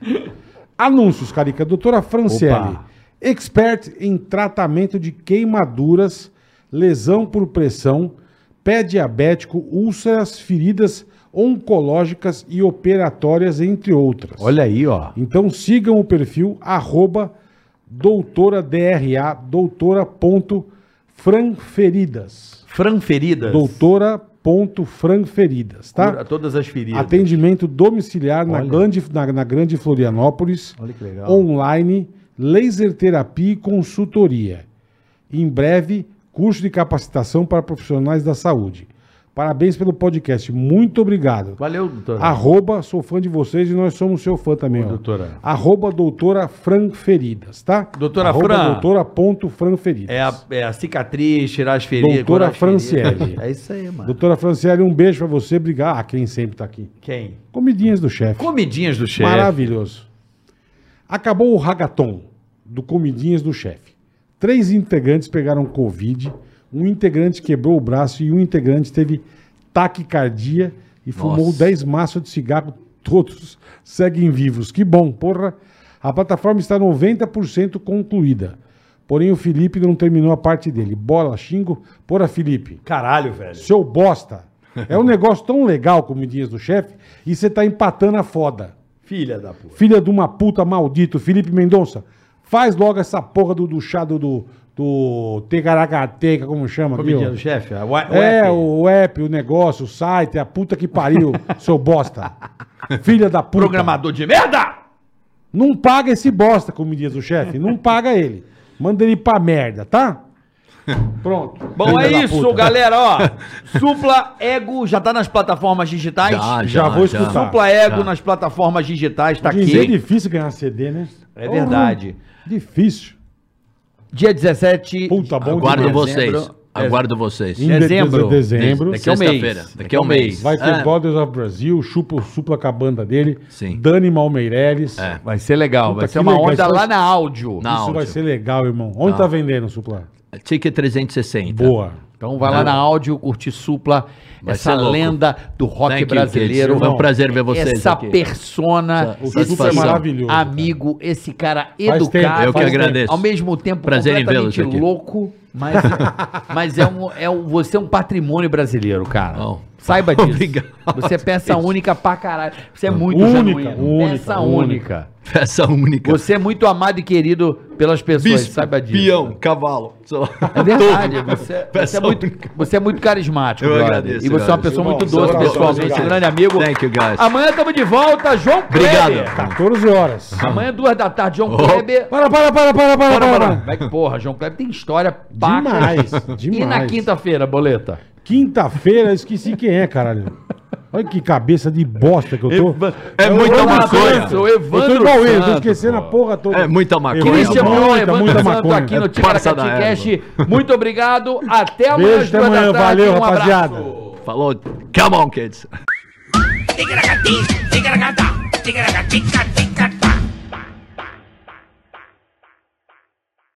S1: Anúncios, Carica. Doutora Franciele,
S12: Opa.
S1: expert em tratamento de queimaduras, lesão por pressão, pé diabético, úlceras, feridas oncológicas e operatórias, entre outras.
S12: Olha aí, ó.
S1: Então sigam o perfil arroba doutora DRA, doutora.franferidas.
S12: Franferidas.
S1: Doutora.franferidas,
S12: Cura
S1: tá?
S12: todas as feridas.
S1: Atendimento domiciliar na
S12: Olha.
S1: grande, na, na grande Florianópolis,
S12: Olha que legal.
S1: online, laser terapia e consultoria. Em breve, curso de capacitação para profissionais da saúde. Parabéns pelo podcast. Muito obrigado.
S12: Valeu, doutora.
S1: Arroba, sou fã de vocês e nós somos seu fã também. ó.
S12: doutora.
S1: Arroba doutora Fran Feridas, tá?
S12: Doutora
S1: Arroba
S12: Fran.
S1: doutora ponto Fran Feridas.
S12: É a, é a cicatriz, tirar as feridas.
S1: Doutora
S12: curar as feridas.
S1: Franciele.
S12: [laughs] É isso aí, mano.
S1: Doutora Franciele, um beijo pra você. Obrigado. Ah, quem sempre tá aqui.
S12: Quem?
S1: Comidinhas do chefe.
S12: Comidinhas do chefe.
S1: Maravilhoso. Acabou o ragaton do Comidinhas do Chefe. Três integrantes pegaram Covid, um integrante quebrou o braço e um integrante teve taquicardia e fumou
S4: Nossa.
S1: 10 maços de cigarro. Todos seguem vivos. Que bom, porra. A plataforma está 90% concluída. Porém, o Felipe não terminou a parte dele. Bola, xingo. Porra, Felipe.
S12: Caralho, velho.
S1: Seu bosta. É um negócio tão legal, Comidinhas do Chefe, e você tá empatando a foda.
S12: Filha da porra.
S1: Filha de uma puta maldito, Felipe Mendonça. Faz logo essa porra do, do chá do, do, do Tegaracateca, como chama? aqui, ó?
S12: Comidinha do chefe? a wa-
S1: É,
S12: app.
S1: o app, o negócio, o site, a puta
S3: [laughs]
S1: que pariu, seu bosta. Filha da puta.
S12: Programador de merda!
S1: Não paga esse bosta, como diz o chefe. Não paga ele. Manda ele pra merda, tá? Pronto.
S3: Bom, é
S1: Filha da
S3: isso,
S1: puta.
S3: galera,
S4: [laughs]
S3: ó. Supla Ego já tá nas plataformas digitais?
S4: Já,
S1: Já vou escutar.
S3: Supla Ego
S4: já.
S3: nas plataformas digitais, tá
S1: Diz, É
S3: aqui.
S1: difícil ganhar CD, né?
S3: É verdade.
S1: Porra, difícil.
S3: Dia 17
S1: Puta, bom
S4: Aguardo
S1: demais.
S4: vocês.
S3: Dezembro.
S4: Aguardo vocês.
S1: Em de-
S3: dezembro.
S1: dezembro.
S4: Daqui a um
S3: Sexta-feira.
S4: mês. Daqui a um mês.
S1: Vai ter
S4: É,
S1: Brothers of Brazil, Chupa o Supla com a banda dele,
S4: Sim.
S1: Dani Malmeireles.
S4: É. Tá
S3: Vai ser legal,
S1: Puta,
S3: vai ser
S1: que
S3: uma
S1: legal,
S3: onda
S1: isso
S3: lá
S1: vai-
S3: na áudio.
S4: na
S1: Isso vai
S4: áudio.
S1: ser legal, irmão. Onde tá, vendendo, Supla?
S4: Ticket 360.
S1: Boa.
S3: Então vai lá na áudio curtir Supla,
S4: Vai
S3: essa
S4: ser louco.
S3: lenda do rock
S4: Thank you,
S3: brasileiro.
S4: kids. Foi um prazer ver vocês
S3: Essa
S4: aqui.
S3: persona,
S1: O Supla é
S4: satisfação.
S1: maravilhoso. cara.
S3: amigo, esse cara
S1: tempo,
S3: educado.
S4: Eu que
S1: Faz
S4: agradeço.
S3: Ao mesmo tempo
S4: Prazer em
S3: completamente
S4: vê-los aqui.
S3: louco,
S4: [laughs]
S3: mas, mas é um, é um, você é um patrimônio brasileiro, cara.
S4: Bom. [laughs]
S3: Saiba disso.
S4: Obrigado.
S3: Você é peça única pra caralho. Você é muito
S1: Única, única,
S3: peça
S1: única.
S3: única.
S4: Peça única.
S3: Você é muito amado e querido pelas pessoas, saiba disso.
S4: peão, cavalo. Só- [laughs]
S3: É verdade,
S4: Touro.
S3: você, você é
S4: [laughs] Peça
S3: muito,
S4: única.
S3: você é muito carismático.
S4: Eu
S3: brother.
S4: agradeço, um
S3: E você é uma
S4: guys.
S3: pessoa
S1: Irmão,
S3: muito
S1: seu
S3: doce,
S1: abraço,
S3: pessoalmente,
S1: obrigado.
S3: grande amigo.
S4: Thank you, guys.
S3: Amanhã estamos de volta, João
S4: Obrigado.
S3: Kleber.
S1: 14 horas.
S3: Amanhã, duas da tarde, João
S4: Oh.
S3: Kleber.
S1: Para, para, para, para, para,
S3: Bora,
S1: para.
S3: bora. Vai que porra, João Kleber tem história pra
S1: Demais,
S3: caralho. E
S1: demais.
S3: na quinta-feira, boleta?
S1: Quinta-feira, eu esqueci quem é, caralho. Olha que cabeça de bosta que eu tô.
S4: É muita
S3: Olá,
S4: maconha.
S3: Santos, o
S1: Eu tô
S3: Evandro
S1: igual ele, tô
S3: Santos,
S1: esquecendo a porra toda.
S4: É muita maconha.
S3: Cristian
S4: Muita,
S3: Mion,
S1: muita,
S3: Evandro
S1: muita
S3: Santos
S1: maconha.
S3: aqui no
S1: É
S4: parça da
S3: Ticaracati Cash. Muito obrigado. Até amanhã, às
S1: Beijo, até
S3: duas da
S1: amanhã.
S3: tarde,
S1: Valeu,
S3: um abraço.
S1: rapaziada.
S4: Falou. Come on, kids.
S15: Ticaracati, ticaracatá, ticaracati, catá.